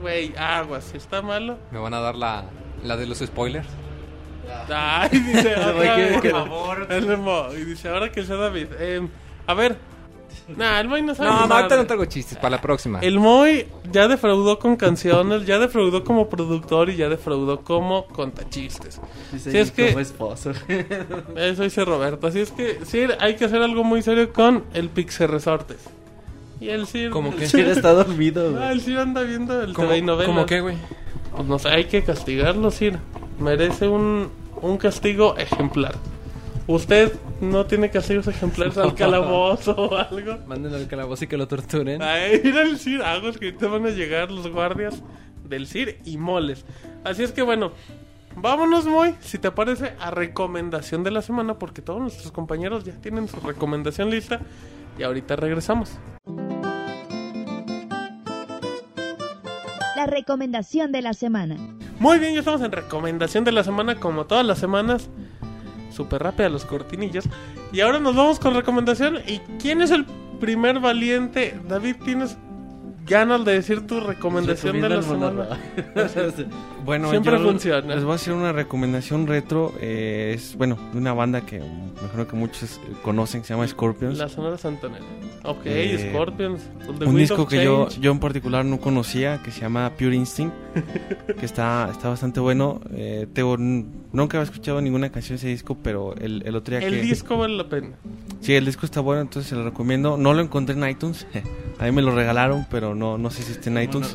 Speaker 2: güey, agua. Si está malo,
Speaker 3: Me van a dar la, la de los spoilers.
Speaker 2: Ay, dice,
Speaker 5: Se va
Speaker 2: otra
Speaker 5: a quedar
Speaker 2: vez.
Speaker 5: que-
Speaker 2: El Mo, y dice, ahora que sea David. em, a ver. Nah, el Moy no sabe.
Speaker 3: No, no,
Speaker 2: nada.
Speaker 3: ahorita no traigo chistes. Para la próxima.
Speaker 2: El Moy ya defraudó con canciones, ya defraudó como productor y ya defraudó como contachistes.
Speaker 5: Dice,
Speaker 2: Si es
Speaker 5: "Y
Speaker 2: que-
Speaker 5: como esposo.
Speaker 2: Eso dice Roberto. Así es que sí, hay que hacer algo muy serio con el Pixel Resortes. Y el Sir.
Speaker 4: ¿Cómo qué?
Speaker 5: Si está dormido,
Speaker 2: Ah,
Speaker 5: güey.
Speaker 2: el Sir anda viendo el
Speaker 4: ¿Cómo,
Speaker 2: TV novela.
Speaker 4: ¿Cómo qué, güey?
Speaker 2: Pues no sé, hay que castigarlo, Sir. Merece un, un castigo ejemplar. Usted no tiene castigos ejemplares al calabozo o algo.
Speaker 9: Mándenlo al calabozo y que lo torturen.
Speaker 3: Ah,
Speaker 2: Ahí ir al CIR, aguas Ah, pues que te van a llegar los guardias del CIR y moles. Así es que bueno, vámonos muy, si te parece, a recomendación de la semana, porque todos nuestros compañeros ya tienen su recomendación lista y ahorita regresamos.
Speaker 1: La recomendación de la semana.
Speaker 2: Muy bien, ya estamos en recomendación de la semana, como todas las semanas. Súper rápida los cortinillas. Y ahora nos vamos con recomendación. ¿Y quién es el primer valiente? David, ¿tienes ganas de decir tu recomendación de la semana?
Speaker 7: Bueno,
Speaker 2: Siempre
Speaker 7: yo
Speaker 2: funciona.
Speaker 7: Les voy a hacer una recomendación retro. eh, es, bueno, de una banda que me imagino que muchos eh, conocen, que se llama Scorpions.
Speaker 2: La Sonora Santanera. Ok,
Speaker 7: Eh,
Speaker 2: Scorpions. The
Speaker 7: un
Speaker 2: Wind
Speaker 7: disco
Speaker 2: of
Speaker 7: que yo,
Speaker 2: Change.
Speaker 7: yo en particular no conocía, que se llama Pure Instinct, que está, está bastante bueno. Eh, Teo, n- nunca había escuchado ninguna canción de ese disco, pero el, el otro día
Speaker 2: El
Speaker 7: que...
Speaker 2: disco vale la pena.
Speaker 7: Sí, el disco está bueno, entonces se lo recomiendo. No lo encontré en iTunes, a mí me lo regalaron, pero no, no sé si está en iTunes.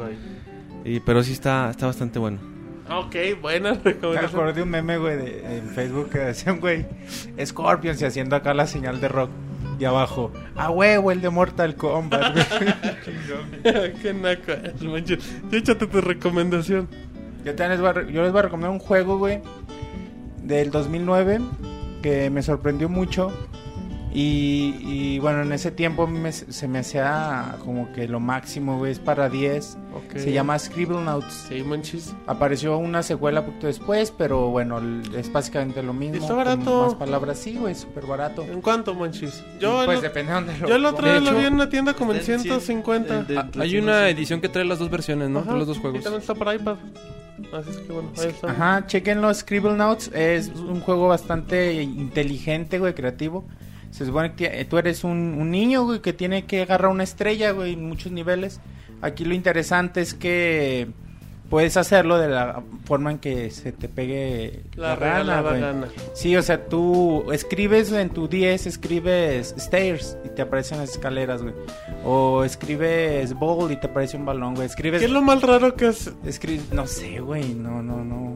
Speaker 7: Y, pero sí está, está bastante bueno.
Speaker 2: Ok, buena
Speaker 6: Me
Speaker 2: recomendación.
Speaker 6: acuerdo de un meme, güey, de- en Facebook que decía un güey, Scorpions y haciendo acá la señal de rock. Y abajo, a huevo el de Mortal Kombat, güey.
Speaker 2: Qué naco. es, manches. Ya échate tu recomendación.
Speaker 6: Yo, también les voy a, re- yo les voy a recomendar un juego, güey, del 2009 que me sorprendió mucho. Y, y, bueno, en ese tiempo me- se me hacía como que lo máximo, güey, es para 10.
Speaker 2: Ok.
Speaker 6: Se llama Scribblenauts.
Speaker 2: Sí, manches.
Speaker 6: Apareció una secuela poquito después, pero bueno, l- es básicamente lo mismo.
Speaker 2: Está
Speaker 6: con
Speaker 2: barato.
Speaker 6: Más palabras, sí, güey, súper barato.
Speaker 2: ¿En cuánto, manches? Yo,
Speaker 6: pues
Speaker 2: el,
Speaker 6: depende de dónde lo
Speaker 2: yo el otro día
Speaker 9: De
Speaker 2: lo
Speaker 9: hecho,
Speaker 2: vi en una tienda como en
Speaker 5: está en
Speaker 2: 150.
Speaker 5: cien- el de-
Speaker 9: Ah, Hay una edición que trae las dos versiones, ¿no?
Speaker 2: Ajá,
Speaker 9: Trae los dos
Speaker 2: Y
Speaker 9: juegos.
Speaker 2: también está para iPad. Así es que bueno, ahí está.
Speaker 6: Ajá, chequenlo, Scribblenauts es un juego bastante inteligente, güey, creativo. Se supone que eh, tú eres un, un niño, güey, que tiene que agarrar una estrella, güey, en muchos niveles. Aquí lo interesante es que puedes hacerlo de la forma en que se te pegue
Speaker 2: La,
Speaker 6: la, rana,
Speaker 2: regalada
Speaker 6: güey.
Speaker 2: gana.
Speaker 6: Sí, o sea, tú escribes en tu 10, escribes stairs y te aparecen las escaleras, güey. O escribes bowl y te aparece un balón, güey. Escribes
Speaker 2: ¿Qué es lo más raro que es?
Speaker 6: Escribe, no sé, güey, no, no, no.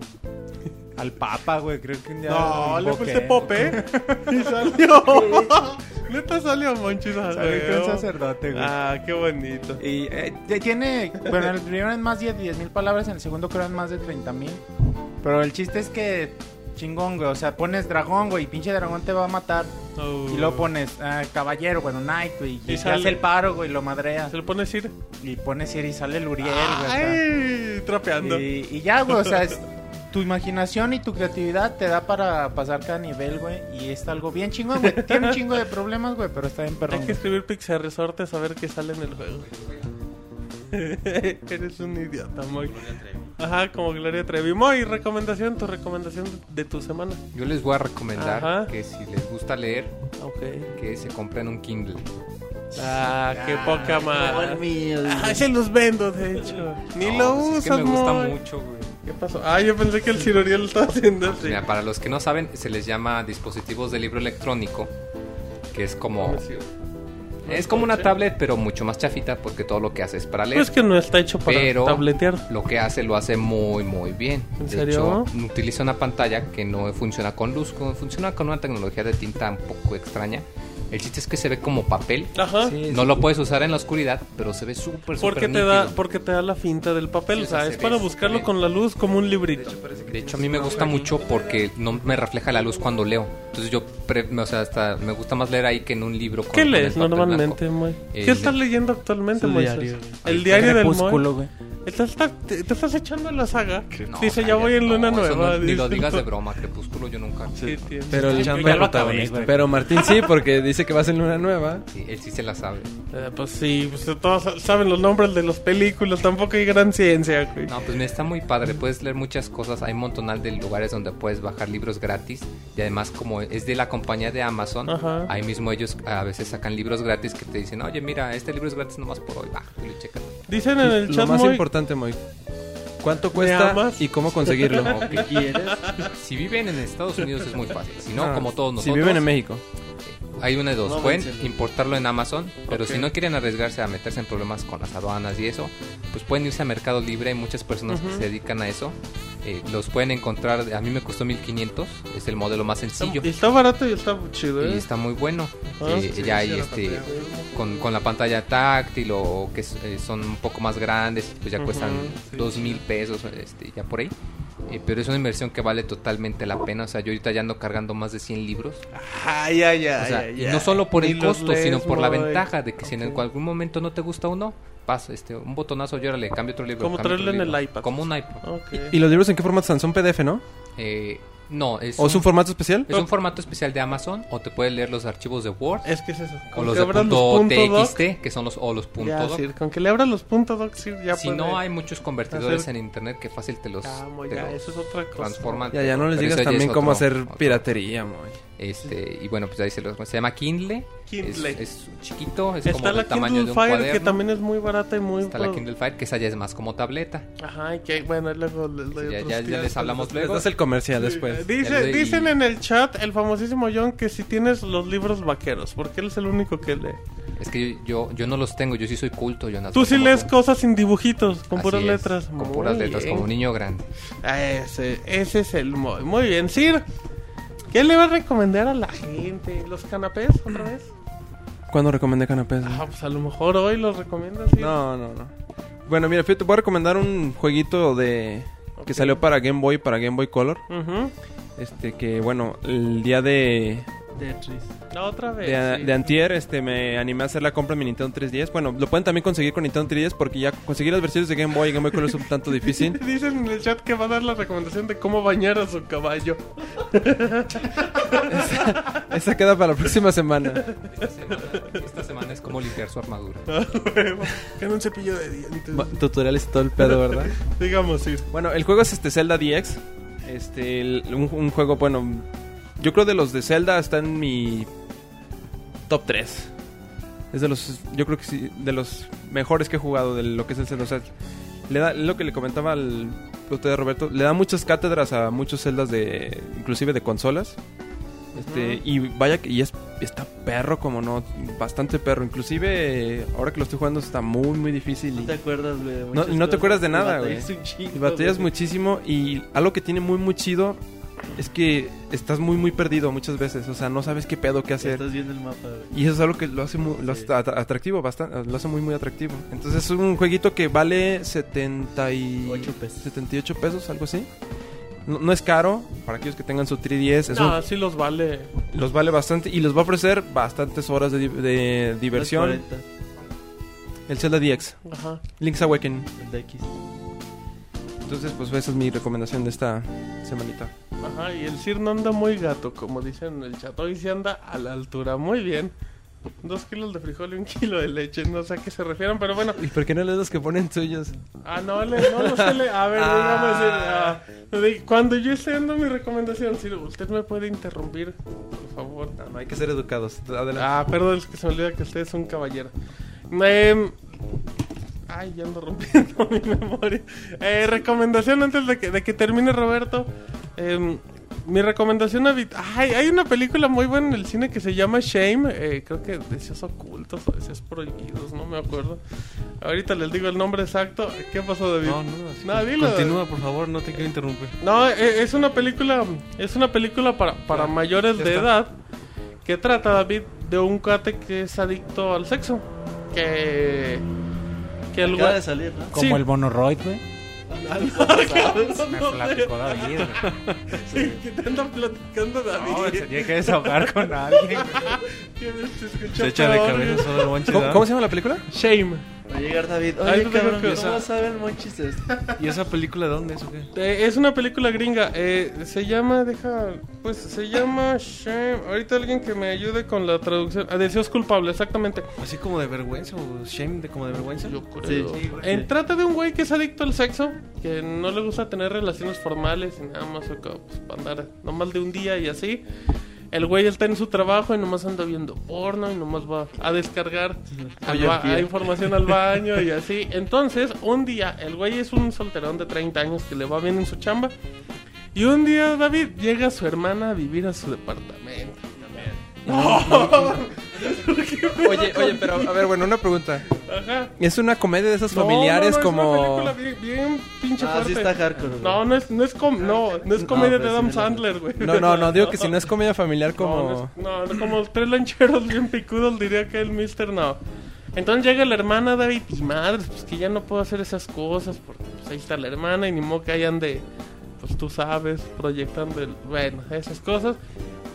Speaker 6: Al Papa, güey, creo que un ¿eh? día.
Speaker 2: No, le
Speaker 6: invoqué.
Speaker 2: fuiste pope. Y salió. Neta salió, manches. a
Speaker 6: Salió con
Speaker 2: huevo.
Speaker 6: un sacerdote, güey.
Speaker 2: Ah, qué bonito.
Speaker 6: Y eh, ya tiene, bueno, el primero es más de 10 mil palabras, en el segundo creo en más de 30 mil. Pero el chiste es que, chingón, güey, o sea, pones dragón, güey, y pinche dragón te va a matar. Y
Speaker 2: Oh.
Speaker 6: lo pones ah, caballero, bueno, knight, güey,
Speaker 2: Uh. Y
Speaker 6: y, te
Speaker 2: sale.
Speaker 6: hace el paro, güey, lo madrea.
Speaker 2: Se le pone Sir.
Speaker 6: Y pones ir y sale el Uriel, güey. o sea.
Speaker 2: Ay, trapeando.
Speaker 6: Y, y ya, güey, o sea, es- tu imaginación y tu creatividad te da para pasar cada nivel, güey. Y está algo bien chingón, güey. Tiene un chingo de problemas, güey, pero está bien
Speaker 2: Hay
Speaker 6: perrón.
Speaker 2: que
Speaker 6: güey.
Speaker 2: escribir Pixar Resortes a ver qué sale en el juego. Eres un idiota, Moy. Ajá, como Gloria Trevi. Moy, recomendación, tu recomendación de tu semana.
Speaker 3: Yo les voy a recomendar
Speaker 2: Ajá.
Speaker 3: que si les gusta leer,
Speaker 2: Ok.
Speaker 3: que se compren un Kindle.
Speaker 2: Ah, qué poca más.
Speaker 5: mío,
Speaker 2: Ah, se los vendo, de hecho. Ni lo
Speaker 3: No,
Speaker 2: usas,
Speaker 3: pues es que me gusta
Speaker 2: Moy.
Speaker 3: mucho, güey.
Speaker 2: ¿Qué pasó? Ah, yo pensé que el ciruriel lo estaba haciendo así.
Speaker 3: Mira, para los que no saben, se les llama dispositivos de libro electrónico, que es como es como una tablet, pero mucho más chafita porque todo lo que hace es para leer.
Speaker 2: Pues que no está hecho para
Speaker 3: Pero-
Speaker 2: tabletear.
Speaker 3: Lo que hace lo hace muy muy bien.
Speaker 2: Pues ¿En
Speaker 3: de
Speaker 2: serio?
Speaker 3: hecho, utiliza una pantalla que no funciona con luz, con- funciona con una tecnología de tinta un poco extraña. El chiste es que se ve como papel.
Speaker 2: Ajá.
Speaker 3: No lo puedes usar en la oscuridad, pero se ve súper súper
Speaker 2: Porque te,
Speaker 3: nítido.
Speaker 2: da, porque te da la finta del papel,
Speaker 3: Sí,
Speaker 2: o sea,
Speaker 3: o sea,
Speaker 2: es
Speaker 3: se
Speaker 2: para
Speaker 3: ve
Speaker 2: buscarlo
Speaker 3: bien.
Speaker 2: con la luz como un librito.
Speaker 3: De hecho, a mí me gusta mucho porque no me refleja la luz cuando leo. Entonces yo, pre- me- o sea, hasta me gusta más leer ahí que en un libro. con-
Speaker 2: ¿Qué
Speaker 3: con el
Speaker 2: lees
Speaker 3: papel blanco.
Speaker 2: normalmente, Moy?
Speaker 3: Eh,
Speaker 2: ¿Qué estás
Speaker 3: le-
Speaker 2: leyendo actualmente,
Speaker 4: Su
Speaker 2: Moisés?
Speaker 4: diario.
Speaker 2: El diario del Moy.
Speaker 6: Crepúsculo, güey.
Speaker 2: Estás- estás- te, te estás echando la saga.
Speaker 3: No,
Speaker 2: Dice, ya
Speaker 3: cállate,
Speaker 2: voy en luna
Speaker 3: no, eso
Speaker 2: nueva.
Speaker 3: no- ni lo
Speaker 2: dice.
Speaker 3: digas de broma, Crepúsculo yo nunca.
Speaker 2: Sí, tienes.
Speaker 4: Pero el
Speaker 2: Ya
Speaker 4: champ
Speaker 2: lo
Speaker 4: es
Speaker 2: acabé.
Speaker 4: protagonista. Pero Martín sí, porque dice que va a ser luna nueva.
Speaker 3: Sí, él sí se la sabe.
Speaker 2: Eh, pues sí, pues todos saben los nombres de las películas, tampoco hay gran ciencia, güey.
Speaker 3: No, pues mira, está muy padre. Puedes leer muchas cosas. Hay un montonal de lugares donde puedes bajar libros gratis. Y además, como es de la compañía de Amazon,
Speaker 2: Ajá.
Speaker 3: ahí mismo ellos a veces sacan libros gratis que te dicen, oye, mira, este libro es gratis nomás por hoy. Va, y lo checas.
Speaker 2: Dicen en el
Speaker 4: Lo
Speaker 2: chat
Speaker 4: más
Speaker 2: muy...
Speaker 4: importante, Moy. ¿Cuánto
Speaker 2: ¿Me
Speaker 4: cuesta
Speaker 2: amas?
Speaker 4: y cómo conseguirlo?
Speaker 3: Ok. Si viven en Estados Unidos es muy fácil. Si no,
Speaker 4: Ah,
Speaker 3: como todos nosotros.
Speaker 4: Si viven en México.
Speaker 3: Hay una de dos,
Speaker 5: No,
Speaker 3: pueden
Speaker 5: vénselo.
Speaker 3: importarlo en Amazon, pero si no quieren arriesgarse a meterse en problemas con las aduanas y eso, pues pueden irse a Mercado Libre, hay muchas personas que
Speaker 2: Ujú.
Speaker 3: se dedican a eso. Eh, los pueden encontrar, a mí me costó 1500, es el modelo más
Speaker 2: Está-
Speaker 3: sencillo
Speaker 2: y está barato y está chido,
Speaker 3: y
Speaker 2: ¿eh?
Speaker 3: está muy bueno.
Speaker 2: Ah,
Speaker 3: Eh,
Speaker 2: sí,
Speaker 3: ya hay
Speaker 2: sí, la
Speaker 3: este
Speaker 2: pantalla.
Speaker 3: con, con la pantalla táctil o que s- eh, son un poco más grandes, pues ya
Speaker 2: Ujú,
Speaker 3: cuestan
Speaker 2: sí,
Speaker 3: dos mil pesos, este, ya por ahí. Eh, pero es una inversión que vale totalmente la pena. O sea, yo ahorita ya ando cargando más de 100 libros.
Speaker 2: Ay, ay,
Speaker 3: O
Speaker 2: ay,
Speaker 3: sea,
Speaker 2: ay,
Speaker 3: y
Speaker 2: ay.
Speaker 3: no solo por
Speaker 2: Ni
Speaker 3: el
Speaker 2: los
Speaker 3: costo, sino
Speaker 2: lees,
Speaker 3: por la
Speaker 2: Moy.
Speaker 3: ventaja de que si en el- algún momento no te gusta uno, vas este, un botonazo, yo ahora le cambio otro libro.
Speaker 2: Como
Speaker 3: cambio otro
Speaker 2: traerlo en
Speaker 3: libro.
Speaker 2: el iPad.
Speaker 3: Como un iPad.
Speaker 2: Ok.
Speaker 4: ¿Y los libros en qué formato están? ¿Son PDF, no?
Speaker 3: Eh, no, es,
Speaker 4: ¿O es
Speaker 3: un,
Speaker 4: un formato especial?
Speaker 3: es un formato especial de Amazon o te puedes leer los archivos de Word
Speaker 2: Es que es eso.
Speaker 3: o
Speaker 2: Con
Speaker 3: los
Speaker 2: que
Speaker 3: de
Speaker 2: abran los
Speaker 3: punto
Speaker 2: doc,
Speaker 3: .txt, que son los o los punto
Speaker 2: ya,
Speaker 3: doc.
Speaker 2: sí, con que le abran los puntos doc, sí, ya
Speaker 3: si
Speaker 2: puede.
Speaker 3: no, hay muchos convertidores
Speaker 2: hacer-
Speaker 3: en internet que fácil te los,
Speaker 2: Ah, Moy,
Speaker 3: te
Speaker 2: ya,
Speaker 3: los
Speaker 2: eso es otra cosa.
Speaker 3: transforman.
Speaker 4: Ya, ya no les
Speaker 3: Pero eso
Speaker 4: digas
Speaker 3: ya es
Speaker 4: también cómo
Speaker 3: otro-
Speaker 4: hacer
Speaker 3: otro-
Speaker 4: piratería, Moy.
Speaker 3: Este, y bueno, pues ahí se los se llama Kindle.
Speaker 2: Kindle.
Speaker 3: Es, es chiquito, es como
Speaker 2: Está
Speaker 3: el
Speaker 2: la
Speaker 3: tamaño de
Speaker 2: Kindle
Speaker 3: un
Speaker 2: Fire, que
Speaker 3: cuaderno.
Speaker 2: también es muy barata y muy...
Speaker 3: Está la
Speaker 4: Oh.
Speaker 2: pro-
Speaker 3: Kindle Fire, que esa ya es más como tableta.
Speaker 2: Ajá, y que bueno, luego les doy
Speaker 3: Ya,
Speaker 2: otros
Speaker 3: ya, ya
Speaker 2: tips. eh,
Speaker 3: les hablamos
Speaker 4: Les
Speaker 3: luego.
Speaker 4: das el comercial después.
Speaker 3: Ya
Speaker 2: Dice,
Speaker 3: le-
Speaker 2: dicen en el chat el famosísimo John que si tienes los libros vaqueros, porque él es el único que lee.
Speaker 3: Es que yo, yo no los tengo, yo sí soy culto, Jonas.
Speaker 2: Tú
Speaker 3: no
Speaker 2: sí
Speaker 3: como
Speaker 2: lees
Speaker 3: tú.
Speaker 2: cosas sin dibujitos, con
Speaker 3: Así
Speaker 2: puras
Speaker 3: es,
Speaker 2: letras.
Speaker 3: Con puras
Speaker 2: Muy
Speaker 3: letras,
Speaker 2: bien.
Speaker 3: como un niño grande.
Speaker 2: Ah, Ese, ese es el muy, muy bien, Sir. ¿Qué le va a recomendar a la gente? ¿Los canapés otra vez?
Speaker 4: ¿Cuándo recomendé canapés?
Speaker 3: Mm.
Speaker 4: güey?
Speaker 2: Ah, pues a lo mejor hoy los recomiendas. Sir.
Speaker 4: No, no, no. Bueno, mira, fíjate, te voy a recomendar un jueguito de... Que
Speaker 2: Ok.
Speaker 4: salió para Game Boy, para Game Boy Color.
Speaker 2: Ujú.
Speaker 4: Este, que bueno, el día de,
Speaker 2: La otra vez.
Speaker 4: de,
Speaker 2: sí.
Speaker 4: de antier, este, me animé a hacer la compra de mi Nintendo 3DS. Bueno, lo pueden también conseguir con Nintendo 3DS porque ya conseguir las versiones de Game Boy y Game Boy Color es un tanto difícil.
Speaker 2: Dicen en el chat que va a dar la recomendación de cómo bañar a su caballo.
Speaker 4: Esa queda para la próxima semana.
Speaker 3: Esta semana, esta semana es como limpiar su armadura.
Speaker 2: Con un cepillo de dientes.
Speaker 4: Ma- Tutoriales y todo el pedo, ¿verdad?
Speaker 2: Digamos, Sir.
Speaker 4: Bueno, el juego es este Zelda DX. Este, el- un, un juego, bueno, yo creo de los de Zelda está en mi top 3. Es de los, yo creo que sí, de los mejores que he jugado de lo que es el Zelda. O sea, le da, lo que le comentaba al usted Roberto, le da muchas cátedras a muchos Zeldas de, inclusive de consolas. Este, y vaya que y es, está perro como no, bastante perro. Inclusive eh, ahora que lo estoy jugando está muy muy difícil.
Speaker 5: No
Speaker 4: y-
Speaker 5: te acuerdas, güey. de
Speaker 4: No-
Speaker 5: muchas
Speaker 4: y no te acuerdas de
Speaker 5: cosas.
Speaker 4: nada,
Speaker 5: Batallas un chingo,
Speaker 4: y batallas
Speaker 5: güey.
Speaker 4: muchísimo y algo que tiene muy muy chido es que estás muy muy perdido muchas veces, o sea, no sabes qué pedo qué hacer.
Speaker 5: Estás viendo el mapa, güey.
Speaker 4: Y eso es algo que lo hace muy, lo hace
Speaker 5: Sí.
Speaker 4: at- atractivo, bastante, lo hace muy muy atractivo. Entonces es un jueguito que vale 70 y-
Speaker 5: Ocho pesos.
Speaker 4: 78 pesos, algo así. No, no es caro para aquellos que tengan su 3DS, es
Speaker 2: No, sí los vale.
Speaker 4: un- los vale bastante y los va a ofrecer bastantes horas de, di- de
Speaker 5: Unas
Speaker 4: diversión.
Speaker 5: 40,
Speaker 4: El Zelda DX,
Speaker 2: Ajá.
Speaker 4: Link's Awakening.
Speaker 5: el de X.
Speaker 4: Entonces, pues esa es mi recomendación de esta semanita.
Speaker 2: Ajá, y el Sir no anda muy gato, como dicen en el chat. Hoy sí anda a la altura, muy bien. Dos kilos de frijol y un kilo de leche, no sé a qué se refieren, pero bueno.
Speaker 4: ¿Y por qué no lees los que ponen tuyos?
Speaker 2: Ah, no, le, no, no se le- A ver,
Speaker 4: Ah.
Speaker 2: digamos. eh, ah, cuando yo esté dando mi recomendación, Sir, usted me puede interrumpir, por favor.
Speaker 4: No, no hay que ser educados. Adelante.
Speaker 2: Ah, perdón, es que se me olvida que usted es un caballero. Em, ay, ya ando rompiendo mi memoria. Eh, recomendación antes de que, de que termine Roberto. Em, mi recomendación habit- ay, hay una película muy buena en el cine que se llama Shame. eh, creo que Deseos Ocultos o Deseos Prohibidos, no me acuerdo. Ahorita les digo el nombre exacto. ¿Qué pasó, David?
Speaker 7: No, no, así-
Speaker 2: No, dilo.
Speaker 7: Continúa, por favor, no te quiero interrumpir.
Speaker 2: No, e- es una película, es una película para, para mayores de edad que trata David de un cate que es adicto al sexo, que que el
Speaker 5: Acaba
Speaker 2: güey-
Speaker 5: de salir, ¿no?
Speaker 6: Como
Speaker 2: Sí.
Speaker 6: el Bonoroid, güey.
Speaker 2: Me platicó
Speaker 6: David,
Speaker 2: que te anda platicando David.
Speaker 6: tenía que desahogar con alguien.
Speaker 2: Que se escucha
Speaker 7: Se echa de
Speaker 2: peor,
Speaker 7: cabeza
Speaker 2: güey.
Speaker 7: solo el guanche,
Speaker 4: ¿Cómo,
Speaker 7: ¿verdad?
Speaker 4: cómo se llama la película?
Speaker 2: Shame.
Speaker 5: Va a llegar David.
Speaker 2: Ahí
Speaker 5: Oye,
Speaker 2: lo tengo
Speaker 5: cabrón,
Speaker 2: que-
Speaker 5: ¿cómo sabe el monchis Ah, esto?
Speaker 7: ¿Y esa película de dónde es o qué?
Speaker 2: Eh, es una película gringa. eh, se llama, deja, pues se llama Shame. Ahorita alguien que me ayude con la traducción. Ah, Deseos culpable, exactamente.
Speaker 7: Así como de vergüenza o shame, de, como de vergüenza.
Speaker 2: Yo creo.
Speaker 5: Sí, sí, güey.
Speaker 2: Eh, trata de un güey que es adicto al sexo, que no le gusta tener relaciones formales y nada más acá, pues, para andar nomás de un día y así. El güey está en su trabajo y nomás anda viendo porno y nomás va a descargar al
Speaker 5: Oye,
Speaker 2: ba-
Speaker 5: tía.
Speaker 2: a información al baño y así. Entonces, un día, el güey es un solterón de 30 años que le va bien en su chamba. Y un día, David, llega su hermana a vivir a su departamento.
Speaker 4: Oye, oye, pero a ver, bueno, una pregunta.
Speaker 2: Ajá.
Speaker 4: ¿Es una comedia de esas
Speaker 2: No,
Speaker 4: familiares
Speaker 2: no, no,
Speaker 4: como
Speaker 2: Es una película bien, bien pinche
Speaker 5: Ah,
Speaker 2: fuerte.
Speaker 5: sí está hardcore. güey.
Speaker 2: No, no es, no es, com- no, no es comedia
Speaker 5: pero
Speaker 2: de
Speaker 5: sí
Speaker 2: Adam
Speaker 5: me la-
Speaker 2: Sandler, güey.
Speaker 4: No, no, no, digo que si no es comedia familiar como
Speaker 2: No, no es- No, no, como tres lancheros bien picudos, diría que el mister no. Entonces llega la hermana David y madres, pues que ya no puedo hacer esas cosas, porque pues, ahí está la hermana y ni modo que hayan de, pues tú sabes, proyectando el, bueno, esas cosas.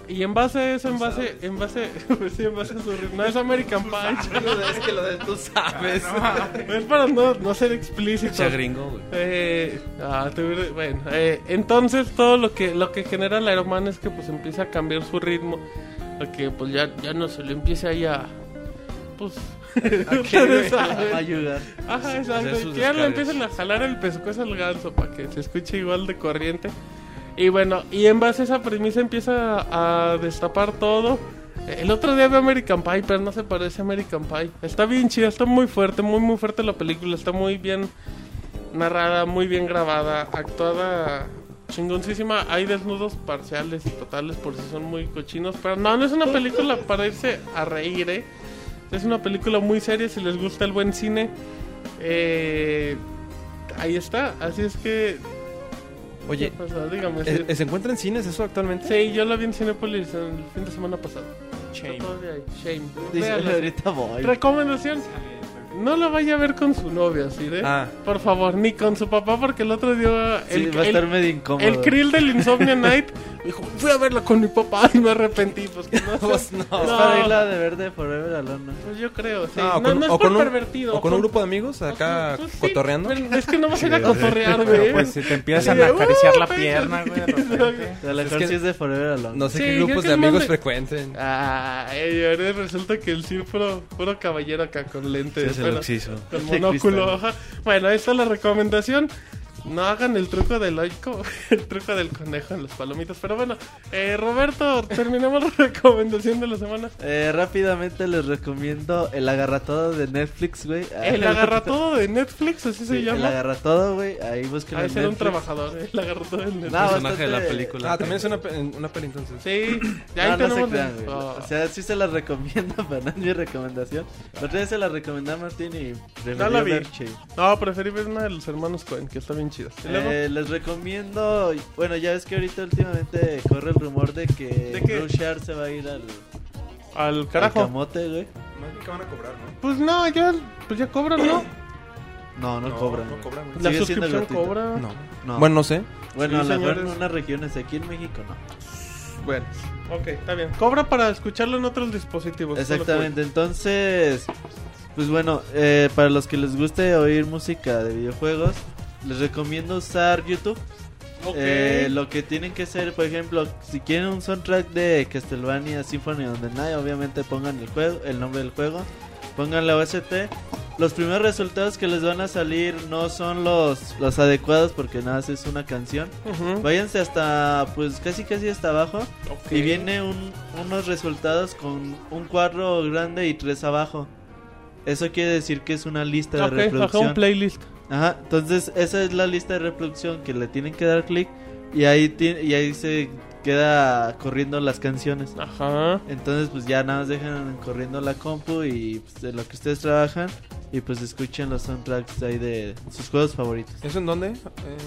Speaker 2: Y en base a eso, en base, en base, pues, sí, en base a su ritmo, no es American Pie,
Speaker 7: es que lo de tú sabes.
Speaker 2: es para no, no ser explícito.
Speaker 7: Pinche gringo, güey.
Speaker 2: Eh, ah, te hubiera- bueno, eh, entonces todo lo que lo que genera la hermana es que pues empieza a cambiar su ritmo, a que pues ya, ya no se lo empiece ahí a pues ustedes saben.
Speaker 5: Va a ayudar.
Speaker 2: Ajá, exacto,
Speaker 7: hacer sus
Speaker 2: que ya le
Speaker 7: descargas.
Speaker 2: empiezan a jalar el pescuezo al ganso para que se escuche igual de corriente. Y bueno, y en base a esa premisa empieza a destapar todo. El otro día vi American Pie, pero no se parece a American Pie. Está bien chida, está muy fuerte, muy muy fuerte la película, está muy bien narrada, muy bien grabada, actuada chingoncísima. Hay desnudos parciales y totales por si son muy cochinos, pero no, no es una película para irse a reír, ¿eh? Es una película muy seria si les gusta el buen cine. Eh, ahí está, así es que...
Speaker 4: Oye,
Speaker 2: ¿qué pasó? dígame.
Speaker 4: ¿eh,
Speaker 2: sí.
Speaker 4: ¿se encuentra en cines eso actualmente?
Speaker 2: Sí, yo la vi en Cinepolis el fin de semana pasado. Shame. Shame.
Speaker 5: Dice,
Speaker 2: Véala.
Speaker 5: ahorita voy.
Speaker 2: Recomendación. No la vaya a ver con su novia, ¿sí? eh?
Speaker 4: Ah.
Speaker 2: Por favor, ni con su papá, porque el otro día...
Speaker 5: Sí,
Speaker 2: el,
Speaker 5: va a
Speaker 2: el-
Speaker 5: estar medio incómodo.
Speaker 2: el krill del Insomnia Night me dijo, fui a verla con mi papá y me arrepentí. Pues que no,
Speaker 4: Pues
Speaker 2: sé.
Speaker 4: no.
Speaker 5: Es para irla de verde Forever Alone. ¿no?
Speaker 2: Pues yo creo, sí.
Speaker 4: Ah,
Speaker 2: No,
Speaker 4: o con-
Speaker 2: no es
Speaker 4: o
Speaker 2: por
Speaker 4: con un-
Speaker 2: pervertido.
Speaker 4: ¿O con un grupo de amigos acá
Speaker 2: Pues sí,
Speaker 4: cotorreando?
Speaker 2: pero Es que no vas a ir a cotorrear, güey.
Speaker 6: Pero pues si te
Speaker 2: Sí,
Speaker 6: empiezan
Speaker 2: de,
Speaker 6: a acariciar
Speaker 2: "Uh,
Speaker 6: la
Speaker 2: pecho".
Speaker 6: pierna, güey. de repente.
Speaker 5: A
Speaker 7: Pues
Speaker 5: lo mejor
Speaker 4: que-
Speaker 5: sí es de Forever Alone.
Speaker 4: No sé
Speaker 2: Sí,
Speaker 4: qué
Speaker 2: creo
Speaker 4: grupos
Speaker 2: que Ah, es
Speaker 4: de amigos
Speaker 2: más de-
Speaker 4: frecuenten. Ah,
Speaker 2: Ay, ahora resulta que el Sir puro, puro caballero acá con lentes.
Speaker 7: Es el
Speaker 2: pero-
Speaker 7: oxiso.
Speaker 2: Con
Speaker 5: De
Speaker 2: monóculo,
Speaker 5: cristal.
Speaker 2: ajá. Bueno, esta es la recomendación. No hagan el truco del oico, el truco del conejo en los palomitos. Pero bueno, eh, Roberto, terminamos la recomendación de la semana.
Speaker 5: Eh, rápidamente les recomiendo el agarratodo de Netflix, güey.
Speaker 2: El agarratodo de Netflix, así se
Speaker 5: Eh, Sí, el
Speaker 2: llama.
Speaker 5: agarratodo, güey. Ahí busquen
Speaker 2: Ha de
Speaker 5: en
Speaker 2: ser un
Speaker 5: Netflix.
Speaker 2: trabajador, eh, el agarratodo del Netflix.
Speaker 5: No,
Speaker 7: personaje de la
Speaker 5: bastante-
Speaker 7: película.
Speaker 4: Ah, también es una, pe- una peli entonces.
Speaker 2: Sí, ya
Speaker 5: No,
Speaker 2: ahí
Speaker 5: no se
Speaker 2: tenemos.
Speaker 5: crean, güey.
Speaker 2: Oh.
Speaker 5: O sea, sí se las recomiendo, pero no es mi recomendación. La otra vez se la recomendé a Martín y
Speaker 2: No la vi.
Speaker 5: ver, che.
Speaker 2: no, preferí ver una de los hermanos Cohen, que está bien chida. ¿Y luego?
Speaker 5: Eh, les recomiendo. Bueno, ya ves que ahorita últimamente corre el rumor de que
Speaker 2: ¿De qué?
Speaker 5: Bouchard se va a ir al,
Speaker 2: Al
Speaker 5: al
Speaker 2: carajo.
Speaker 5: camote, güey.
Speaker 4: Más bien que van a cobrar, ¿no?
Speaker 2: Pues no, ya, pues ya cobran, ¿no?
Speaker 5: No, no, cobran.
Speaker 4: No
Speaker 5: güey.
Speaker 4: cobran. güey.
Speaker 2: La
Speaker 5: Sigue siendo
Speaker 2: suscripción
Speaker 5: gratuito.
Speaker 2: cobra.
Speaker 4: No.
Speaker 5: No.
Speaker 4: Bueno, no sé.
Speaker 5: Bueno,
Speaker 2: Sí,
Speaker 5: a lo mejor en
Speaker 2: señores.
Speaker 5: unas regiones, aquí en México no.
Speaker 4: Bueno.
Speaker 2: Ok, está bien. Cobra para escucharlo en otros dispositivos. eso es lo que voy.
Speaker 5: Exactamente, pues entonces, pues bueno, eh, para los que les guste oír música de videojuegos, les recomiendo usar YouTube.
Speaker 2: Ok.
Speaker 5: Eh, lo que tienen que hacer, por ejemplo, si quieren un soundtrack de Castlevania Symphony of the Night, obviamente pongan el juego, el nombre del juego, pongan la OST. Los primeros resultados que les van a salir no son los, los adecuados porque nada más es una canción.
Speaker 2: Ujú.
Speaker 5: Váyanse hasta, pues casi casi hasta abajo
Speaker 2: Ok.
Speaker 5: y viene un- unos resultados con un cuadro grande y tres abajo. Eso quiere decir que es una
Speaker 2: Ok,
Speaker 5: lista de
Speaker 2: ajá,
Speaker 5: reproducción.
Speaker 2: un playlist.
Speaker 5: Ajá, entonces esa es la lista de reproducción que le tienen que dar clic y ahí ti- y ahí se queda corriendo las canciones.
Speaker 2: Ah. Ajá.
Speaker 5: Entonces pues ya nada más dejan corriendo la compu y pues, de lo que ustedes trabajan y pues escuchen los soundtracks ahí de sus juegos favoritos.
Speaker 4: ¿Eso en dónde? Eh,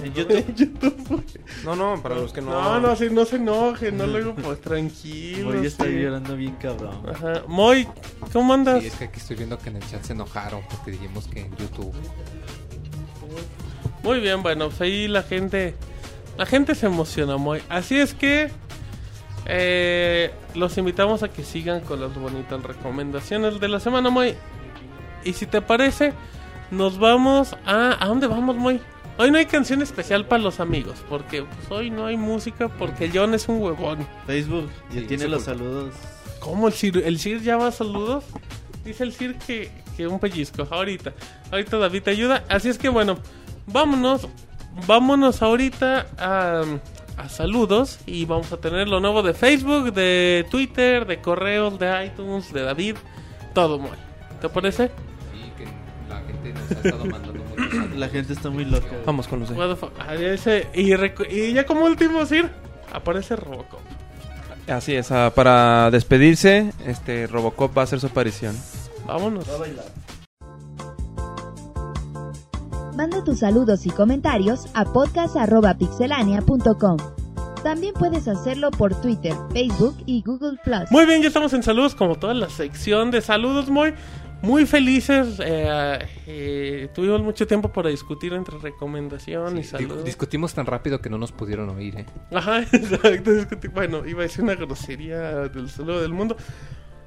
Speaker 5: En YouTube.
Speaker 4: no, no, para los que no.
Speaker 2: No, no, sí, no se enoje, no lo digo pues tranquilo.
Speaker 5: Voy a estar
Speaker 2: sí.
Speaker 5: llorando bien cabrón.
Speaker 2: Ajá. Moy, ¿cómo andas?
Speaker 3: Sí, es que aquí estoy viendo que en el chat se enojaron porque dijimos que en YouTube.
Speaker 2: Muy bien, bueno, pues ahí la gente. La gente se emociona muy. Así es que. eh, los invitamos a que sigan con las bonitas recomendaciones de la semana, Moy. Y si te parece, nos vamos a. ¿A dónde vamos, Moy? Hoy no hay canción especial para los amigos, porque pues, hoy no hay música, porque John es un huevón.
Speaker 5: Facebook ya
Speaker 3: Sí,
Speaker 5: tiene
Speaker 3: sí,
Speaker 5: los
Speaker 3: por-
Speaker 5: saludos.
Speaker 2: ¿Cómo el Sir? ¿El Sir ya va saludos? Dice el Sir que, que un pellizco. Ahorita. Ahorita David te ayuda. Así es que bueno, vámonos. Vámonos ahorita a, a saludos y vamos a tener lo nuevo de Facebook, de Twitter, de correos, de iTunes, de David. Todo muy. ¿Te parece?
Speaker 3: Sí, que la gente nos ha estado mandando muchos saludos.
Speaker 5: La gente está muy loca.
Speaker 4: Vamos con los de.
Speaker 2: What the fuck? Ah, ese- y, recu- y ya como último, Sir, aparece Robocop.
Speaker 4: Así es, ah, para despedirse, este Robocop va a hacer su aparición.
Speaker 2: Vámonos.
Speaker 1: Manda tus saludos y comentarios a podcast.pixelania.com. También puedes hacerlo por Twitter, Facebook y Google Plus.
Speaker 2: Muy bien, ya estamos en saludos, como toda la sección de saludos, muy, muy felices. eh, eh, tuvimos mucho tiempo para discutir entre recomendación y
Speaker 3: Sí, di-
Speaker 2: saludos.
Speaker 3: discutimos tan rápido que no nos pudieron oír, ¿eh?
Speaker 2: Ajá, exacto. discutir. Bueno, iba a decir una grosería del saludo del mundo.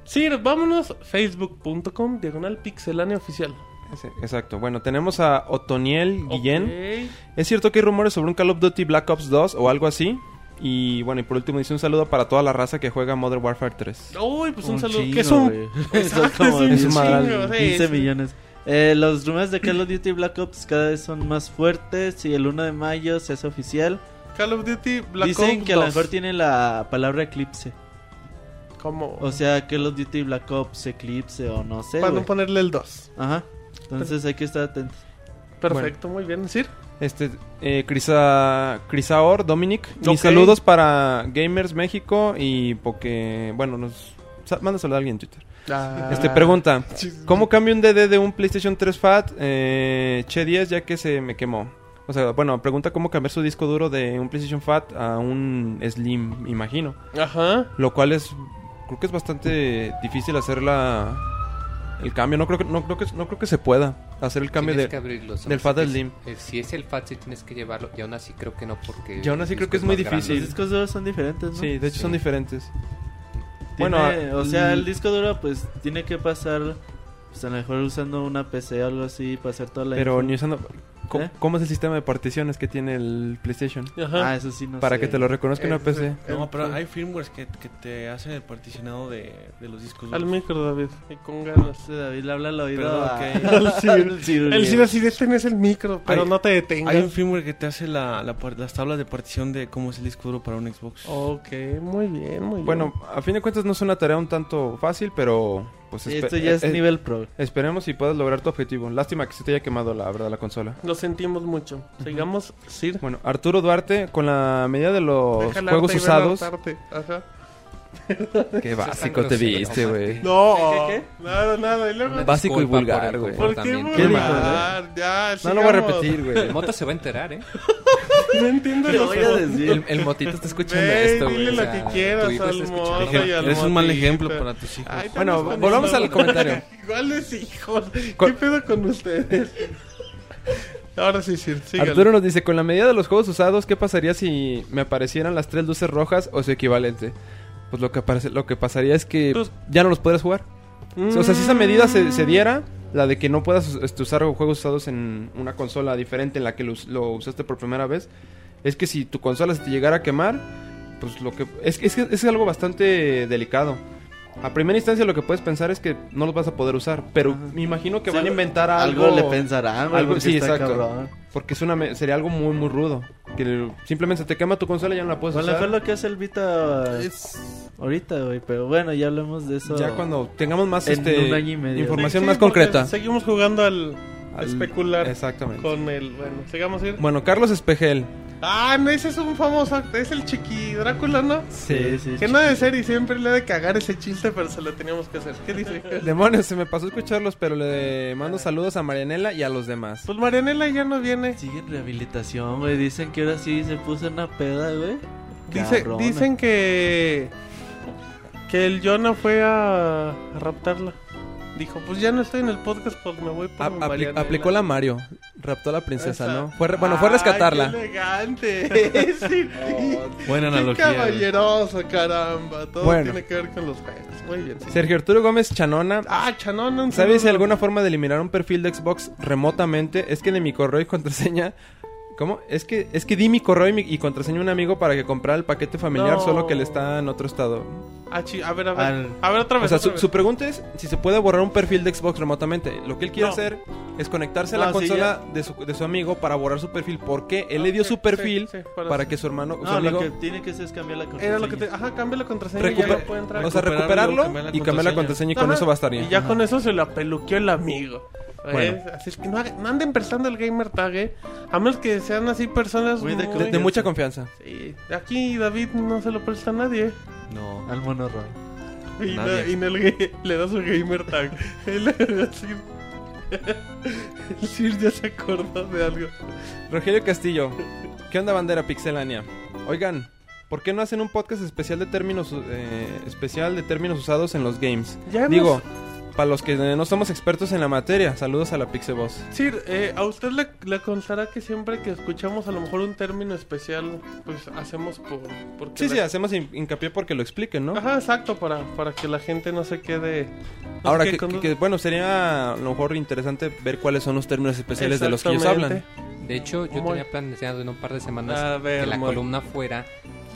Speaker 2: Sí, vámonos, facebook.com, diagonal pixelánea oficial.
Speaker 4: Ese- Exacto. Bueno, tenemos a Otoniel Guillén.
Speaker 2: Ok.
Speaker 4: Es cierto que hay rumores sobre un Call of Duty Black Ops 2 o algo así. Y bueno, y por último dice un saludo para toda la raza que juega Modern Warfare 3.
Speaker 2: Uy, pues un, saludo.
Speaker 5: chingo,
Speaker 2: que es un.
Speaker 5: güey. Son
Speaker 2: Exacto,
Speaker 5: como
Speaker 2: es
Speaker 4: un
Speaker 2: un
Speaker 4: madral.
Speaker 2: chingo, sí,
Speaker 5: 15
Speaker 2: sí.
Speaker 5: millones. Eh, los rumores de Call of Duty Black Ops cada vez son más fuertes y el 1 de mayo se hace oficial.
Speaker 2: Call of Duty Black
Speaker 5: Dicen
Speaker 2: Ops
Speaker 5: que a lo
Speaker 2: 2.
Speaker 5: mejor tiene la palabra eclipse.
Speaker 2: Como.
Speaker 5: O sea, Call of Duty Black Ops eclipse o no sé.
Speaker 2: para no
Speaker 5: güey.
Speaker 2: ponerle el 2.
Speaker 5: Ajá. Entonces hay que estar atentos.
Speaker 2: Perfecto, muy bien, Sir.
Speaker 4: Este, eh, Crisa, Crisaor, Dominic. Mis
Speaker 2: Ok.
Speaker 4: saludos para Gamers México y porque, bueno, nos sa- manda saludar a alguien en Twitter.
Speaker 5: Ah.
Speaker 4: Este, pregunta. ¿Cómo cambio un DD de un PlayStation 3 Fat eh, Che 10 ya que se me quemó? O sea, bueno, pregunta cómo cambiar su disco duro de un PlayStation Fat a un Slim, me imagino.
Speaker 2: Ajá.
Speaker 4: Lo cual es. Creo que es bastante difícil hacer la. El cambio. No creo que, no creo que, no creo que se pueda hacer el cambio
Speaker 3: Tienes
Speaker 4: de.
Speaker 3: que abrirlo, se
Speaker 4: del
Speaker 3: me hace
Speaker 4: Fat
Speaker 3: que
Speaker 4: al
Speaker 3: es-
Speaker 4: Slim.
Speaker 3: eh, si es el Fat, sí tienes que llevarlo. Y aún así creo que no, porque.
Speaker 4: Y aún así
Speaker 3: el
Speaker 4: creo que
Speaker 3: disco
Speaker 4: es muy
Speaker 3: más grande.
Speaker 4: Sí.
Speaker 5: Los discos duros son diferentes, ¿no?
Speaker 4: Sí, de hecho
Speaker 3: Sí.
Speaker 4: son diferentes.
Speaker 5: Tiene-
Speaker 4: bueno,
Speaker 5: o sea, el
Speaker 4: mm.
Speaker 5: disco duro pues tiene que pasar, pues a lo mejor usando una PC o algo así, pasar toda la...
Speaker 4: Pero
Speaker 5: info.
Speaker 4: ni usando. ¿cómo,
Speaker 5: ¿Eh?
Speaker 4: cómo es el sistema de particiones que tiene el PlayStation?
Speaker 2: Ajá.
Speaker 5: Ah, eso sí, no
Speaker 4: Para
Speaker 5: sé. Eh,
Speaker 4: que te lo reconozca una
Speaker 2: Ese-
Speaker 4: PC.
Speaker 7: No, pero hay firmwares que, que te hacen el particionado de, de los discos.
Speaker 2: Al
Speaker 7: duros.
Speaker 2: micro, David. Y con ganas.
Speaker 5: Este David le habla al oído
Speaker 7: Perdón,
Speaker 5: a-
Speaker 7: que-
Speaker 5: al cirujano.
Speaker 2: El sí, así de este no es el micro, pero
Speaker 7: Hay-
Speaker 2: no te
Speaker 7: Hay un
Speaker 2: detengas.
Speaker 7: firmware que te hace la, la par- las tablas de partición de cómo es el disco duro para un Xbox.
Speaker 4: Oh.
Speaker 2: Ok, muy bien, muy bien.
Speaker 4: Bueno, a fin de cuentas no es una tarea un tanto fácil, pero. Pues
Speaker 5: Sí,
Speaker 4: espe-
Speaker 5: Esto ya es
Speaker 4: eh, eh,
Speaker 5: nivel pro.
Speaker 4: Esperemos si puedas lograr tu objetivo. Lástima que se te haya quemado la verdad la consola.
Speaker 2: lo sentimos mucho. Sigamos, Sir.
Speaker 4: Bueno, Arturo Duarte, con la medida de los
Speaker 2: Deja el
Speaker 4: juegos
Speaker 2: arte y ve la
Speaker 4: usados.
Speaker 2: tarde. Ajá.
Speaker 4: Qué
Speaker 3: Eso es
Speaker 4: básico
Speaker 3: tan
Speaker 4: te
Speaker 3: grosero,
Speaker 4: viste, güey.
Speaker 2: No, nada, nada. Y luego,
Speaker 3: Una
Speaker 4: Básico y
Speaker 3: disculpa
Speaker 4: vulgar,
Speaker 3: por el
Speaker 4: güey.
Speaker 2: ¿por qué
Speaker 3: comportamiento.
Speaker 5: ¿Qué dijo,
Speaker 2: vulgar? Ya,
Speaker 4: No lo voy a
Speaker 2: sigamos.
Speaker 4: repetir,
Speaker 3: El
Speaker 4: güey.
Speaker 3: mota se va a enterar, ¿eh?
Speaker 2: No entiendo
Speaker 5: Te
Speaker 2: lo
Speaker 5: voy a decir.
Speaker 3: El, el motito está escuchando
Speaker 2: Ve,
Speaker 3: esto, güey.
Speaker 2: dile
Speaker 3: o
Speaker 2: lo
Speaker 3: sea,
Speaker 2: que
Speaker 3: tu
Speaker 2: quieras
Speaker 3: hijo
Speaker 2: al
Speaker 3: está
Speaker 2: morro
Speaker 3: escuchando.
Speaker 2: y al
Speaker 7: Eres un mal
Speaker 2: motito.
Speaker 7: ejemplo para tus hijos.
Speaker 2: Ay,
Speaker 4: Bueno,
Speaker 2: también
Speaker 4: volvamos
Speaker 2: están
Speaker 4: al comentario.
Speaker 2: Iguales hijos. ¿Qué
Speaker 4: Con-
Speaker 2: pedo con ustedes? Ahora sí, Sir, sígale.
Speaker 4: Arturo nos dice, con la medida de los juegos usados, ¿qué pasaría si me aparecieran las tres luces rojas o su equivalente? Pues lo que, aparece- lo que pasaría es que
Speaker 2: Pues- Mm.
Speaker 4: ya no los podrías jugar. O sea, si esa medida se, se diera,
Speaker 5: Mm.
Speaker 4: La de que no puedas este, usar juegos usados en una consola diferente en la que lo, us- lo usaste por primera vez. Es que si tu consola se te llegara a quemar, pues lo que... Es, es, que es algo bastante delicado. A primera instancia lo que puedes pensar es que no los vas a poder usar, pero me imagino que
Speaker 5: Sí,
Speaker 4: van a inventar algo...
Speaker 5: Algo le pensarán, güey,
Speaker 4: algo-
Speaker 5: porque
Speaker 4: sí,
Speaker 5: está
Speaker 4: exacto.
Speaker 5: cabrón.
Speaker 4: Porque es una, me- sería algo muy, muy rudo. Que simplemente se te quema tu consola y ya no la puedes
Speaker 5: Bueno, fue
Speaker 4: usar.
Speaker 5: lo que hace el Vita
Speaker 2: Es-
Speaker 5: ahorita, güey. Pero bueno, ya hablamos de eso.
Speaker 4: Ya cuando tengamos más
Speaker 5: En
Speaker 4: este,
Speaker 5: un año y medio.
Speaker 4: información
Speaker 2: sí,
Speaker 4: más
Speaker 2: porque
Speaker 4: concreta.
Speaker 2: Seguimos jugando al,
Speaker 4: Al-
Speaker 2: especular
Speaker 4: Exactamente.
Speaker 2: con el. Bueno, sigamos ir.
Speaker 4: Bueno, Carlos Espejel.
Speaker 2: Ah, no, ese es un famoso. Es el Chiqui Drácula, ¿no?
Speaker 5: Sí, sí.
Speaker 2: Que no de ser y siempre le ha de cagar ese chiste, pero se lo teníamos que hacer. ¿Qué dice?
Speaker 4: Demonios, se me pasó escucharlos, pero le mando saludos a Marianela y a los demás.
Speaker 2: Pues Marianela ya no viene.
Speaker 5: Sigue en rehabilitación, güey. Dicen que ahora sí se puso una peda, güey.
Speaker 2: Dice-
Speaker 5: Cabrona.
Speaker 2: dicen que. Que el Jonah fue a, a raptarla. Dijo, pues ya no estoy en el podcast, pues me voy
Speaker 4: A-
Speaker 2: por
Speaker 4: apli-
Speaker 2: Marianela.
Speaker 4: aplicó la Mario. Raptó a la princesa,
Speaker 2: Esa.
Speaker 4: ¿no? Fue re- bueno, fue a
Speaker 2: Ay,
Speaker 4: rescatarla.
Speaker 2: qué elegante. sí,
Speaker 9: Buena
Speaker 2: qué
Speaker 9: analogía. güey.
Speaker 2: caballeroso, caramba. Todo
Speaker 4: ¿eh? Bueno.
Speaker 2: tiene que ver con los juegos. Muy bien. sí.
Speaker 4: Sergio Arturo Gómez Chanona.
Speaker 2: Ah, chanón. un
Speaker 4: ¿Sabes si
Speaker 2: saludo.
Speaker 4: alguna forma de eliminar un perfil de Xbox remotamente? Es que de mi correo y contraseña. ¿Cómo? Es que, es que di mi correo y, mi- y contraseña a un amigo para que comprara el paquete familiar,
Speaker 2: No.
Speaker 4: solo que le está en otro estado.
Speaker 2: Ah, chi- a ver, a ver.
Speaker 5: Al-
Speaker 2: A ver, otra
Speaker 4: O
Speaker 2: vez.
Speaker 4: sea,
Speaker 2: otra
Speaker 4: su,
Speaker 2: vez.
Speaker 4: su pregunta es si se puede borrar un perfil de Xbox remotamente. Lo que él quiere
Speaker 2: No.
Speaker 4: hacer es conectarse a la
Speaker 5: No, sí,
Speaker 4: consola de, su, de su amigo para borrar su perfil. Porque él le dio
Speaker 2: Sí,
Speaker 4: su perfil
Speaker 2: sí, sí,
Speaker 4: para que su hermano, su
Speaker 5: No, lo
Speaker 4: amigo,
Speaker 5: que tiene que hacer es cambiar la contraseña.
Speaker 2: Era lo que te... Ajá, cambia la contraseña y ya no
Speaker 4: recupe-
Speaker 2: puede entrar.
Speaker 4: o sea, recuperarlo y cambiar la contraseña y con
Speaker 2: Ajá,
Speaker 4: eso bastaría.
Speaker 2: Y ya con eso se la peluqueó el amigo. ¿eh?
Speaker 4: Bueno.
Speaker 2: Así es que no, haga- no anden pensando el gamer tag, ¿eh? A menos que sean así personas
Speaker 5: Muy
Speaker 2: muy...
Speaker 5: de-
Speaker 4: De, de mucha confianza.
Speaker 2: Sí. Aquí David no se lo presta a nadie. ¿eh?
Speaker 7: No.
Speaker 5: Al monorroy.
Speaker 2: Y,
Speaker 7: Nadie.
Speaker 2: na- y en el ga- le da su gamer tag. Él el Sir- el Sir ya se acordó de algo.
Speaker 4: Rogelio Castillo, ¿qué onda bandera pixelánea? Oigan, ¿por qué no hacen un podcast especial de términos eh, especial de términos usados en los games?
Speaker 2: Ya hemos-
Speaker 4: Digo, para los que eh, no somos expertos en la materia, saludos a la Pixeboss.
Speaker 2: Sir, eh, a usted le, le constará que siempre que escuchamos a lo mejor un término especial, pues hacemos por... porque
Speaker 4: Sí, sí,
Speaker 2: la-
Speaker 4: hacemos hin- hincapié porque lo expliquen, ¿no?
Speaker 2: Ajá, exacto, para, para que la gente no se quede... no se
Speaker 4: Ahora,
Speaker 2: quede
Speaker 4: que,
Speaker 2: con
Speaker 4: que-
Speaker 2: dudas.
Speaker 4: que, bueno, sería a lo mejor interesante ver cuáles son los términos especiales de los que ellos hablan.
Speaker 2: Exactamente.
Speaker 3: De hecho, yo
Speaker 2: Muy-
Speaker 3: tenía planeado en un par de
Speaker 2: A
Speaker 3: semanas
Speaker 2: ver,
Speaker 3: que la
Speaker 2: muy-
Speaker 3: columna fuera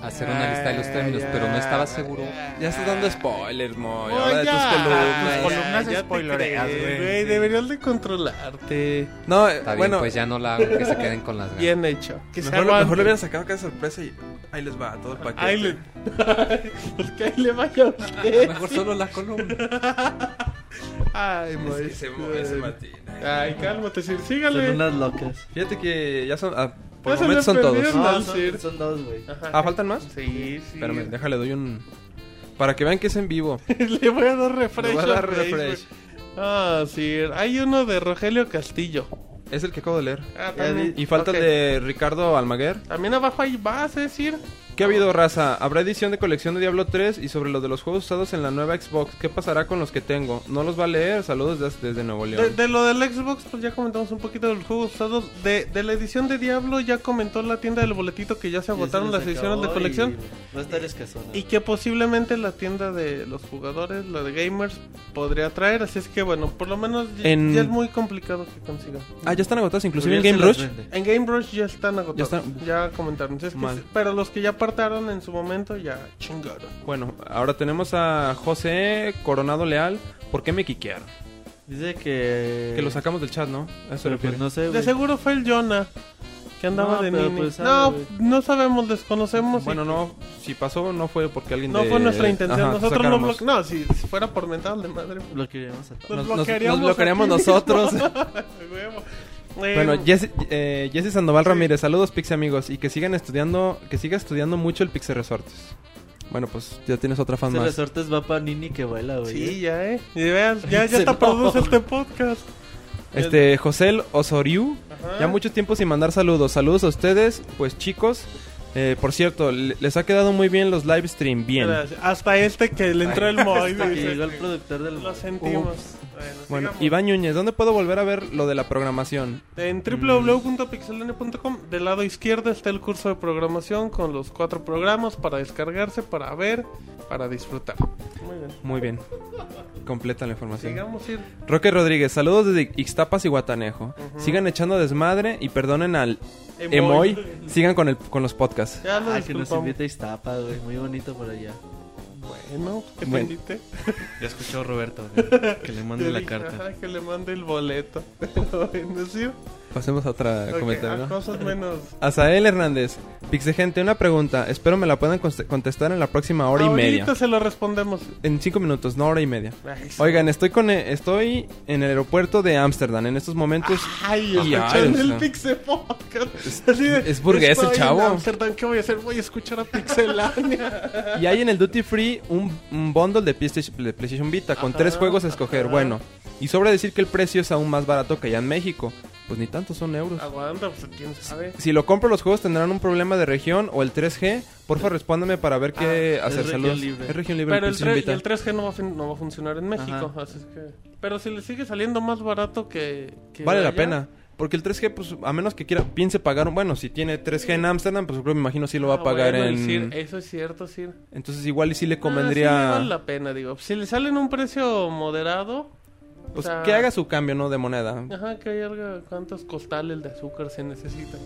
Speaker 3: a hacer una lista de los términos, pero no estaba seguro.
Speaker 4: Ya estás dando spoilers,
Speaker 2: Oye,
Speaker 4: Moy. ahora Ah, de tus columnas.
Speaker 2: ya,
Speaker 6: columnas
Speaker 2: ya te
Speaker 6: spoilereas,
Speaker 2: crees,
Speaker 6: güey.
Speaker 2: güey. Deberías de controlarte.
Speaker 4: No, eh,
Speaker 3: Está bien,
Speaker 4: bueno,
Speaker 3: pues ya no la hago, que se queden con las ganas.
Speaker 2: Bien hecho. Que
Speaker 4: mejor,
Speaker 2: sea
Speaker 4: mejor le hubieran
Speaker 2: antes.
Speaker 4: sacado cada sorpresa y ahí les va todo el paquete.
Speaker 2: Ahí le... pues que ahí le vaya a usted.
Speaker 3: Mejor solo la columna.
Speaker 2: Ay,
Speaker 4: Es que
Speaker 2: Moy.
Speaker 4: se mueve, se matina.
Speaker 2: Ay, cálmate, Sir.
Speaker 5: Son
Speaker 2: Sígale.
Speaker 5: unas locas.
Speaker 4: Fíjate que ya son. ah,
Speaker 2: Ya
Speaker 4: por el
Speaker 2: se
Speaker 4: momento
Speaker 2: le
Speaker 4: son todos.
Speaker 2: perdieron.
Speaker 5: No,
Speaker 2: Al
Speaker 5: son,
Speaker 2: Sir.
Speaker 5: son dos, güey.
Speaker 2: Ajá.
Speaker 4: Ah, ¿faltan más?
Speaker 2: Sí, sí.
Speaker 4: Espérame, déjale, doy un. Para que vean que es en vivo.
Speaker 2: Le voy a dar refresh.
Speaker 4: Le voy a dar
Speaker 2: al Facebook.
Speaker 4: refresh.
Speaker 2: Ah, sí. Hay uno de Rogelio Castillo.
Speaker 4: Es el que acabo de leer.
Speaker 2: Ah,
Speaker 5: Ya
Speaker 2: también.
Speaker 4: Y falta
Speaker 2: Ok.
Speaker 4: el de Ricardo Almaguer.
Speaker 2: También abajo hay más, es decir.
Speaker 4: ¿Qué ha habido, raza? ¿Habrá edición de colección de Diablo 3 y sobre lo de los juegos usados en la nueva Xbox? ¿Qué pasará con los que tengo? No los va a leer. Saludos des- desde Nuevo
Speaker 2: De,
Speaker 4: León.
Speaker 2: de lo del Xbox, pues ya comentamos un poquito de los juegos usados. De, de la edición de Diablo, ya comentó la tienda del boletito que ya se agotaron
Speaker 5: Ya
Speaker 2: las
Speaker 5: se les
Speaker 2: ediciones de
Speaker 5: acabó
Speaker 2: colección.
Speaker 5: y Va a estar escasona.
Speaker 2: Y que posiblemente la tienda de los jugadores, la de gamers, podría traer. Así es que bueno, por lo menos ya-
Speaker 4: En-
Speaker 2: ya es muy complicado que consigan.
Speaker 4: Ah, ya están agotados, inclusive en
Speaker 2: Pues
Speaker 5: Uriel
Speaker 4: Game
Speaker 5: se las
Speaker 4: Rush.
Speaker 5: vende.
Speaker 2: En Game Rush ya están
Speaker 4: Ya
Speaker 2: agotados. Ya,
Speaker 4: están.
Speaker 2: comentaron. Así es que
Speaker 4: Mal.
Speaker 2: sí, pero los que ya apartaron en su momento ya chingaron.
Speaker 5: Eh,
Speaker 4: Bueno, ahora tenemos a José Coronado Leal. ¿Por qué me quiquearon?
Speaker 5: Dice
Speaker 2: Eh,
Speaker 5: que.
Speaker 4: Que lo sacamos del chat, ¿no? A Eso
Speaker 5: Pero
Speaker 4: refiere.
Speaker 5: pues no sé,
Speaker 2: De
Speaker 5: güey.
Speaker 2: seguro fue el Jonah que andaba
Speaker 5: No,
Speaker 2: de
Speaker 5: pero
Speaker 2: nini.
Speaker 5: pues sabe,
Speaker 2: no,
Speaker 5: güey.
Speaker 2: no sabemos, desconocemos. y-
Speaker 4: Bueno, no, si pasó no fue porque alguien
Speaker 2: no
Speaker 4: de-
Speaker 2: fue nuestra intención.
Speaker 4: Ajá,
Speaker 2: Nosotros no
Speaker 4: sacáramos.
Speaker 2: bloque... No, si si fuera por mental de madre.
Speaker 5: Lo queríamos atar.
Speaker 2: Nos,
Speaker 4: Nos- nos-
Speaker 2: bloquearíamos,
Speaker 4: nos bloquearíamos
Speaker 2: aquí mismo.
Speaker 4: nosotros.
Speaker 2: Huevo. Eh,
Speaker 4: Bueno, Jesse, eh, Jesse Sandoval Ramírez, saludos Pixie amigos y que sigan estudiando, que siga estudiando mucho el Pixie Resortes. Bueno, pues ya tienes otra fan
Speaker 5: Ese
Speaker 4: más.
Speaker 5: resortes va para Nini que vuela, güey.
Speaker 2: Sí,
Speaker 5: ¿eh?
Speaker 2: ya, eh. Y vean, ya, ya
Speaker 5: Se
Speaker 2: te
Speaker 5: lo-
Speaker 2: produce este podcast.
Speaker 4: Este José El Osoriu,
Speaker 2: Ajá.
Speaker 4: ya mucho tiempo sin mandar saludos. Saludos a ustedes, pues chicos. Eh, por cierto, le- les ha quedado muy bien los live stream, bien. este
Speaker 2: Gracias. Hasta este que le entró el móvil.
Speaker 5: Hasta que llegó el productor del.
Speaker 2: Lo sentimos.
Speaker 4: Bueno,
Speaker 2: sigamos.
Speaker 4: Iván Núñez, ¿dónde puedo volver a ver lo de la programación?
Speaker 2: En www.pixelania.com, del lado izquierdo está el curso de programación con los cuatro programas para descargarse, para ver, para disfrutar. Muy bien.
Speaker 4: Muy bien. completa la información.
Speaker 2: Sigamos ir.
Speaker 4: Roque Rodríguez, saludos desde Ixtapas y Guatanejo.
Speaker 2: Ujú.
Speaker 4: Sigan echando desmadre y perdonen al Emoy. Sigan con, el, con los podcasts.
Speaker 5: Ya lo
Speaker 2: Ah, que nos
Speaker 5: disculpamos. invita Iztapa, güey. Muy bonito por allá.
Speaker 2: Bueno, que
Speaker 4: Bueno.
Speaker 2: pendiente.
Speaker 7: Ya escuchó Roberto güey, que le mande
Speaker 2: Yo
Speaker 7: la
Speaker 2: dije,
Speaker 7: carta.
Speaker 2: ajá, que le mande el boleto. Bueno, sí.
Speaker 4: Pasemos a otra
Speaker 2: Ok,
Speaker 4: comentario.
Speaker 2: a
Speaker 4: ¿no?
Speaker 2: cosas menos.
Speaker 4: Azael Hernández, Pixegente, una pregunta. Espero me la puedan const- contestar en la próxima hora
Speaker 2: Ahorita
Speaker 4: y media.
Speaker 2: se lo respondemos.
Speaker 4: En cinco minutos, no hora y media.
Speaker 2: Ay, sí.
Speaker 4: Oigan, estoy con eh, estoy en el aeropuerto de Ámsterdam en estos momentos.
Speaker 2: Ay,
Speaker 4: Ay,
Speaker 2: escuchando
Speaker 4: ay,
Speaker 2: el
Speaker 4: no.
Speaker 2: Pixel Podcast.
Speaker 4: Es-
Speaker 2: Así de,
Speaker 4: es burgués el
Speaker 2: estoy en
Speaker 4: chavo.
Speaker 2: Ámsterdam, ¿Qué voy a hacer? Voy a escuchar a Pixelania.
Speaker 4: Y hay en el Duty Free un, un bundle de PlayStation, de PlayStation Vita con tres juegos a escoger. Bueno, y sobra decir que el precio es aún más barato que allá en México. Pues ni tanto son euros.
Speaker 2: Aguanta, pues quién sabe.
Speaker 4: Si lo compro, los juegos tendrán un problema de región o el 3G. Porfa, respóndame para ver qué
Speaker 5: Ah, es
Speaker 4: hacer.
Speaker 5: región
Speaker 4: Saludos.
Speaker 5: libre.
Speaker 4: Es región libre.
Speaker 2: Pero el,
Speaker 4: PlayStation
Speaker 2: tre- y
Speaker 4: Vita.
Speaker 2: el 3G no va, a fin- no va a funcionar en México. Así es que... Pero si le sigue saliendo más barato que. que
Speaker 4: Vale la
Speaker 2: allá,
Speaker 4: pena. Porque el 3G, pues, a menos que quiera, piense pagar. un- Bueno, si tiene 3G en Ámsterdam, pues yo creo, me imagino si lo va a
Speaker 2: Ah,
Speaker 4: pagar
Speaker 2: bueno, el
Speaker 4: en.
Speaker 2: Sir, eso es cierto, Sir.
Speaker 4: Entonces, igual y si le
Speaker 2: Ah, sí le
Speaker 4: convendría.
Speaker 2: vale la pena, digo. Si le salen un precio moderado. o
Speaker 4: Pues
Speaker 2: sea,
Speaker 4: que haga su cambio, ¿no? De moneda.
Speaker 2: Ajá, que haya cuántos costales de azúcar se necesitan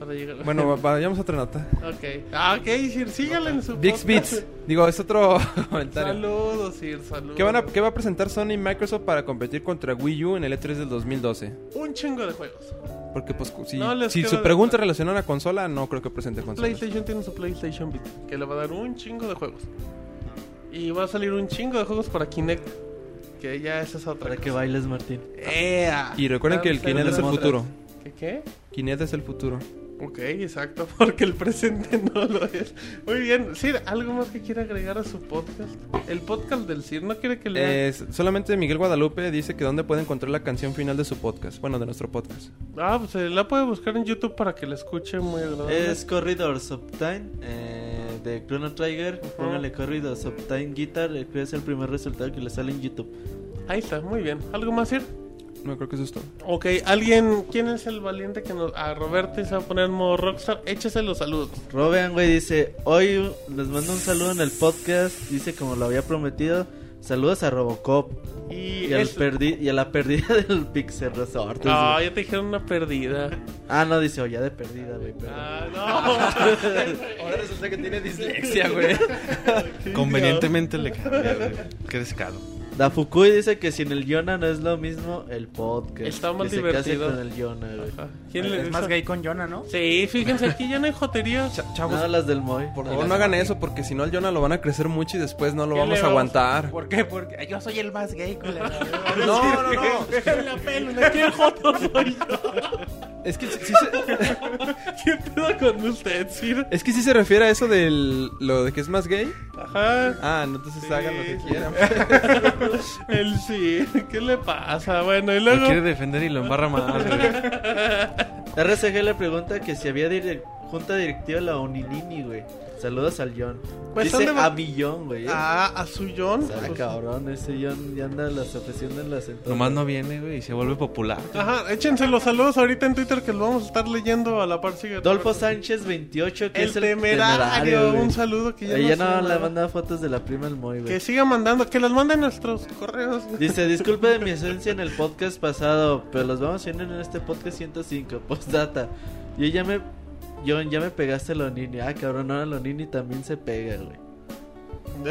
Speaker 2: para llegar.
Speaker 4: Bueno, va- vayamos a otra nota.
Speaker 2: ok. Ah, ok, Sir, sígale en su.
Speaker 4: Big
Speaker 2: podcast.
Speaker 4: Beats. Digo, es otro comentario.
Speaker 2: Saludos, Sir, saludos.
Speaker 4: ¿Qué, van a, ¿Qué va a presentar Sony y Microsoft para competir contra Wii U en el E3 del 2012?
Speaker 2: Un chingo de juegos.
Speaker 4: Porque, pues, cu- si,
Speaker 2: No les
Speaker 4: si
Speaker 2: queda
Speaker 4: su
Speaker 2: de-
Speaker 4: pregunta relaciona a la consola, no creo que presente consola.
Speaker 2: PlayStation tiene su PlayStation Vita, que le va a dar un chingo de juegos. Y va a salir un chingo de juegos para Kinect, que ya esa es otra.
Speaker 5: Para que
Speaker 2: cosa.
Speaker 5: bailes, Martín.
Speaker 4: Y recuerden que el
Speaker 2: Vamos a ver
Speaker 4: Kinect es el
Speaker 5: las
Speaker 4: futuro.
Speaker 2: ¿Qué qué?
Speaker 4: Kinect es el futuro.
Speaker 2: Ok, exacto, porque el presente no lo es. Muy bien, Sir, ¿algo más que quiera agregar a su podcast? El podcast del Sir, ¿no quiere que le...
Speaker 4: Es- solamente Miguel Guadalupe dice que dónde puede encontrar la canción final de su podcast. Bueno, de nuestro podcast.
Speaker 2: Ah, pues eh, la puede buscar en YouTube para que la escuche muy agradable.
Speaker 5: Es Corridors of Time eh, de Chrono Trigger. Póngale Corridors of Time Guitar. eh, que Es el primer resultado que le sale en YouTube.
Speaker 2: Ahí está, muy bien. ¿Algo más, Sir?
Speaker 4: No, creo que eso es todo.
Speaker 2: Ok, alguien, ¿quién es el valiente que nos... A Roberto y se va a poner en modo rockstar? Échese los saludos.
Speaker 5: Robean, güey, dice: Hoy uh, les mando un saludo en el podcast. Dice, como lo había prometido, saludos a Robocop
Speaker 2: Y,
Speaker 5: y, al
Speaker 2: es-
Speaker 5: perdi- y a la perdida del Pixel Resort.
Speaker 2: No, ya te dijeron una perdida.
Speaker 5: Ah, no, dice, oh, ya de perdida, güey. perdón.
Speaker 2: Ah,
Speaker 4: Ahora resulta que tiene dislexia, güey.
Speaker 7: Convenientemente le cambia, güey. Qué descaro.
Speaker 5: Da Fukui dice que sin el Yona no es lo mismo el podcast.
Speaker 2: Está más
Speaker 5: que se case
Speaker 2: divertido.
Speaker 5: con el Yona, güey.
Speaker 2: no. ¿Quién le
Speaker 6: Es más gay con Jonah, ¿no?
Speaker 2: Sí, fíjense, aquí ya no hay jotería.
Speaker 4: Chavos,
Speaker 5: No, las del Moy.
Speaker 4: por favor, no hagan eso porque si no al Jonah lo van a crecer mucho y después no lo
Speaker 2: ¿Qué le
Speaker 4: vamos a
Speaker 2: vamos-
Speaker 4: aguantar.
Speaker 6: ¿Por qué? Porque yo soy el más gay, culero.
Speaker 4: No, no, no.
Speaker 2: Déjenme la pelo, ¿de qué joto soy yo?
Speaker 4: Es que sí se,
Speaker 2: ¿Qué pedo con usted, Sir?
Speaker 4: es que sí se refiere a eso de lo de que es más gay.
Speaker 2: Ajá.
Speaker 4: Ah, no, entonces
Speaker 2: Sí,
Speaker 4: hagan lo que
Speaker 2: sí.
Speaker 4: quieran.
Speaker 2: El Sir, ¿qué le pasa? Bueno, y
Speaker 7: Lo quiere
Speaker 2: luego.
Speaker 7: defender y lo embarra más, güey.
Speaker 5: RCG le pregunta que si había direc- junta directiva la Oninini, güey. Saludos al Yon.
Speaker 2: Pues
Speaker 5: dice
Speaker 2: son de-
Speaker 5: a mi Yon, güey. eh.
Speaker 2: Ah, a su John.
Speaker 5: Está
Speaker 2: Pues-
Speaker 5: cabrón, ese Yon ya anda las ofreciendo en las entradas.
Speaker 7: Nomás no viene, güey, y se vuelve popular.
Speaker 2: Ajá, échense los saludos ahorita en Twitter que los vamos a estar leyendo a la par. sigue.
Speaker 5: Dolfo Sánchez 28, que
Speaker 2: El
Speaker 5: es el
Speaker 2: temerario,
Speaker 5: güey.
Speaker 2: un saludo que ya sé
Speaker 5: Ella no le
Speaker 2: nada.
Speaker 5: manda fotos de la prima al Moy, güey.
Speaker 2: Que siga mandando, que las manden nuestros correos.
Speaker 5: Dice, disculpe de mi esencia en el podcast pasado, pero los vamos a ir en este podcast 105, postdata. Yo ya me... John, ya me pegaste a Lonini. Ah, cabrón, ahora Lonini también se pega, güey.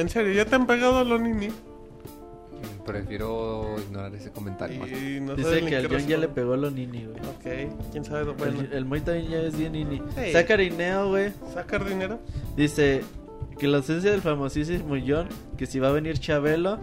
Speaker 2: En serio, ya te han pegado a Lonini.
Speaker 3: Prefiero ignorar ese comentario. más bien.
Speaker 2: Y no
Speaker 5: Dice
Speaker 2: saben ni
Speaker 5: que
Speaker 2: qué
Speaker 5: al John ya le
Speaker 2: responder.
Speaker 5: pegó a Lonini, güey.
Speaker 2: Ok, quién sabe. Bueno,
Speaker 5: El, el Moy también ya es bien Nini.
Speaker 2: Sí.
Speaker 5: Sacarineo, güey.
Speaker 2: sacar dinero.
Speaker 5: Dice que la ausencia del famosísimo John, que si va a venir Chabelo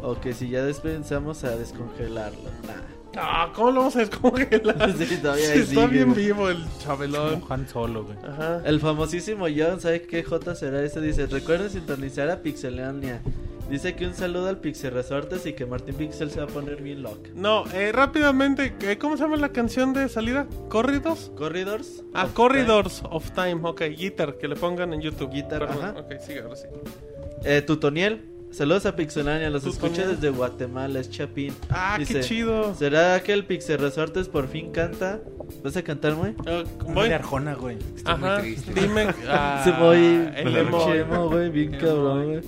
Speaker 5: o que si ya despensamos a descongelarlo. Nah.
Speaker 2: Ah, ¿cómo lo vamos a descongelar?
Speaker 5: Sí, todavía
Speaker 2: Sí, está
Speaker 5: sigue,
Speaker 2: bien
Speaker 5: güey.
Speaker 2: vivo el chabelón.
Speaker 6: Han Solo, güey.
Speaker 2: Ajá.
Speaker 5: El famosísimo John, ¿sabe qué J será ese? Dice, recuerden sintonizar a Pixelania. Dice que un saludo al Pixel Resortes y que Martín Pixel se va a poner bien loca.
Speaker 2: No, eh, rápidamente, eh, ¿cómo se llama la canción de salida? ¿Corridos?
Speaker 5: Corridors.
Speaker 2: Ah,
Speaker 5: Of
Speaker 2: Corridors of Time, ok, Guitar, que le pongan en YouTube.
Speaker 5: Guitar,
Speaker 2: Perdón,
Speaker 5: ajá.
Speaker 2: Ok, sigue, ahora sí.
Speaker 5: Time. Eh, Tutoniel. Saludos a Pixelania, los
Speaker 2: Tutoniel.
Speaker 5: escucha desde Guatemala, es Chapín.
Speaker 2: Ah, qué
Speaker 5: Dice,
Speaker 2: chido.
Speaker 5: ¿Será que el Pixel Resortes por fin canta? ¿Vas a cantar, muy?
Speaker 2: Ah,
Speaker 6: Uno
Speaker 2: voy-
Speaker 6: de Arjona, güey.
Speaker 3: Estoy muy
Speaker 2: Ajá,
Speaker 3: triste.
Speaker 2: dime. ah,
Speaker 5: Se voy
Speaker 2: el
Speaker 5: el
Speaker 2: emoji.
Speaker 5: chemo, güey, bien cabrón, güey.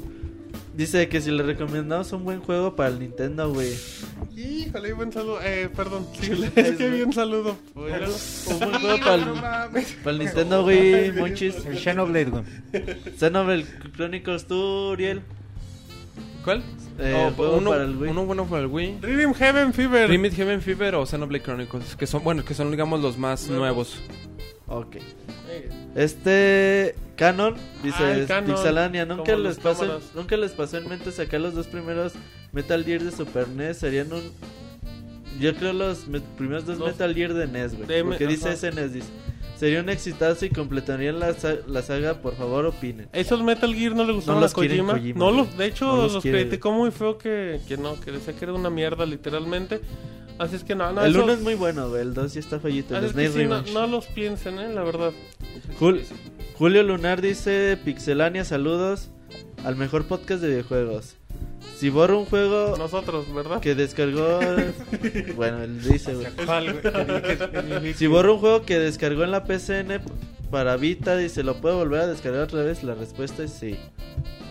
Speaker 5: Dice que si le recomendamos un buen juego para el Nintendo, güey.
Speaker 2: Híjole, buen saludo. Eh, perdón. Es que bien saludo.
Speaker 5: Un buen juego para el, para el Nintendo, güey. Monchis.
Speaker 6: El Xenoblade, güey.
Speaker 5: Xenoblade Chronicles, tú, Uriel.
Speaker 4: ¿Cuál?
Speaker 5: Eh,
Speaker 4: Oh,
Speaker 5: juego
Speaker 4: uno,
Speaker 5: para el Wii.
Speaker 4: uno bueno para el Wii.
Speaker 2: Rhythm Heaven Fever.
Speaker 4: Remit Heaven Fever o Xenoblade Chronicles, que son, bueno, que son digamos los más nuevos.
Speaker 5: Ok.
Speaker 2: Eh,
Speaker 5: Este Canon dice
Speaker 2: Ah, el
Speaker 5: es
Speaker 2: Canon,
Speaker 5: Pixelania, nunca
Speaker 2: como
Speaker 5: les
Speaker 2: las
Speaker 5: pasó,
Speaker 2: cámaras.
Speaker 5: nunca les pasó en mente sacar los dos primeros Metal Gear de Super NES, serían un yo creo los me- primeros dos,
Speaker 2: Dos.
Speaker 5: Metal Gear de NES, güey.
Speaker 2: De-
Speaker 5: Porque dice
Speaker 2: ajá.
Speaker 5: ese NES dice, sería un exitazo y completarían la, sa- la saga, por favor, opinen.
Speaker 2: Esos Metal Gear no le gustaron
Speaker 5: los
Speaker 2: a
Speaker 5: quiere
Speaker 2: Kojima.
Speaker 5: Kojima,
Speaker 2: No
Speaker 5: güey.
Speaker 2: los, de hecho,
Speaker 5: No los
Speaker 2: los,
Speaker 5: quiere.
Speaker 2: criticó muy feo que, que no, que decía que era una mierda, literalmente. Así es que no, no,
Speaker 5: el
Speaker 2: eso-
Speaker 5: uno es muy bueno, güey, el dos ya está fallito, el
Speaker 2: así es que
Speaker 5: Snake
Speaker 2: sí, no,
Speaker 5: Revenge.
Speaker 2: no los piensen, eh, la verdad.
Speaker 5: Jul- Julio Lunar dice Pixelania, saludos al mejor podcast de videojuegos. Si borro un juego
Speaker 2: Nosotros, ¿verdad?
Speaker 5: que descargó. bueno, él dice, güey.
Speaker 8: güey?
Speaker 5: Si borro un juego que descargó en la PCN para Vita, dice, ¿lo puedo volver a descargar otra vez? La respuesta es sí.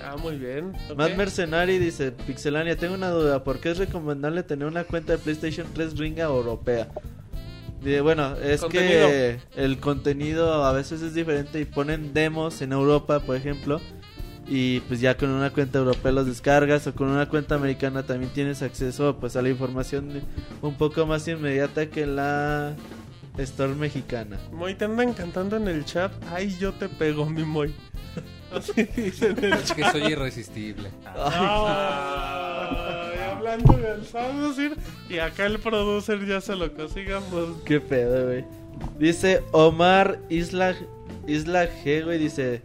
Speaker 2: Ah, muy bien. ok.
Speaker 5: Mad Mercenary dice, Pixelania, tengo una duda. ¿Por qué es recomendable tener una cuenta de PlayStation 3 gringa o europea? Dice, bueno, es que el contenido a veces es diferente y ponen demos en Europa, por ejemplo. Y pues ya con una cuenta europea los descargas o con una cuenta americana también tienes acceso pues a la información de- un poco más inmediata que la store mexicana.
Speaker 2: Moy, te andan cantando en el chat. Ay, yo te pego, mi Moy. Así dicen en el
Speaker 3: Es que soy irresistible.
Speaker 2: Ay, hablando de alzados, ir, y acá el producer ya se lo pues. consigamos.
Speaker 5: Qué pedo, güey. Dice Omar Isla, Isla G, güey, dice...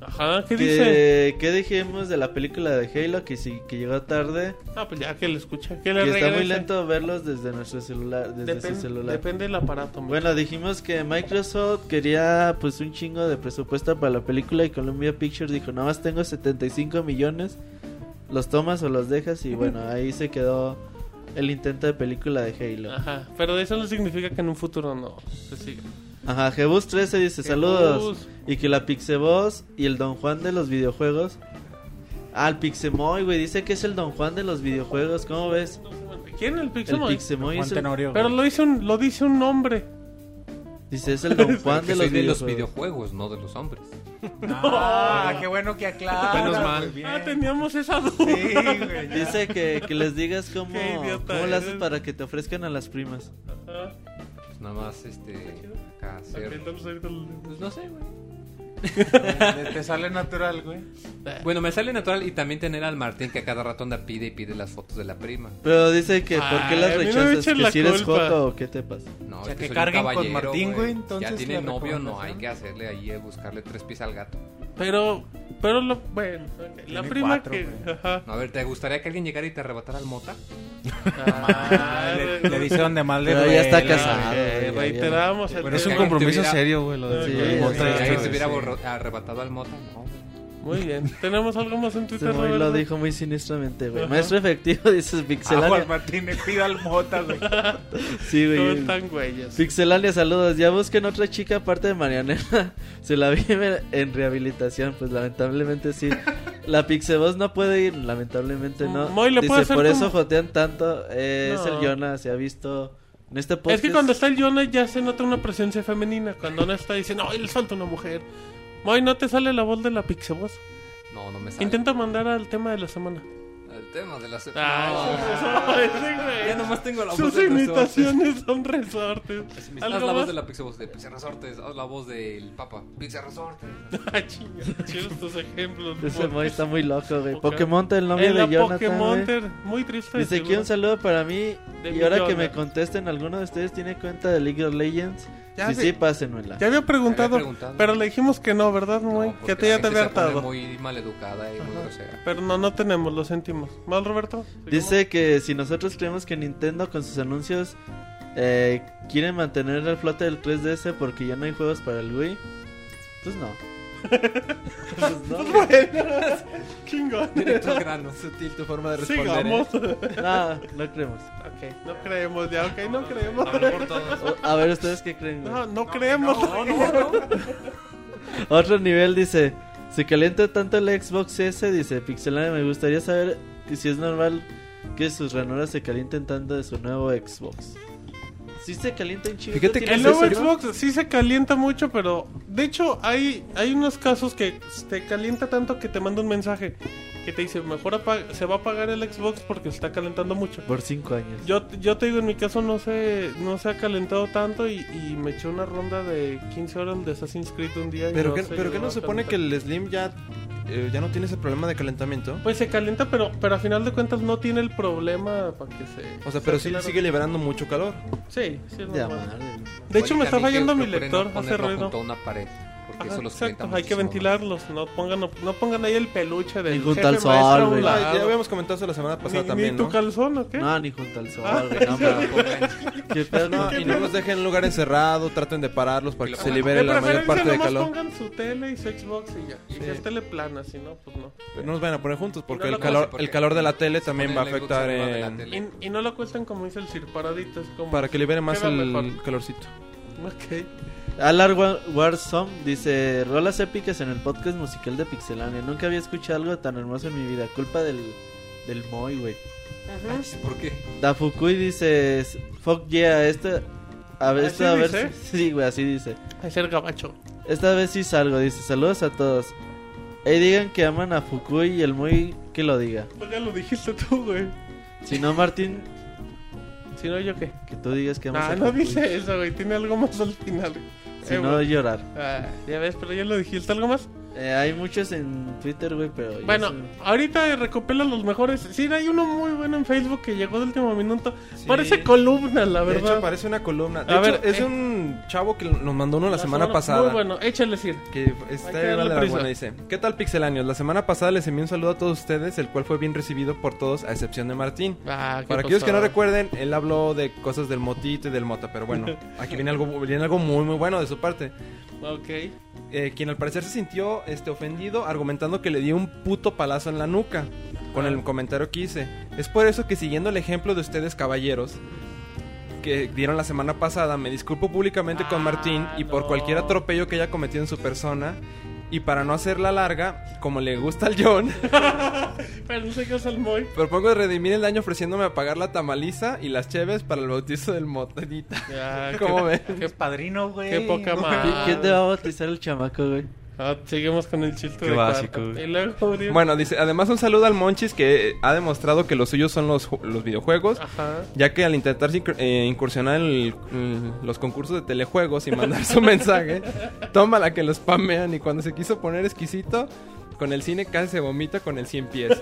Speaker 2: Ajá, ¿qué
Speaker 5: que-
Speaker 2: dice?
Speaker 5: ¿Qué dijimos de la película de Halo? Que sí, que llegó tarde.
Speaker 2: Ah, pues ya que le escucha, que le
Speaker 5: Que está muy
Speaker 2: regrese.
Speaker 5: lento verlos desde nuestro celular, desde
Speaker 2: Depen-
Speaker 5: su celular.
Speaker 2: Depende del aparato. Moy.
Speaker 5: Bueno, dijimos que Microsoft quería pues un chingo de presupuesto para la película y Columbia Pictures dijo, nada más tengo 75 millones, los tomas o los dejas y bueno, ahí se quedó el intento de película de Halo.
Speaker 2: Ajá, pero eso no significa que en un futuro no se siga.
Speaker 5: Ajá, Jebus 13 dice saludos. Y que la Pixeboss y el Don Juan de los videojuegos. Ah, el Pixemoy, güey, dice que es el Don Juan de los videojuegos, ¿cómo ves?
Speaker 2: ¿Quién el
Speaker 5: El
Speaker 2: Pixemoy?
Speaker 5: Pixemoy
Speaker 6: Juan
Speaker 5: es el-
Speaker 6: Tenorio.
Speaker 2: Pero lo, dice un, lo dice un nombre.
Speaker 5: dice es el Don Juan
Speaker 3: Porque
Speaker 5: de
Speaker 3: soy
Speaker 5: los
Speaker 3: de los
Speaker 5: videojuegos.
Speaker 3: videojuegos, no de los hombres.
Speaker 6: Ah, qué bueno que aclara.
Speaker 4: Menos mal.
Speaker 6: güey, bien.
Speaker 2: Ah, teníamos esa duda.
Speaker 6: Sí, güey. ya.
Speaker 5: Dice que, que les digas cómo,
Speaker 2: Qué idiota
Speaker 5: cómo le haces
Speaker 2: eres.
Speaker 5: para que te ofrezcan a las primas.
Speaker 2: Ajá.
Speaker 3: Pues nada más, este. Acá
Speaker 2: Ok,
Speaker 3: hacer.
Speaker 2: entonces ahorita lo-
Speaker 3: Pues no sé, güey.
Speaker 6: Te te sale natural, güey.
Speaker 3: Bueno, me sale natural y también tener al Martín que a cada rato anda pide y pide las fotos de la prima.
Speaker 5: Pero dice que ¿por qué
Speaker 2: Ay,
Speaker 5: las
Speaker 2: a mí no me
Speaker 5: rechazas?
Speaker 2: echen
Speaker 5: ¿Que
Speaker 2: la
Speaker 5: si eres
Speaker 2: culpa.
Speaker 5: jota o qué te pasa?
Speaker 3: No,
Speaker 6: O sea,
Speaker 3: es
Speaker 6: que
Speaker 3: soy un
Speaker 6: carguen con
Speaker 3: caballero,
Speaker 6: Martín, güey, entonces
Speaker 3: Ya tiene
Speaker 6: la
Speaker 3: novio, no, hay
Speaker 6: recomendación.
Speaker 3: que hacerle ahí, eh, buscarle tres pies al gato.
Speaker 2: Pero, pero lo, bueno, ok, la
Speaker 6: Tiene
Speaker 2: prima
Speaker 6: cuatro,
Speaker 2: que...
Speaker 6: güey.
Speaker 2: Ajá.
Speaker 3: No, a ver, ¿te gustaría que alguien llegara y te arrebatara el mota?
Speaker 2: Ah,
Speaker 6: le,
Speaker 2: güey.
Speaker 6: le dice donde mal le
Speaker 5: Pero ya está
Speaker 6: duele,
Speaker 5: casado.
Speaker 6: güey.
Speaker 2: Eh,
Speaker 5: ya, ya.
Speaker 2: reiteramos el
Speaker 7: Pero es un
Speaker 2: tema.
Speaker 7: compromiso
Speaker 3: Tuviera-
Speaker 7: serio, güey. Lo de
Speaker 5: Sí,
Speaker 7: lo
Speaker 5: sí,
Speaker 7: de
Speaker 3: Si
Speaker 5: sí,
Speaker 7: Monterrey,
Speaker 3: alguien se
Speaker 7: güey.
Speaker 3: hubiera borro- arrebatado al mota, no. güey.
Speaker 2: Muy bien. ¿Tenemos algo más en Twitter,
Speaker 5: Este Moy lo
Speaker 2: Roberto?
Speaker 5: dijo muy siniestramente, güey.
Speaker 2: Ajá. Ah,
Speaker 5: Maestro efectivo, dices
Speaker 3: Ah,
Speaker 6: A Juan
Speaker 5: Pixelania.
Speaker 6: Martínez pida al mota, güey.
Speaker 5: Sí,
Speaker 2: No
Speaker 5: güey.
Speaker 2: están güeyes.
Speaker 5: Pixelania, saludos. Ya busquen otra chica aparte de Marianela. Se la vive en rehabilitación. Pues lamentablemente sí. La Pixeboss no puede ir. Lamentablemente no.
Speaker 2: Moy, ¿le
Speaker 5: Dice,
Speaker 2: puede hacer
Speaker 5: por
Speaker 2: como-
Speaker 5: eso jotean tanto. Eh, Es
Speaker 2: No.
Speaker 5: el Jonah, se ha visto en este podcast.
Speaker 2: Es que cuando está el Jonas ya se nota una presencia femenina. Cuando no está, dice, no, él salta una mujer. Moy, ¿no te sale la voz de la pixeboss?
Speaker 3: No, no me sale.
Speaker 2: Intenta mandar al tema de la semana.
Speaker 3: El tema de la...
Speaker 2: Ah, eso, eso, ese güey.
Speaker 3: ya nomás tengo la voz
Speaker 2: Sus
Speaker 3: de los
Speaker 2: imitaciones son resortes.
Speaker 3: resortes. Haz
Speaker 2: ¿Algo
Speaker 3: la voz
Speaker 2: más?
Speaker 3: de la Pixar de Pixar Resortes, haz la voz del Papa. Pixar Resortes.
Speaker 2: Ah, chinga, chidos tus ejemplos.
Speaker 5: Ese
Speaker 2: por-
Speaker 5: Moy está muy loco, güey.
Speaker 2: Ok.
Speaker 5: Pokémon, el nombre
Speaker 2: en la
Speaker 5: de Jonathan. güey.
Speaker 2: Pokémonter, muy triste.
Speaker 5: Dice aquí
Speaker 2: seguro.
Speaker 5: un saludo para mí.
Speaker 2: De
Speaker 5: y
Speaker 2: mi
Speaker 5: ahora que
Speaker 2: Jonah.
Speaker 5: me contesten, ¿alguno de ustedes tiene cuenta de League of Legends?
Speaker 2: Ya
Speaker 5: sí,
Speaker 2: sé.
Speaker 5: sí, pásenmela.
Speaker 2: Te había preguntado,
Speaker 3: Te había preguntado.
Speaker 2: pero le dijimos que no, ¿verdad,
Speaker 3: No,
Speaker 2: Moy? que
Speaker 3: porque
Speaker 2: te,
Speaker 3: la
Speaker 2: ya te
Speaker 3: gente
Speaker 2: había
Speaker 3: se pone
Speaker 2: hartado.
Speaker 3: muy maleducada y muy grosera.
Speaker 2: Pero no, no tenemos, lo sentimos. ¿Mal, Roberto?
Speaker 5: Dice que si nosotros creemos que Nintendo con sus anuncios eh, quieren mantener el flote del 3DS porque ya no hay juegos para el Wii, pues no. Pues no, güey.
Speaker 2: Chingón.
Speaker 3: Directo al grano.
Speaker 7: Sutil tu forma de responder. ¿eh?
Speaker 2: Sigamos.
Speaker 5: no, no creemos.
Speaker 2: Ok, no creemos ya, ok, no creemos.
Speaker 3: Hablo por todos.
Speaker 5: O- a ver, ¿ustedes qué creen? güey?
Speaker 2: No, no creemos.
Speaker 5: Otro nivel dice, Se calienta tanto el Xbox S, dice Pixelania. Me gustaría saber que si es normal que sus ranuras se calienten tanto de su nuevo Xbox. Si se calienta en chido.
Speaker 10: Fíjate que
Speaker 2: El nuevo Xbox sí se calienta mucho, pero de hecho hay, hay unos casos que te calienta tanto que te manda un mensaje que te dice, mejor apa- se va a apagar el Xbox porque se está calentando mucho.
Speaker 5: Por 5 años.
Speaker 2: Yo, yo te digo, en mi caso no se, no se ha calentado tanto y, y me eché una ronda de 15 horas de Assassin's Creed un día. y
Speaker 4: Pero,
Speaker 2: no
Speaker 4: que,
Speaker 2: se
Speaker 4: pero que
Speaker 2: llegó
Speaker 4: no
Speaker 2: a
Speaker 4: supone que
Speaker 2: calentar.
Speaker 4: el Slim ya, eh, ya no tiene ese problema de calentamiento.
Speaker 2: Pues se calienta, pero, pero a final de cuentas no tiene el problema para que se...
Speaker 4: O sea, pero sí
Speaker 2: claro.
Speaker 4: sigue liberando mucho calor.
Speaker 2: Sí, sí, es
Speaker 5: Ya,
Speaker 2: normal.
Speaker 5: madre.
Speaker 2: De hecho, me está
Speaker 3: También que
Speaker 2: fallando mi
Speaker 3: procuren
Speaker 2: lector,
Speaker 3: no
Speaker 2: hace
Speaker 3: ponerlo
Speaker 2: ruido.
Speaker 3: junto a una pared, porque
Speaker 2: Ajá,
Speaker 3: eso los calienta
Speaker 2: exacto, hay que
Speaker 3: muchísimo más.
Speaker 2: ventilarlos, no pongan, no pongan ahí el peluche del
Speaker 5: Ni junto
Speaker 2: jefe
Speaker 5: al sol,
Speaker 2: maestro a un
Speaker 5: güey.
Speaker 4: Ah,
Speaker 2: lado.
Speaker 4: ya habíamos comentado eso la semana pasada
Speaker 2: ni,
Speaker 4: también,
Speaker 2: ni tu
Speaker 4: ¿no?
Speaker 2: calzón o qué? Ah,
Speaker 5: No, ni junto al sol, güey. No, mames. Qué pedo.
Speaker 4: No, Ah, y no los dejen en un lugar encerrado, traten de pararlos para que se libere
Speaker 2: de
Speaker 4: la
Speaker 2: preferencia
Speaker 4: mayor parte de
Speaker 2: nomás
Speaker 4: calor.
Speaker 2: pongan su tele y su Xbox y ya. Y si es tele plana, si no, pues no.
Speaker 4: No nos van a poner juntos porque
Speaker 2: No, no,
Speaker 4: el calor
Speaker 3: no, porque
Speaker 4: el calor de la tele también va a
Speaker 3: Poner el Xbox
Speaker 4: afectar
Speaker 3: arriba de la
Speaker 4: en-
Speaker 3: tele.
Speaker 2: Y, y no lo cuestan como dice el Sir Paradito, es como...
Speaker 4: para que libere más
Speaker 2: Queda
Speaker 4: el
Speaker 2: mejor.
Speaker 4: calorcito.
Speaker 2: Ok.
Speaker 5: Alar Wa- Warzone dice: Rolas épicas en el podcast musical de Pixelania. Nunca había escuchado algo tan hermoso en mi vida. Culpa del, del Moy, güey.
Speaker 2: Ajá.
Speaker 3: ¿Por qué?
Speaker 5: Dafukui dice: Fuck yeah, esta. A ver,
Speaker 2: ¿Así
Speaker 5: esta a ver
Speaker 2: dice?
Speaker 5: si- Sí, güey, así dice.
Speaker 2: Es el gabacho.
Speaker 5: Esta vez sí salgo, dice: Saludos a todos. Y digan que aman a Fukui y el Moy que lo diga.
Speaker 2: Pues ya lo dijiste tú, güey.
Speaker 5: Si no, Martín,
Speaker 2: Si no, ¿yo qué?
Speaker 5: que tú digas que amas
Speaker 2: Ah, No,
Speaker 5: a
Speaker 2: no
Speaker 5: Fukui.
Speaker 2: dice eso, güey. Tiene algo más al final.
Speaker 5: Si
Speaker 2: Eh,
Speaker 5: no,
Speaker 2: güey.
Speaker 5: llorar.
Speaker 2: Ah, ya ves, pero ya lo dijiste. ¿Algo más?
Speaker 5: Eh, hay muchos en Twitter, güey, pero. yo
Speaker 2: Bueno,
Speaker 5: sé-
Speaker 2: ahorita recopila los mejores. Sí, hay uno muy bueno en Facebook que llegó de último minuto. Parece columna, la
Speaker 4: De hecho,
Speaker 2: verdad.
Speaker 4: parece una columna. De
Speaker 2: A
Speaker 4: hecho,
Speaker 2: ver,
Speaker 4: es
Speaker 2: eh.
Speaker 4: un chavo que nos mandó uno la, semana, pasada.
Speaker 2: Muy bueno, échale decir.
Speaker 4: Que
Speaker 2: Hay
Speaker 4: está
Speaker 2: que darle
Speaker 4: igual de la
Speaker 2: prisa.
Speaker 4: buena, dice. ¿Qué tal, pixelanios? La semana pasada les envié un saludo a todos ustedes, el cual fue bien recibido por todos, a excepción de Martín.
Speaker 2: Ah,
Speaker 4: Para aquellos que no recuerden, él habló de cosas del motito y del mota, pero bueno, aquí viene algo, viene algo muy, muy bueno de su parte.
Speaker 2: Ok.
Speaker 4: Eh, quien al parecer se sintió este, ofendido argumentando que le dio un puto palazo en la nuca con el comentario que hice. Es por eso que siguiendo el ejemplo de ustedes caballeros que dieron la semana pasada, me disculpo públicamente con
Speaker 2: Ah,
Speaker 4: Martín y por
Speaker 2: no.
Speaker 4: cualquier atropello que haya cometido en su persona. Y para no hacerla larga, como le gusta al John,
Speaker 2: Pero no sé qué es el Moy.
Speaker 4: propongo redimir el daño ofreciéndome a pagar la tamaliza y las cheves para el bautizo del motonita.
Speaker 2: Ah,
Speaker 4: ¿Cómo ven?
Speaker 6: Qué padrino, güey.
Speaker 2: Qué poca
Speaker 5: ¿Qui-
Speaker 2: madre.
Speaker 5: ¿Quién te va a bautizar el chamaco, güey?
Speaker 2: Ah, seguimos con el chiste
Speaker 6: Qué
Speaker 2: de
Speaker 6: básico,
Speaker 2: cuarto.
Speaker 6: güey.
Speaker 2: Y luego, Uriel.
Speaker 4: Bueno, dice, además un saludo al Monchis que eh, ha demostrado que los suyos son los, ju- los videojuegos.
Speaker 2: Ajá.
Speaker 4: Ya que al intentar sincro- eh, incursionar en el- en los concursos de telejuegos y mandar su mensaje, toma la que los spamean y cuando se quiso poner exquisito, con el cine casi se vomita con el 100 pies.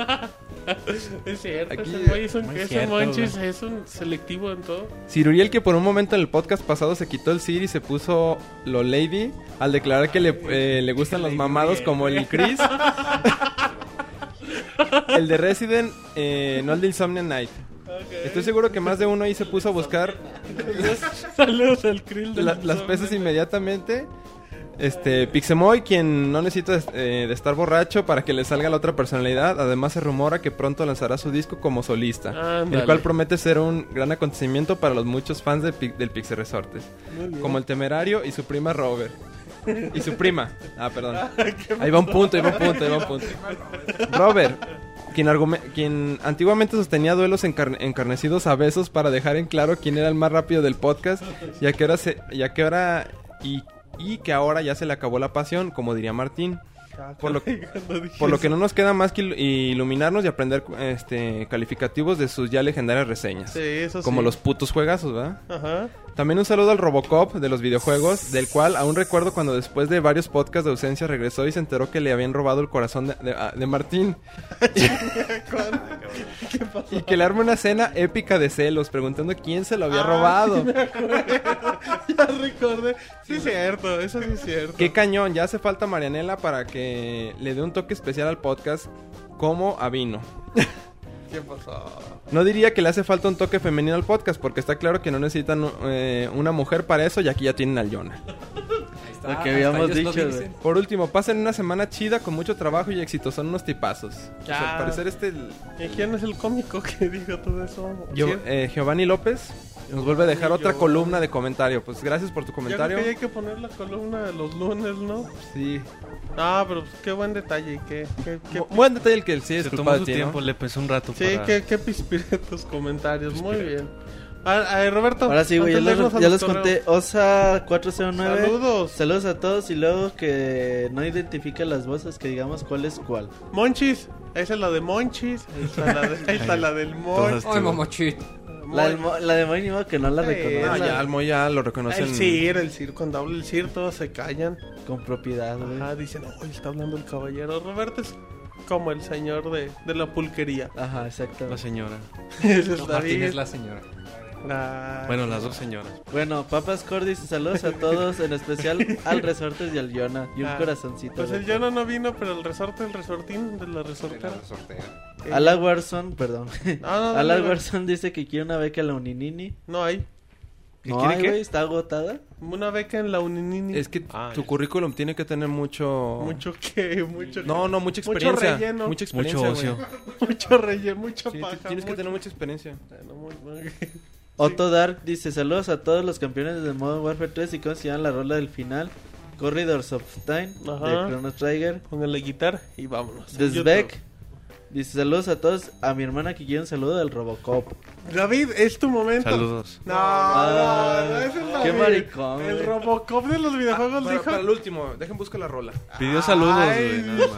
Speaker 2: Es cierto,
Speaker 4: Aquí,
Speaker 2: ese Moy es un,
Speaker 6: muy
Speaker 2: ese
Speaker 6: cierto,
Speaker 2: Monchis es un selectivo en todo.
Speaker 4: Ciruriel que por un momento en el podcast pasado se quitó el Sir y se puso lo lady al declarar que le, eh, le gustan los mamados como el Chris. el de Resident, eh, no el de Insomnia Night. Estoy seguro que más de uno ahí se puso a buscar
Speaker 2: Saludos al Krill de
Speaker 4: la- las pesas inmediatamente. Este, Pixemoy, quien no necesita eh, de estar borracho para que le salga la otra personalidad. Además, se rumora que pronto lanzará su disco como solista.
Speaker 2: Ah, Ándale.
Speaker 4: El cual promete ser un gran acontecimiento para los muchos fans de Pi- del Pixel Resortes. Como el temerario y su prima Robert. Y su prima. Ah, perdón. Ahí va un punto, ahí va un punto, ahí va un punto. Robert, quien, argume- quien antiguamente sostenía duelos encar- encarnecidos a besos para dejar en claro quién era el más rápido del podcast y a qué hora se... Y a qué hora... Y, y que ahora ya se le acabó la pasión, como diría Martín.
Speaker 2: Ah,
Speaker 4: Por lo, por lo que no nos queda más que il- iluminarnos y aprender este, calificativos de sus ya legendarias reseñas.
Speaker 2: Sí, eso sí.
Speaker 4: Como los putos juegazos, ¿verdad?
Speaker 2: Ajá.
Speaker 4: También un saludo al Robocop de los videojuegos, del cual aún recuerdo cuando después de varios podcasts de ausencia regresó y se enteró que le habían robado el corazón de, de- a- de Martín. Y que le arme una cena épica de celos, preguntando quién se lo había
Speaker 2: Ah,
Speaker 4: robado.
Speaker 2: Ya recordé. Sí, es cierto, eso sí es cierto.
Speaker 4: Qué cañón, ya hace falta Marianela para que le dé un toque especial al podcast como a vino.
Speaker 2: ¿Qué pasó?
Speaker 4: No diría que le hace falta un toque femenino al podcast, porque está claro que no necesitan eh, una mujer para eso y aquí ya tienen al Jonah.
Speaker 2: Ah,
Speaker 5: Lo que habíamos
Speaker 3: ellos lo
Speaker 5: dicho,
Speaker 3: dicen.
Speaker 4: Por último, pasen una semana chida con mucho trabajo y éxito. Son unos tipazos. O sea,
Speaker 2: Ya.
Speaker 4: al parecer este...
Speaker 2: ¿Y quién es el cómico que dijo todo eso?
Speaker 4: Yo-
Speaker 2: ¿Quién?
Speaker 4: eh, Giovanni López. Nos vuelve a dejar otra columna de comentario. Pues gracias por tu
Speaker 2: Yo creo
Speaker 4: comentario.
Speaker 2: que ya hay que poner la columna de los lunes, ¿no?
Speaker 4: Sí.
Speaker 2: Ah, pero pues, qué buen detalle, qué, qué, qué,
Speaker 4: Bu- Buen detalle el que el sí es
Speaker 7: Se
Speaker 4: culpa
Speaker 7: tomó
Speaker 4: de
Speaker 7: su
Speaker 4: ti, ¿no?
Speaker 7: tiempo, le pesó un rato
Speaker 2: sí,
Speaker 7: para...
Speaker 2: qué, qué pispiré tus comentarios, muy bien. A, a- Roberto,
Speaker 5: Ahora sí, güey, ya,
Speaker 2: antes de
Speaker 5: los,
Speaker 2: irnos a
Speaker 5: ya los
Speaker 2: correos.
Speaker 5: conté. Osa409.
Speaker 2: Saludos.
Speaker 5: Saludos a todos y luego que no identifica las voces, que digamos cuál es cuál.
Speaker 2: Monchis, esa es la de Monchis, ahí está la, de- ahí está la del Monch.
Speaker 7: Todas
Speaker 3: Ay, mamochito.
Speaker 5: La, del mo- la de Moy ni modo que no la
Speaker 2: Sí,
Speaker 5: reconoce
Speaker 4: Ah, ya, Almo ya lo reconocen.
Speaker 2: Ah, El Sir, el Sir, cuando habla el Sir todos se callan.
Speaker 5: con propiedad, güey.
Speaker 2: Ajá, dicen, oh, está hablando el caballero. Roberto es como el señor de, de la pulquería.
Speaker 5: Ajá, exacto.
Speaker 7: La señora.
Speaker 2: Ese es
Speaker 3: Martín
Speaker 2: David. Ah,
Speaker 3: es la señora.
Speaker 2: La-
Speaker 7: Bueno, las dos señoras.
Speaker 5: Bueno, papas cordis, saludos a todos, en especial al Resortes y al Yona. Y un
Speaker 2: Ah,
Speaker 5: corazoncito.
Speaker 2: Pues
Speaker 5: güey.
Speaker 2: el Yono no vino, pero el resorte, el resortín de la
Speaker 3: de la
Speaker 2: resortera.
Speaker 3: resortera.
Speaker 2: Eh,
Speaker 5: Ala Warson, perdón.
Speaker 2: No, no, no,
Speaker 5: Ala
Speaker 2: no, no.
Speaker 5: Warson dice que quiere una beca en la Uninini.
Speaker 2: No hay.
Speaker 7: ¿Que
Speaker 5: No,
Speaker 7: quiere
Speaker 5: ay,
Speaker 7: qué?
Speaker 5: güey, está agotada.
Speaker 2: Una beca en la Uninini.
Speaker 4: Es que
Speaker 7: Ah,
Speaker 4: tu
Speaker 7: ya.
Speaker 4: currículum tiene que tener mucho...
Speaker 2: Mucho que, mucho
Speaker 4: No, no, mucha experiencia.
Speaker 2: relleno.
Speaker 4: Mucha experiencia,
Speaker 7: Mucho ocio.
Speaker 4: güey.
Speaker 2: Mucho relleno, mucha
Speaker 4: Sí,
Speaker 2: paja.
Speaker 4: tienes que
Speaker 2: mucho-
Speaker 4: tener mucha experiencia.
Speaker 2: Bueno, muy- muy-
Speaker 5: Otto Dark dice saludos a todos los campeones de Modern Warfare 3 y cómo se llama la rola del final. Corridors of Time
Speaker 2: Ajá.
Speaker 5: de Chrono Trigger.
Speaker 2: Pongan la guitarra y vámonos.
Speaker 5: Desbeck dice saludos a todos. A mi hermana que quiere un saludo del Robocop.
Speaker 2: YouTube. David, es tu momento.
Speaker 7: Saludos.
Speaker 2: No,
Speaker 5: Ah,
Speaker 2: no, no, es el David.
Speaker 5: qué maricón,
Speaker 2: El
Speaker 5: güey.
Speaker 2: Robocop de los videojuegos
Speaker 4: Para,
Speaker 2: dijo.
Speaker 4: para el último, dejen buscar la rola.
Speaker 7: Pidió saludos,
Speaker 2: Ay,
Speaker 7: güey, nada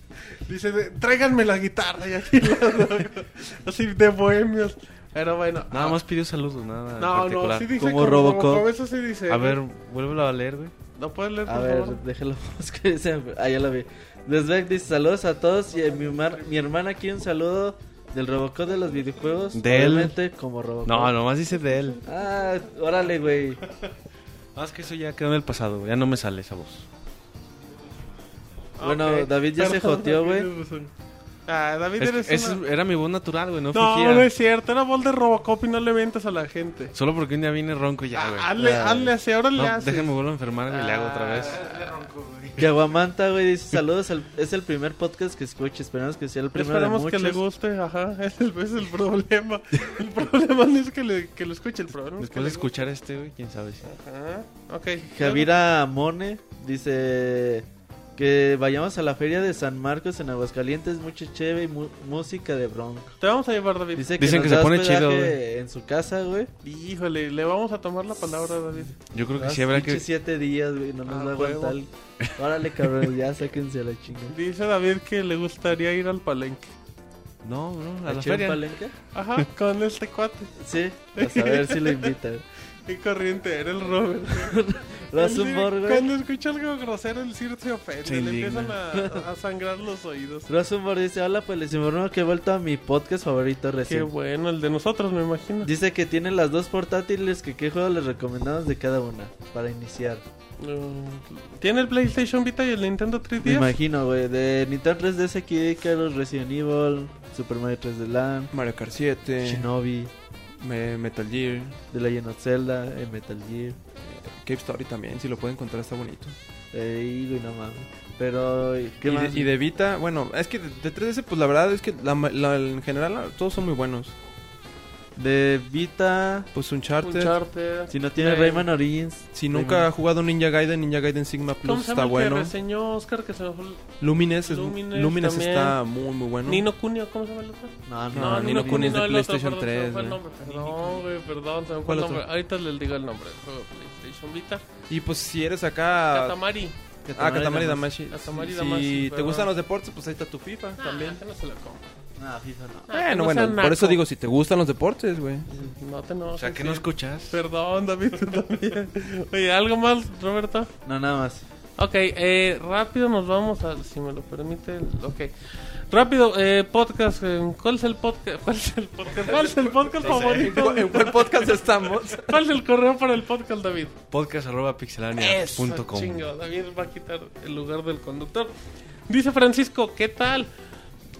Speaker 7: más.
Speaker 2: Dice, de- tráiganme la guitarra y aquí la toco. Así de bohemios. Pero bueno. ah,
Speaker 7: Nada más pidió saludos, nada en
Speaker 2: No, no,
Speaker 7: particular.
Speaker 2: sí dice
Speaker 5: Como
Speaker 2: como
Speaker 5: Robocop.
Speaker 2: Eso sí dice.
Speaker 7: A ver, vuélvelo a leer, güey.
Speaker 2: ¿No puedes leer, por
Speaker 5: A ver,
Speaker 2: favor?
Speaker 5: déjalo buscar. se me- Ah, ya la vi. Desbeck dice saludos a todos y a mi, mar- mi hermana quiere un saludo del Robocop de los videojuegos.
Speaker 7: De él.
Speaker 5: Obviamente como Robocop.
Speaker 7: No, nomás dice de él.
Speaker 5: Ah, órale, güey.
Speaker 7: Más que eso ya quedó en el pasado, güey, ya no me sale esa voz.
Speaker 2: Ah,
Speaker 5: Bueno,
Speaker 2: ok.
Speaker 5: David ya se
Speaker 2: Perdón,
Speaker 5: joteó, güey.
Speaker 2: tienes razón. Ah, David
Speaker 7: Es-
Speaker 2: eres
Speaker 7: esa
Speaker 2: una-
Speaker 7: es- Era mi voz natural, güey, no,
Speaker 2: No,
Speaker 7: fingía.
Speaker 2: no es cierto. Era voz de Robocop y no le ventas a la gente.
Speaker 7: Solo porque un día vine ronco y ya, güey.
Speaker 2: Ah, hazle, hazle así, ahora le
Speaker 7: No,
Speaker 2: haces. Ah,
Speaker 7: déjenme vuelvo a enfermar, güey, le hago otra vez.
Speaker 4: Ah.
Speaker 5: Caguamanta, güey, dice saludos. al- es el primer podcast que escucho. Esperamos que sea el primero de
Speaker 2: Esperamos
Speaker 5: muchos.
Speaker 2: que le guste, ajá, es el, es el problema. El problema no es que, le, que lo escuche, el problema es que
Speaker 7: Después de escuchar este, güey, quién sabe si.
Speaker 2: le guste. Ajá, ok.
Speaker 5: Javira Mone dice que vayamos a la feria de San Marcos en Aguascalientes. Mucho chévere y mu- música de bronco.
Speaker 2: Te vamos a llevar, David.
Speaker 5: Dice
Speaker 7: Dicen
Speaker 5: nos
Speaker 7: que se
Speaker 5: da
Speaker 7: pone
Speaker 5: hospedaje
Speaker 7: chido, güey.
Speaker 5: En su casa, güey.
Speaker 2: Híjole, le vamos a tomar la palabra, David.
Speaker 7: Yo creo que
Speaker 5: Ah,
Speaker 7: sí habrá
Speaker 5: pinche
Speaker 7: que.
Speaker 5: siete días, güey, no nos
Speaker 2: Ah,
Speaker 5: va a
Speaker 2: huevo.
Speaker 5: aguantar. Órale, cabrón, ya sáquense a la chingada.
Speaker 2: Dice David que le gustaría ir al palenque.
Speaker 7: No, no, a la
Speaker 5: ¿Echó un
Speaker 7: feria.
Speaker 5: palenque?
Speaker 2: Ajá, con este cuate.
Speaker 5: Sí, a saber si lo invitan.
Speaker 2: Qué corriente era el Robert.
Speaker 5: Lo hace
Speaker 2: Él
Speaker 5: un
Speaker 2: sí,
Speaker 5: bor, güey.
Speaker 2: Cuando escucha algo grosero, el Sir se ofende.
Speaker 7: Se
Speaker 2: le
Speaker 7: indigna.
Speaker 2: empiezan a, a sangrar los oídos.
Speaker 5: Rosenborg dice, hola, pues les informo que he vuelto a mi podcast favorito
Speaker 2: Qué
Speaker 5: recién.
Speaker 2: bueno, el de nosotros, me imagino.
Speaker 5: Dice que tiene las dos portátiles que qué juego les recomendamos de cada una para iniciar.
Speaker 2: Mm, ¿Tiene el PlayStation Vita y el Nintendo
Speaker 5: Me
Speaker 2: 3DS?
Speaker 5: imagino, güey, de Nintendo 3DS aquí, Carlos Resident Evil, Super Mario 3D Land,
Speaker 4: Mario Kart 7,
Speaker 5: Shinobi,
Speaker 4: me- Metal Gear,
Speaker 5: The Legend of Zelda, eh, Metal Gear.
Speaker 4: Cave Story también, si lo pueden encontrar está bonito.
Speaker 5: Ey, eh, güey, no mames. Pero, eh, ¿qué
Speaker 4: y,
Speaker 5: más?
Speaker 4: De, y de Vita, bueno, es que de, de 3DS, pues la verdad es que la ma- la- en general la- todos son muy buenos.
Speaker 5: De Vita.
Speaker 4: Pues Uncharted,
Speaker 2: Uncharted.
Speaker 5: Si no tiene
Speaker 2: Eh,
Speaker 5: Rayman Origins.
Speaker 4: si nunca ha jugado Ninja Gaiden, Ninja Gaiden Sigma
Speaker 2: ¿Cómo
Speaker 4: Plus
Speaker 2: se llama
Speaker 4: está
Speaker 2: el que
Speaker 4: bueno.
Speaker 2: reseñó Oscar que se me fue el-
Speaker 4: Lumines, es-
Speaker 2: Lumines
Speaker 4: Lumines
Speaker 2: también.
Speaker 4: está muy muy bueno.
Speaker 2: Nino Kunio, ¿cómo se llama el otro?
Speaker 5: No,
Speaker 4: no, no, Nino Kuni es de
Speaker 2: el otro, perdón,
Speaker 4: PlayStation
Speaker 2: se me fue
Speaker 4: 3,
Speaker 2: el nombre. No, güey, perdón, se me fue
Speaker 4: ¿Cuál
Speaker 2: el
Speaker 4: otro?
Speaker 2: nombre. Ahorita les digo el nombre. del Juego de PlayStation Vita.
Speaker 4: Y pues si eres acá...
Speaker 2: Katamari.
Speaker 4: Ah, Katamari Damashi.
Speaker 2: Katamari
Speaker 4: Si
Speaker 2: Damashi,
Speaker 4: te
Speaker 2: perdón.
Speaker 4: gustan los deportes, pues ahí está tu FIFA también.
Speaker 2: También que no se lo compro.
Speaker 5: No, FIFA no.
Speaker 4: Bueno, bueno, por eso digo, si te gustan los deportes, güey.
Speaker 2: No te no.
Speaker 7: O sea, que no escuchas.
Speaker 2: Perdón, David, tú también. Oye, ¿algo más, Roberto?
Speaker 5: No, nada más.
Speaker 2: Ok, eh, rápido nos vamos a, si me lo permite, el- ok. Rápido, eh, podcast, eh, ¿cuál es el podcast? ¿Cuál es el podcast? ¿Cuál es el podcast favorito?
Speaker 4: ¿En cuál podcast estamos?
Speaker 2: ¿Cuál es el correo para el podcast, David?
Speaker 7: Podcast arroba
Speaker 2: Eso, chingo, David va a quitar el lugar del conductor. Dice Francisco, ¿qué tal?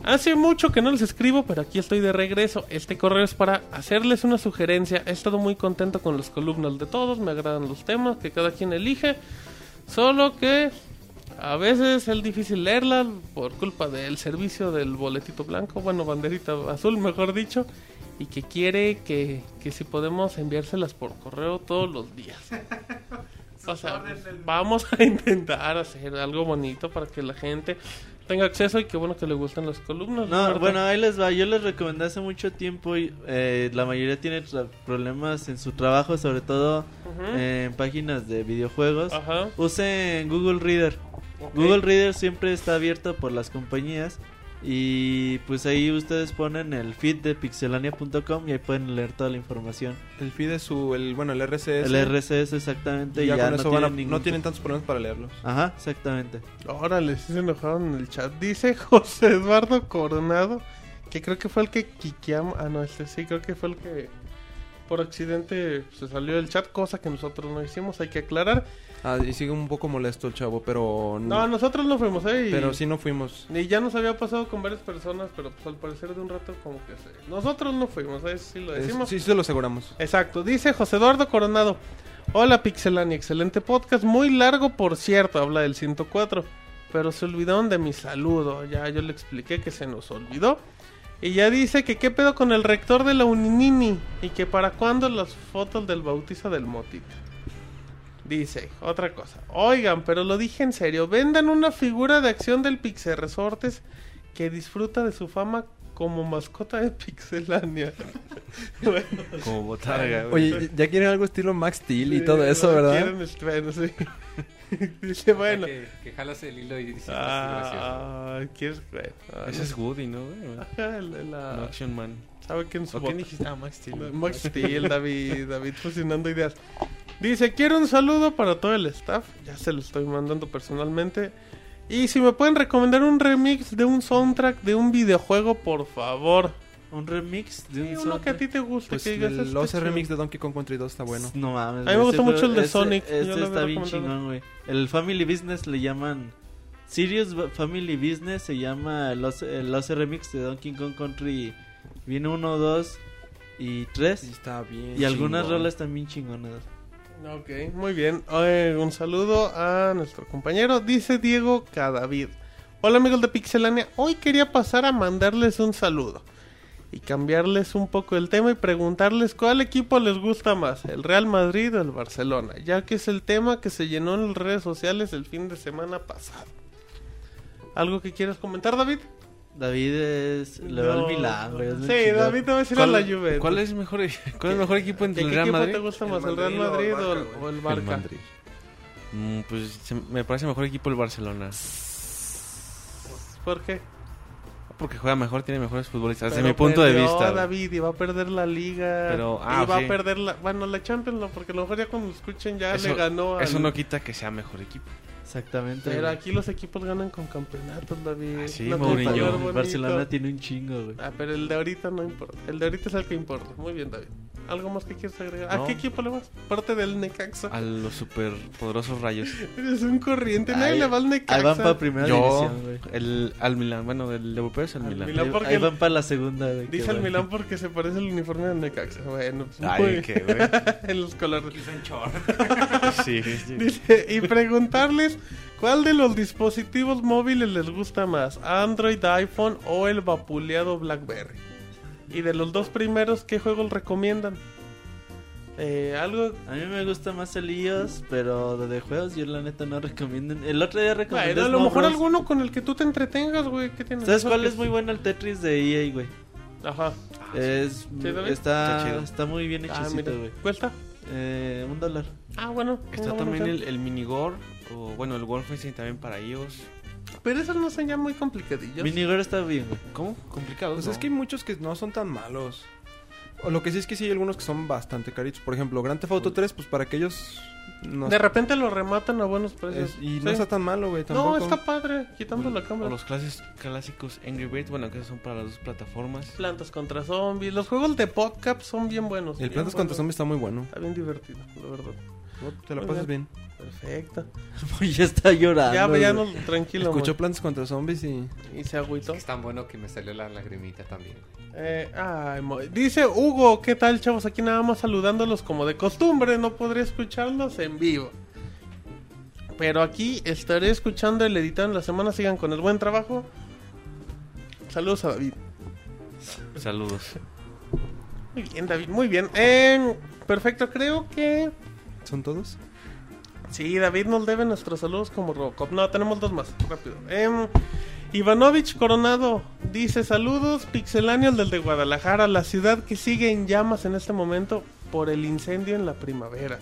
Speaker 2: Hace mucho que no les escribo, pero aquí estoy de regreso. Este correo es para hacerles una sugerencia. He estado muy contento con las columnas de todos, me agradan los temas que cada quien elige. Solo que a veces es difícil leerlas por culpa del servicio del boletito blanco, bueno, banderita azul, mejor dicho. y que quiere que, que si podemos enviárselas por correo todos los días. O sea, vamos a intentar hacer algo bonito para que la gente tenga acceso y que bueno que le gustan las columnas.
Speaker 5: No,
Speaker 2: Roberto.
Speaker 5: bueno, ahí les va. Yo les recomendé hace mucho tiempo y eh, la mayoría tiene tra- problemas en su trabajo, sobre todo
Speaker 4: ¿Mm?
Speaker 2: Ujú.
Speaker 5: en páginas de videojuegos.
Speaker 4: Ah.
Speaker 2: Ajá.
Speaker 5: Usen Google Reader.
Speaker 2: ok.
Speaker 5: Google Reader siempre está abierto por las compañías y pues ahí ustedes ponen el feed de pixelania.com y ahí pueden leer toda la información.
Speaker 9: El feed es su, el, bueno, el RCS.
Speaker 5: El RSS exactamente y
Speaker 9: ya,
Speaker 5: ya,
Speaker 9: con
Speaker 5: no,
Speaker 9: eso
Speaker 5: tienen
Speaker 9: van a-
Speaker 5: ningún-
Speaker 9: no tienen tantos problemas para leerlos.
Speaker 5: Ajá, exactamente.
Speaker 2: Órale, sí se enojaron en el chat. Dice José Eduardo Coronado, que creo que fue el que quiqueamos. Ah, no, este sí, creo que fue el que por accidente se salió del chat, cosa que nosotros no hicimos, hay que aclarar.
Speaker 9: Ah, y sigue un poco molesto el chavo, pero...
Speaker 2: No, nosotros no fuimos, ¿eh? Y,
Speaker 9: Mm. Pero sí no fuimos.
Speaker 2: y ya nos había pasado con varias personas, pero pues al parecer de un rato como que se... Nosotros no fuimos, ¿eh? Sí lo
Speaker 9: Es-
Speaker 2: decimos.
Speaker 9: sí, se lo aseguramos.
Speaker 2: Exacto, dice José Eduardo Coronado. Hola Pixelani, excelente podcast, muy largo por cierto, habla del 104, pero se olvidaron de mi saludo, ya yo le expliqué que se nos olvidó. Y ya dice que qué pedo con el rector de la Uninini y que para cuándo las fotos del bautizo del motito. Dice, otra cosa, oigan, pero lo dije en serio, vendan una figura de acción del Pixel Resortes que disfruta de su fama como mascota de Pixelania. Bueno.
Speaker 7: Como botarga, güey.
Speaker 9: Oye, ya quieren algo estilo Max Steel y
Speaker 2: Sí,
Speaker 9: todo eso,
Speaker 2: no,
Speaker 9: ¿verdad?
Speaker 2: quieren el- bueno, sí. Dice, bueno.
Speaker 3: Que, que jalas el hilo y dices,
Speaker 2: Ah, ¿quieres? Bueno, ah,
Speaker 7: Ese es Woody, ¿no? güey?
Speaker 2: la- la-
Speaker 7: No, Action Man.
Speaker 2: ¿Sabe quién su
Speaker 7: ¿O quién
Speaker 2: bota?
Speaker 7: dijiste? Ah, Max Steel.
Speaker 2: Max Steel, David, David fusionando ideas. Dice, quiero un saludo para todo el staff. Ya se lo estoy mandando personalmente. Y si me pueden recomendar un remix de un soundtrack de un videojuego, por favor.
Speaker 5: Un remix de un
Speaker 2: Sí, uno
Speaker 5: soundtrack.
Speaker 2: que a ti te guste.
Speaker 9: Pues
Speaker 2: que digas, "Este
Speaker 9: el OC
Speaker 2: chido".
Speaker 9: remix de Donkey Kong Country 2 está bueno.
Speaker 5: No mames.
Speaker 2: A mí me
Speaker 5: güey,
Speaker 2: gusta
Speaker 5: ese-
Speaker 2: mucho el de
Speaker 5: ese-
Speaker 2: Sonic, yo
Speaker 5: Este
Speaker 2: lo
Speaker 5: está
Speaker 2: había
Speaker 5: bien
Speaker 2: recomendado.
Speaker 5: chingón, güey. El Family Business le llaman. Serious Bu- Family Business se llama el OC, el OC Remix de Donkey Kong Country. Viene uno, dos y
Speaker 9: Sí,
Speaker 5: tres.
Speaker 9: está bien.
Speaker 5: Y algunas
Speaker 9: chingón.
Speaker 5: rolas también chingonadas.
Speaker 2: Ok, muy bien. Eh, un saludo a nuestro compañero, dice Diego Cadavid. Hola amigos de Pixelania, hoy quería pasar a mandarles un saludo y cambiarles un poco el tema y preguntarles cuál equipo les gusta más, el Real Madrid o el Barcelona, ya que es el tema que se llenó en las redes sociales el fin de semana pasado. ¿Algo que quieras comentar, David?
Speaker 5: David es. Le va al
Speaker 2: No.
Speaker 5: Milán, güey. es muy
Speaker 2: Sí,
Speaker 5: chingón.
Speaker 2: David te va a decir a la
Speaker 7: ¿Cuál,
Speaker 2: Juventus.
Speaker 7: cuál es mejor, ¿Cuál es el mejor equipo
Speaker 2: ¿Qué,
Speaker 7: entre el
Speaker 2: qué
Speaker 7: Real
Speaker 2: equipo
Speaker 7: Madrid?
Speaker 2: te gusta
Speaker 9: ¿El
Speaker 2: más, el Real
Speaker 9: Madrid
Speaker 2: Madrid
Speaker 9: o el
Speaker 2: o el,
Speaker 9: Barca,
Speaker 2: o el
Speaker 7: El
Speaker 2: Barca?
Speaker 7: Madrid. Mm, pues se- me parece mejor equipo el Barcelona.
Speaker 2: ¿Por qué?
Speaker 7: Porque juega mejor, tiene mejores futbolistas.
Speaker 2: Pero
Speaker 7: Desde mi punto de
Speaker 2: perdió,
Speaker 7: vista. güey.
Speaker 2: David, y va a perder la liga.
Speaker 7: Pero- ah,
Speaker 2: y va
Speaker 7: sí.
Speaker 2: a perder la. Bueno, la Champions no, porque a lo mejor ya cuando escuchen ya
Speaker 7: Eso-
Speaker 2: le ganó al-
Speaker 7: Eso no quita que sea mejor equipo.
Speaker 5: Exactamente.
Speaker 2: Pero
Speaker 5: güey.
Speaker 2: aquí los equipos ganan con campeonatos, David.
Speaker 7: Ah, sí,
Speaker 2: No te
Speaker 7: Mourinho.
Speaker 2: puedes ver
Speaker 5: El
Speaker 2: bonito.
Speaker 5: Barcelona tiene un chingo, güey.
Speaker 2: Ah, pero el de ahorita no importa. El de ahorita es el que importa. Muy bien, David. ¿Algo más que quieres agregar?
Speaker 7: No. Ah.
Speaker 2: ¿A qué equipo le vas? Parte del Necaxa.
Speaker 7: A los super poderosos rayos.
Speaker 2: Eres un corriente. Nadie
Speaker 5: Ay,
Speaker 2: le va al
Speaker 5: Ahí van
Speaker 2: Necaxa.
Speaker 5: para primera
Speaker 7: Yo,
Speaker 5: división, güey.
Speaker 7: el, al Milan. Bueno, del europeo es al
Speaker 2: Al
Speaker 7: Milan.
Speaker 2: Milan.
Speaker 5: Ahí-
Speaker 2: porque
Speaker 5: Ahí
Speaker 2: el-
Speaker 5: van para la segunda, güey. qué
Speaker 2: Dice al
Speaker 5: bueno.
Speaker 2: Milán porque se parece al uniforme del Necaxa. Bueno, pues,
Speaker 7: Ay,
Speaker 2: muy-
Speaker 7: qué güey.
Speaker 2: en los colores.
Speaker 7: Sí, sí.
Speaker 2: Dice, y preguntarles cuál de los dispositivos móviles les gusta más, Android, iPhone o el vapuleado BlackBerry. Y de los dos primeros, ¿qué juegos recomiendan? Eh, algo...
Speaker 5: A mí me gusta más el iOS, pero de juegos yo la neta no recomiendo. El otro día recomendé
Speaker 2: Bueno, a lo
Speaker 5: Snow
Speaker 2: mejor
Speaker 5: Bros.
Speaker 2: alguno con el que tú te entretengas, güey. ¿qué tienes?
Speaker 5: ¿Sabes
Speaker 2: Eso
Speaker 5: cuál
Speaker 2: que
Speaker 5: es muy bueno el Tetris de EA, güey?
Speaker 2: Ajá. ¿Sí,
Speaker 5: es,
Speaker 2: David?
Speaker 5: está,
Speaker 7: Está
Speaker 5: está,
Speaker 7: chido.
Speaker 5: muy bien
Speaker 2: Ah,
Speaker 5: hechecito,
Speaker 2: mira.
Speaker 5: güey.
Speaker 2: ¿Cuesta?
Speaker 5: Eh, un dólar.
Speaker 2: Ah, bueno.
Speaker 7: Está
Speaker 2: una buena
Speaker 7: también
Speaker 2: opción.
Speaker 7: el, el Minigore. O bueno, el Wolfenstein también para ellos.
Speaker 2: Pero esos no son ya muy complicadillos.
Speaker 5: Minigore está bien, güey.
Speaker 7: ¿Cómo? Complicado.
Speaker 9: Pues
Speaker 7: ¿no?
Speaker 9: es que hay muchos que no son tan malos. O lo que sí es que sí hay algunos que son bastante caritos. Por ejemplo, Grand Theft Auto 3, pues para aquellos... No
Speaker 2: De repente lo rematan a buenos precios.
Speaker 9: es- y
Speaker 2: Sí.
Speaker 9: no está tan malo, güey,
Speaker 2: No,
Speaker 9: tampoco.
Speaker 2: está padre. Quitando la
Speaker 7: O
Speaker 2: cámara.
Speaker 7: los clases, clásicos Angry Birds. Bueno, que esos son para las dos plataformas.
Speaker 2: Plantas contra zombies. Los juegos de podcast son bien buenos.
Speaker 9: El
Speaker 2: bien
Speaker 9: Plantas contra
Speaker 2: buenos.
Speaker 9: Zombies está muy bueno.
Speaker 2: Está bien divertido, la verdad.
Speaker 9: Te la
Speaker 2: Muy
Speaker 9: pasas bien.
Speaker 2: Perfecto.
Speaker 5: ya está
Speaker 9: Ah,
Speaker 5: llorando.
Speaker 2: Ya, pues, ya
Speaker 5: güey.
Speaker 2: no, tranquilo.
Speaker 9: Escuchó Plantas contra Zombies y...
Speaker 2: Moy. Y se agüitó.
Speaker 3: Es tan bueno que me salió la lagrimita también.
Speaker 2: Eh, ay, Moy. Dice Hugo, ¿qué tal, chavos? Aquí nada más saludándolos como de costumbre. No podré escucharlos en vivo. Pero aquí estaré escuchando el editado en la semana. Sigan con el buen trabajo. Saludos a David.
Speaker 7: Saludos.
Speaker 2: Muy bien, David, muy bien. Eh, perfecto, creo que.
Speaker 9: ¿Son todos?
Speaker 2: Sí, David nos debe nuestros saludos como Robocop. No, tenemos dos más, rápido. Em, Ivanovich Coronado dice: Saludos, pixeláneos del de Guadalajara, la ciudad que sigue en llamas en este momento por el incendio en la primavera.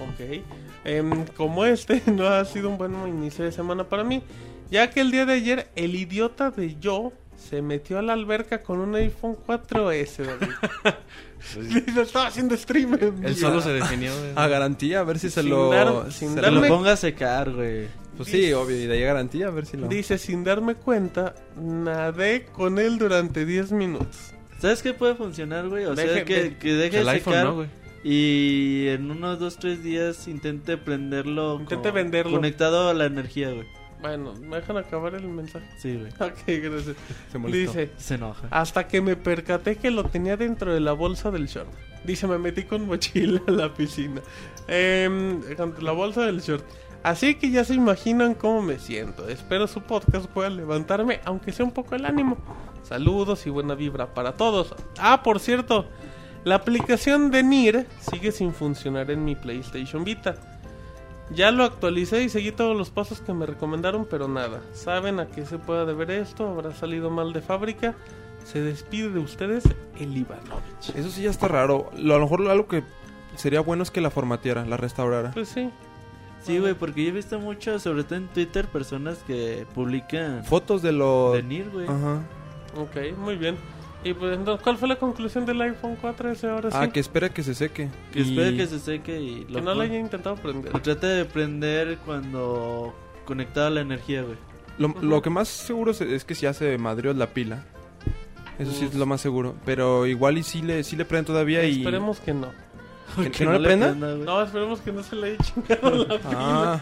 Speaker 2: Ok. Em, como este no ha sido un buen inicio de semana para mí, ya que el día de ayer el idiota de yo se metió a la alberca con un iPhone 4S, David. Dice, Estaba haciendo streamer.
Speaker 7: Él solo se definió. güey.
Speaker 9: A garantía, a ver si se
Speaker 2: Sin
Speaker 9: lo.
Speaker 2: dar- sin
Speaker 9: se
Speaker 5: Te lo
Speaker 2: darme-
Speaker 9: lo-
Speaker 5: ponga a secar, güey.
Speaker 9: Pues sí, obvio, y de ahí a garantía, a ver si lo.
Speaker 2: Dice, sin darme cuenta, nadé con él durante 10 minutos.
Speaker 5: ¿Sabes qué puede funcionar, güey? O
Speaker 2: Deje-
Speaker 5: sea, que,
Speaker 2: de-
Speaker 5: que deje
Speaker 7: Pues El
Speaker 5: de
Speaker 7: iPhone,
Speaker 5: secar
Speaker 7: ¿no, güey?
Speaker 5: y en unos dos, tres días intente prenderlo.
Speaker 2: Intente
Speaker 5: con-
Speaker 2: venderlo.
Speaker 5: Conectado a la energía, güey.
Speaker 2: Bueno, me dejan acabar el mensaje.
Speaker 5: Sí, güey.
Speaker 2: Ok, gracias.
Speaker 9: Se molestó.
Speaker 2: Dice,
Speaker 5: Se enoja.
Speaker 2: hasta que me percaté que lo tenía dentro de la bolsa del short. Dice, me metí con mochila a la piscina. Em, con la bolsa del short. Así que ya se imaginan cómo me siento. Espero su podcast pueda levantarme, aunque sea un poco el ánimo. Saludos y buena vibra para todos. Ah, por cierto, la aplicación de Nier sigue sin funcionar en mi PlayStation Vita. Ya lo actualicé y seguí todos los pasos que me recomendaron, pero nada. ¿Saben a qué se pueda deber esto? ¿Habrá salido mal de fábrica? Se despide de ustedes el Ivanovich.
Speaker 9: Eso sí ya está raro. Lo- a lo mejor algo que sería bueno es que la formateara, la restaurara.
Speaker 2: Pues sí.
Speaker 5: Sí, güey, porque yo he visto mucho, sobre todo en Twitter, personas que publican
Speaker 9: Fotos de los.
Speaker 5: venir, güey.
Speaker 9: Ajá.
Speaker 2: Ok, muy bien. Y pues entonces, ¿cuál fue la conclusión del iPhone 4S ahora sí?
Speaker 9: Ah, que espera que se seque.
Speaker 5: Que
Speaker 9: Y-
Speaker 5: espera que se seque y
Speaker 2: Que
Speaker 5: lo,
Speaker 2: no lo
Speaker 5: pon-
Speaker 2: haya intentado prender.
Speaker 5: lo trate de prender cuando conectado a la energía, güey.
Speaker 9: Lo, lo que más seguro se- es que ya se madrió la pila. Eso sí es lo más seguro. Pero igual y sí le, sí le prenden todavía y...
Speaker 2: Esperemos que no.
Speaker 9: ¿Que, que no le prenda?
Speaker 5: güey.
Speaker 2: No, esperemos que no se le haya chingado la pila.
Speaker 9: Ah.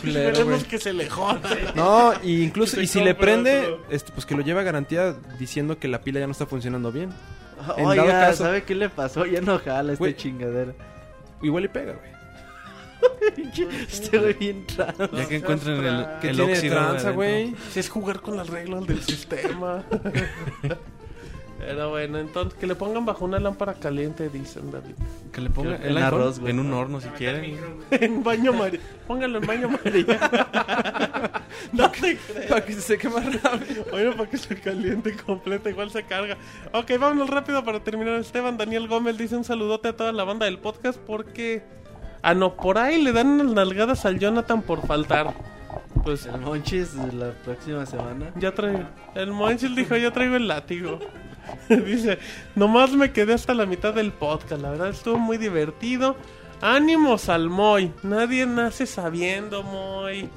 Speaker 9: Culero,
Speaker 2: esperemos
Speaker 9: güey.
Speaker 2: que se le joda.
Speaker 9: No, y incluso,
Speaker 2: Que
Speaker 9: y
Speaker 2: se
Speaker 9: si le
Speaker 2: compre
Speaker 9: prende,
Speaker 2: otro.
Speaker 9: este, pues que lo lleve a garantía diciendo que la pila ya no está funcionando bien. en
Speaker 5: Oiga,
Speaker 9: dado caso-
Speaker 5: ¿sabe qué le pasó? Ya no jala esta
Speaker 9: Güey.
Speaker 5: chingadera.
Speaker 9: Igual y pega, güey.
Speaker 5: Este güey bien raro.
Speaker 7: Ya que encuentren el,
Speaker 9: Que
Speaker 7: el
Speaker 9: tiene
Speaker 7: óxido.
Speaker 9: tranza,
Speaker 7: adentro.
Speaker 9: güey.
Speaker 2: Si es jugar con las reglas del sistema. Pero bueno, entonces que le pongan bajo una lámpara caliente, dicen David.
Speaker 7: Que le ponga
Speaker 5: Que-
Speaker 7: el
Speaker 5: en
Speaker 7: iPhone
Speaker 5: arroz, güey.
Speaker 7: en un horno si quieren.
Speaker 2: en baño María. Póngalo en baño María. no te creas.
Speaker 9: Para que se seque más rápido.
Speaker 2: Oye, para que se caliente completa, igual se carga. Ok, vámonos rápido para terminar. Esteban Daniel Gómez dice un saludote a toda la banda del podcast porque. Ah, no, por ahí le dan unas nalgadas al Jonathan por faltar. Pues
Speaker 5: El Monchis la próxima semana.
Speaker 2: ya traigo. El Monchil dijo: Ya traigo el látigo. dice: Nomás me quedé hasta la mitad del podcast. La verdad estuvo muy divertido. Ánimos al Moy. Nadie nace sabiendo, Moy.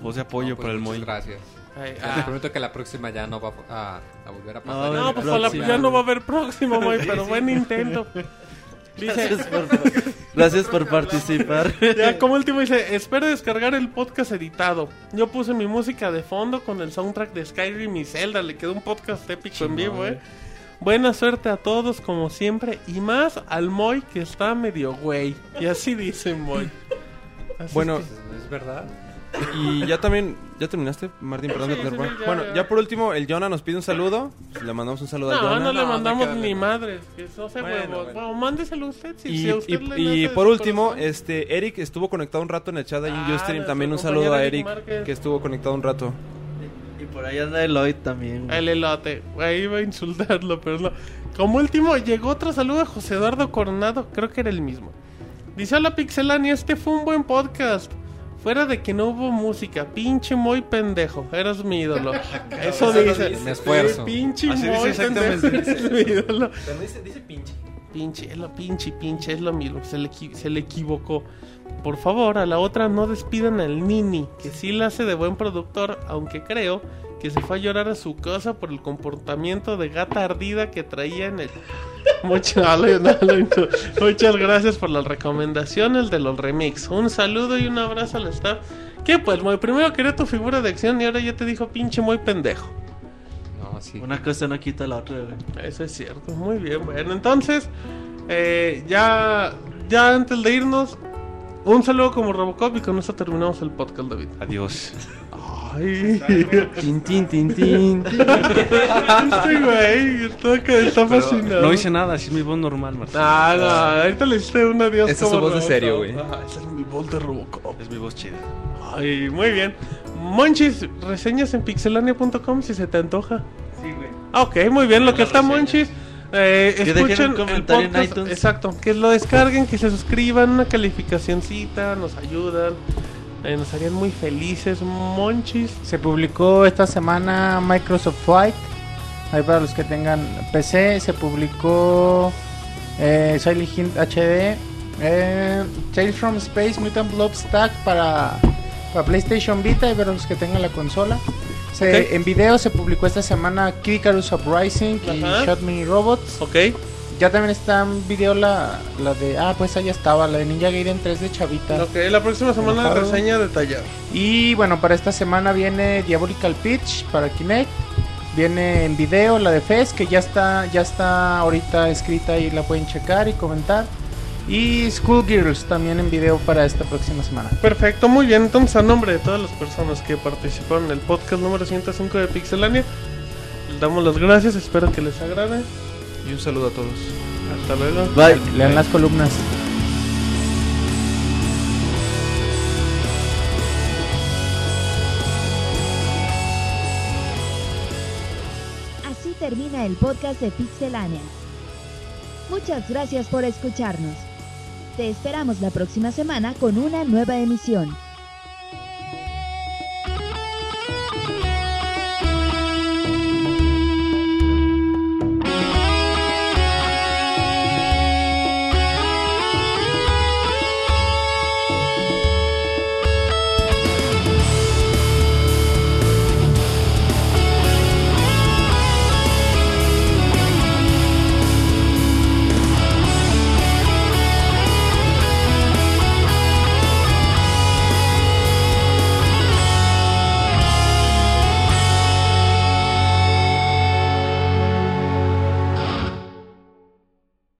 Speaker 7: Voz de apoyo
Speaker 3: No, pues,
Speaker 7: para el
Speaker 3: muchas
Speaker 7: Moy.
Speaker 3: Gracias.
Speaker 2: Ay,
Speaker 3: Les
Speaker 2: ah.
Speaker 3: prometo que la próxima ya no va a, a volver a pasar.
Speaker 5: No,
Speaker 2: No,
Speaker 5: Bueno,
Speaker 2: pues
Speaker 5: próxima,
Speaker 2: ojalá ya no va a haber próximo, güey, pero buen intento. Dice,
Speaker 5: Gracias por, gracias por participar.
Speaker 2: ya como último dice, espero descargar el podcast editado. Yo puse mi música de fondo con el soundtrack de Skyrim y Zelda, le quedó un podcast épico en vivo, eh. Buena suerte a todos como siempre y más al Moy que está medio güey. Y así dice Moy. Así
Speaker 9: Bueno,
Speaker 2: es que-
Speaker 3: ¿Es verdad?
Speaker 9: Y ya también, ya terminaste, Martín, perdón.
Speaker 2: Sí,
Speaker 9: que
Speaker 2: sí,
Speaker 9: te
Speaker 2: sí,
Speaker 9: interrumpa.
Speaker 2: ya,
Speaker 9: bueno,
Speaker 2: ya.
Speaker 9: ya. por último, el Jonah nos pide un saludo. Pues le mandamos un saludo a
Speaker 2: no,
Speaker 9: Jonah.
Speaker 2: no le
Speaker 3: no,
Speaker 2: mandamos
Speaker 3: no queda
Speaker 2: ni
Speaker 3: bien.
Speaker 2: madre. No sé,
Speaker 9: Bueno,
Speaker 2: huevo.
Speaker 9: bueno.
Speaker 2: Bueno, mándeselo usted si,
Speaker 9: Y,
Speaker 2: si a usted
Speaker 9: y-
Speaker 2: le
Speaker 9: y
Speaker 2: nace de
Speaker 9: por
Speaker 2: su
Speaker 9: último,
Speaker 2: corazón.
Speaker 9: este Eric estuvo conectado un rato en el chat ahí
Speaker 2: Ah,
Speaker 9: en Ustream.
Speaker 2: nuestro
Speaker 9: También un
Speaker 2: compañero
Speaker 9: saludo a
Speaker 2: Eric
Speaker 9: Eric,
Speaker 2: Márquez.
Speaker 9: que estuvo conectado un rato.
Speaker 5: Y por ahí anda Eloy también. güey.
Speaker 2: El elote, güey, iba a insultarlo, pero no. Como último, llegó otro saludo a José Eduardo Coronado, creo que era el mismo. Dice, hola Pixelania, este fue un buen podcast. Fuera de que no hubo música, pinche muy pendejo, eres mi ídolo. Eso dice.
Speaker 3: Me esfuerzo.
Speaker 2: Sí, Pinche
Speaker 7: Así
Speaker 2: muy
Speaker 7: dice
Speaker 2: pendejo,
Speaker 7: exactamente.
Speaker 2: eres mi ídolo.
Speaker 3: También dice, pinche.
Speaker 2: Pinche, es lo pinche, pinche, es lo mismo. Se le, equi- se le equivocó. Por favor, a la otra no despidan al Nini, que sí la hace de buen productor, aunque creo que se fue a llorar a su casa por el comportamiento de gata ardida que traía en el... Mucho- no, lo- no, lo intu- Muchas gracias por las recomendaciones de los remix. Un saludo y un abrazo al staff. Que pues, muy primero quería tu figura de acción y ahora ya te dijo pinche muy pendejo.
Speaker 3: No, sí.
Speaker 5: Una cosa no quita la otra, güey.
Speaker 2: Eso es cierto, muy bien. Bueno, entonces, eh, ya, ya antes de irnos, Un saludo como Robocop y con eso terminamos el podcast, David.
Speaker 7: Adiós.
Speaker 2: Ay. tin, tin, tin, tin. Este güey está, está
Speaker 7: Pero
Speaker 2: fascinado.
Speaker 7: no hice nada, así es mi voz normal, Martín.
Speaker 2: Ah, no, ahorita le hice un adiós.
Speaker 9: Esa es
Speaker 2: como
Speaker 9: su voz de
Speaker 2: Robocop.
Speaker 9: serio, güey.
Speaker 2: Ah, esa es mi voz de Robocop.
Speaker 7: Es mi voz chida.
Speaker 2: Ay, muy bien. Monchis, reseñas en pixelania.com si se te antoja.
Speaker 5: Sí, güey.
Speaker 2: Ah, ok, muy bien. Lo que
Speaker 5: Las
Speaker 2: está
Speaker 5: reseñas.
Speaker 2: Monchis. Eh,
Speaker 5: Que dejen un
Speaker 2: escuchen el
Speaker 5: comentario en
Speaker 2: podcast.
Speaker 5: iTunes.
Speaker 2: Exacto, que lo descarguen, que se suscriban, una calificacioncita, nos ayudan. eh, nos harían muy felices, Monchis.
Speaker 6: Se publicó esta semana Microsoft Flight. Ahí para los que tengan PC. Se publicó eh, Silent Hill HD. eh, Tales from Space Mutant Blob Stack para, para PlayStation Vita. Y para los que tengan la consola. Se-
Speaker 2: Ok.
Speaker 6: En video se publicó esta semana Kid Icarus Uprising y
Speaker 2: Ajá.
Speaker 6: Shot Mini Robots.
Speaker 2: Ok,
Speaker 6: Ya también está en video la, la de. Ah, pues ahí estaba. La de Ninja Gaiden 3 de Chavita.
Speaker 2: ok, la próxima semana
Speaker 6: Enojado.
Speaker 2: reseña detallada.
Speaker 6: Y bueno, para esta semana viene Diabolical Pitch para Kinect. Viene en video la de Fez, que ya está, ya está ahorita escrita y la pueden checar y comentar. Y Schoolgirls también en video para esta próxima semana.
Speaker 2: Perfecto, muy bien. Entonces, a nombre de todas las personas que participaron en el podcast número 105 de Pixelania, les damos las gracias. Espero que les agrade.
Speaker 9: Y un saludo a todos.
Speaker 2: Hasta luego.
Speaker 5: Bye.
Speaker 6: Lean las columnas.
Speaker 1: Así termina el podcast de Pixelania. Muchas gracias por escucharnos. Te esperamos la próxima semana con una nueva emisión.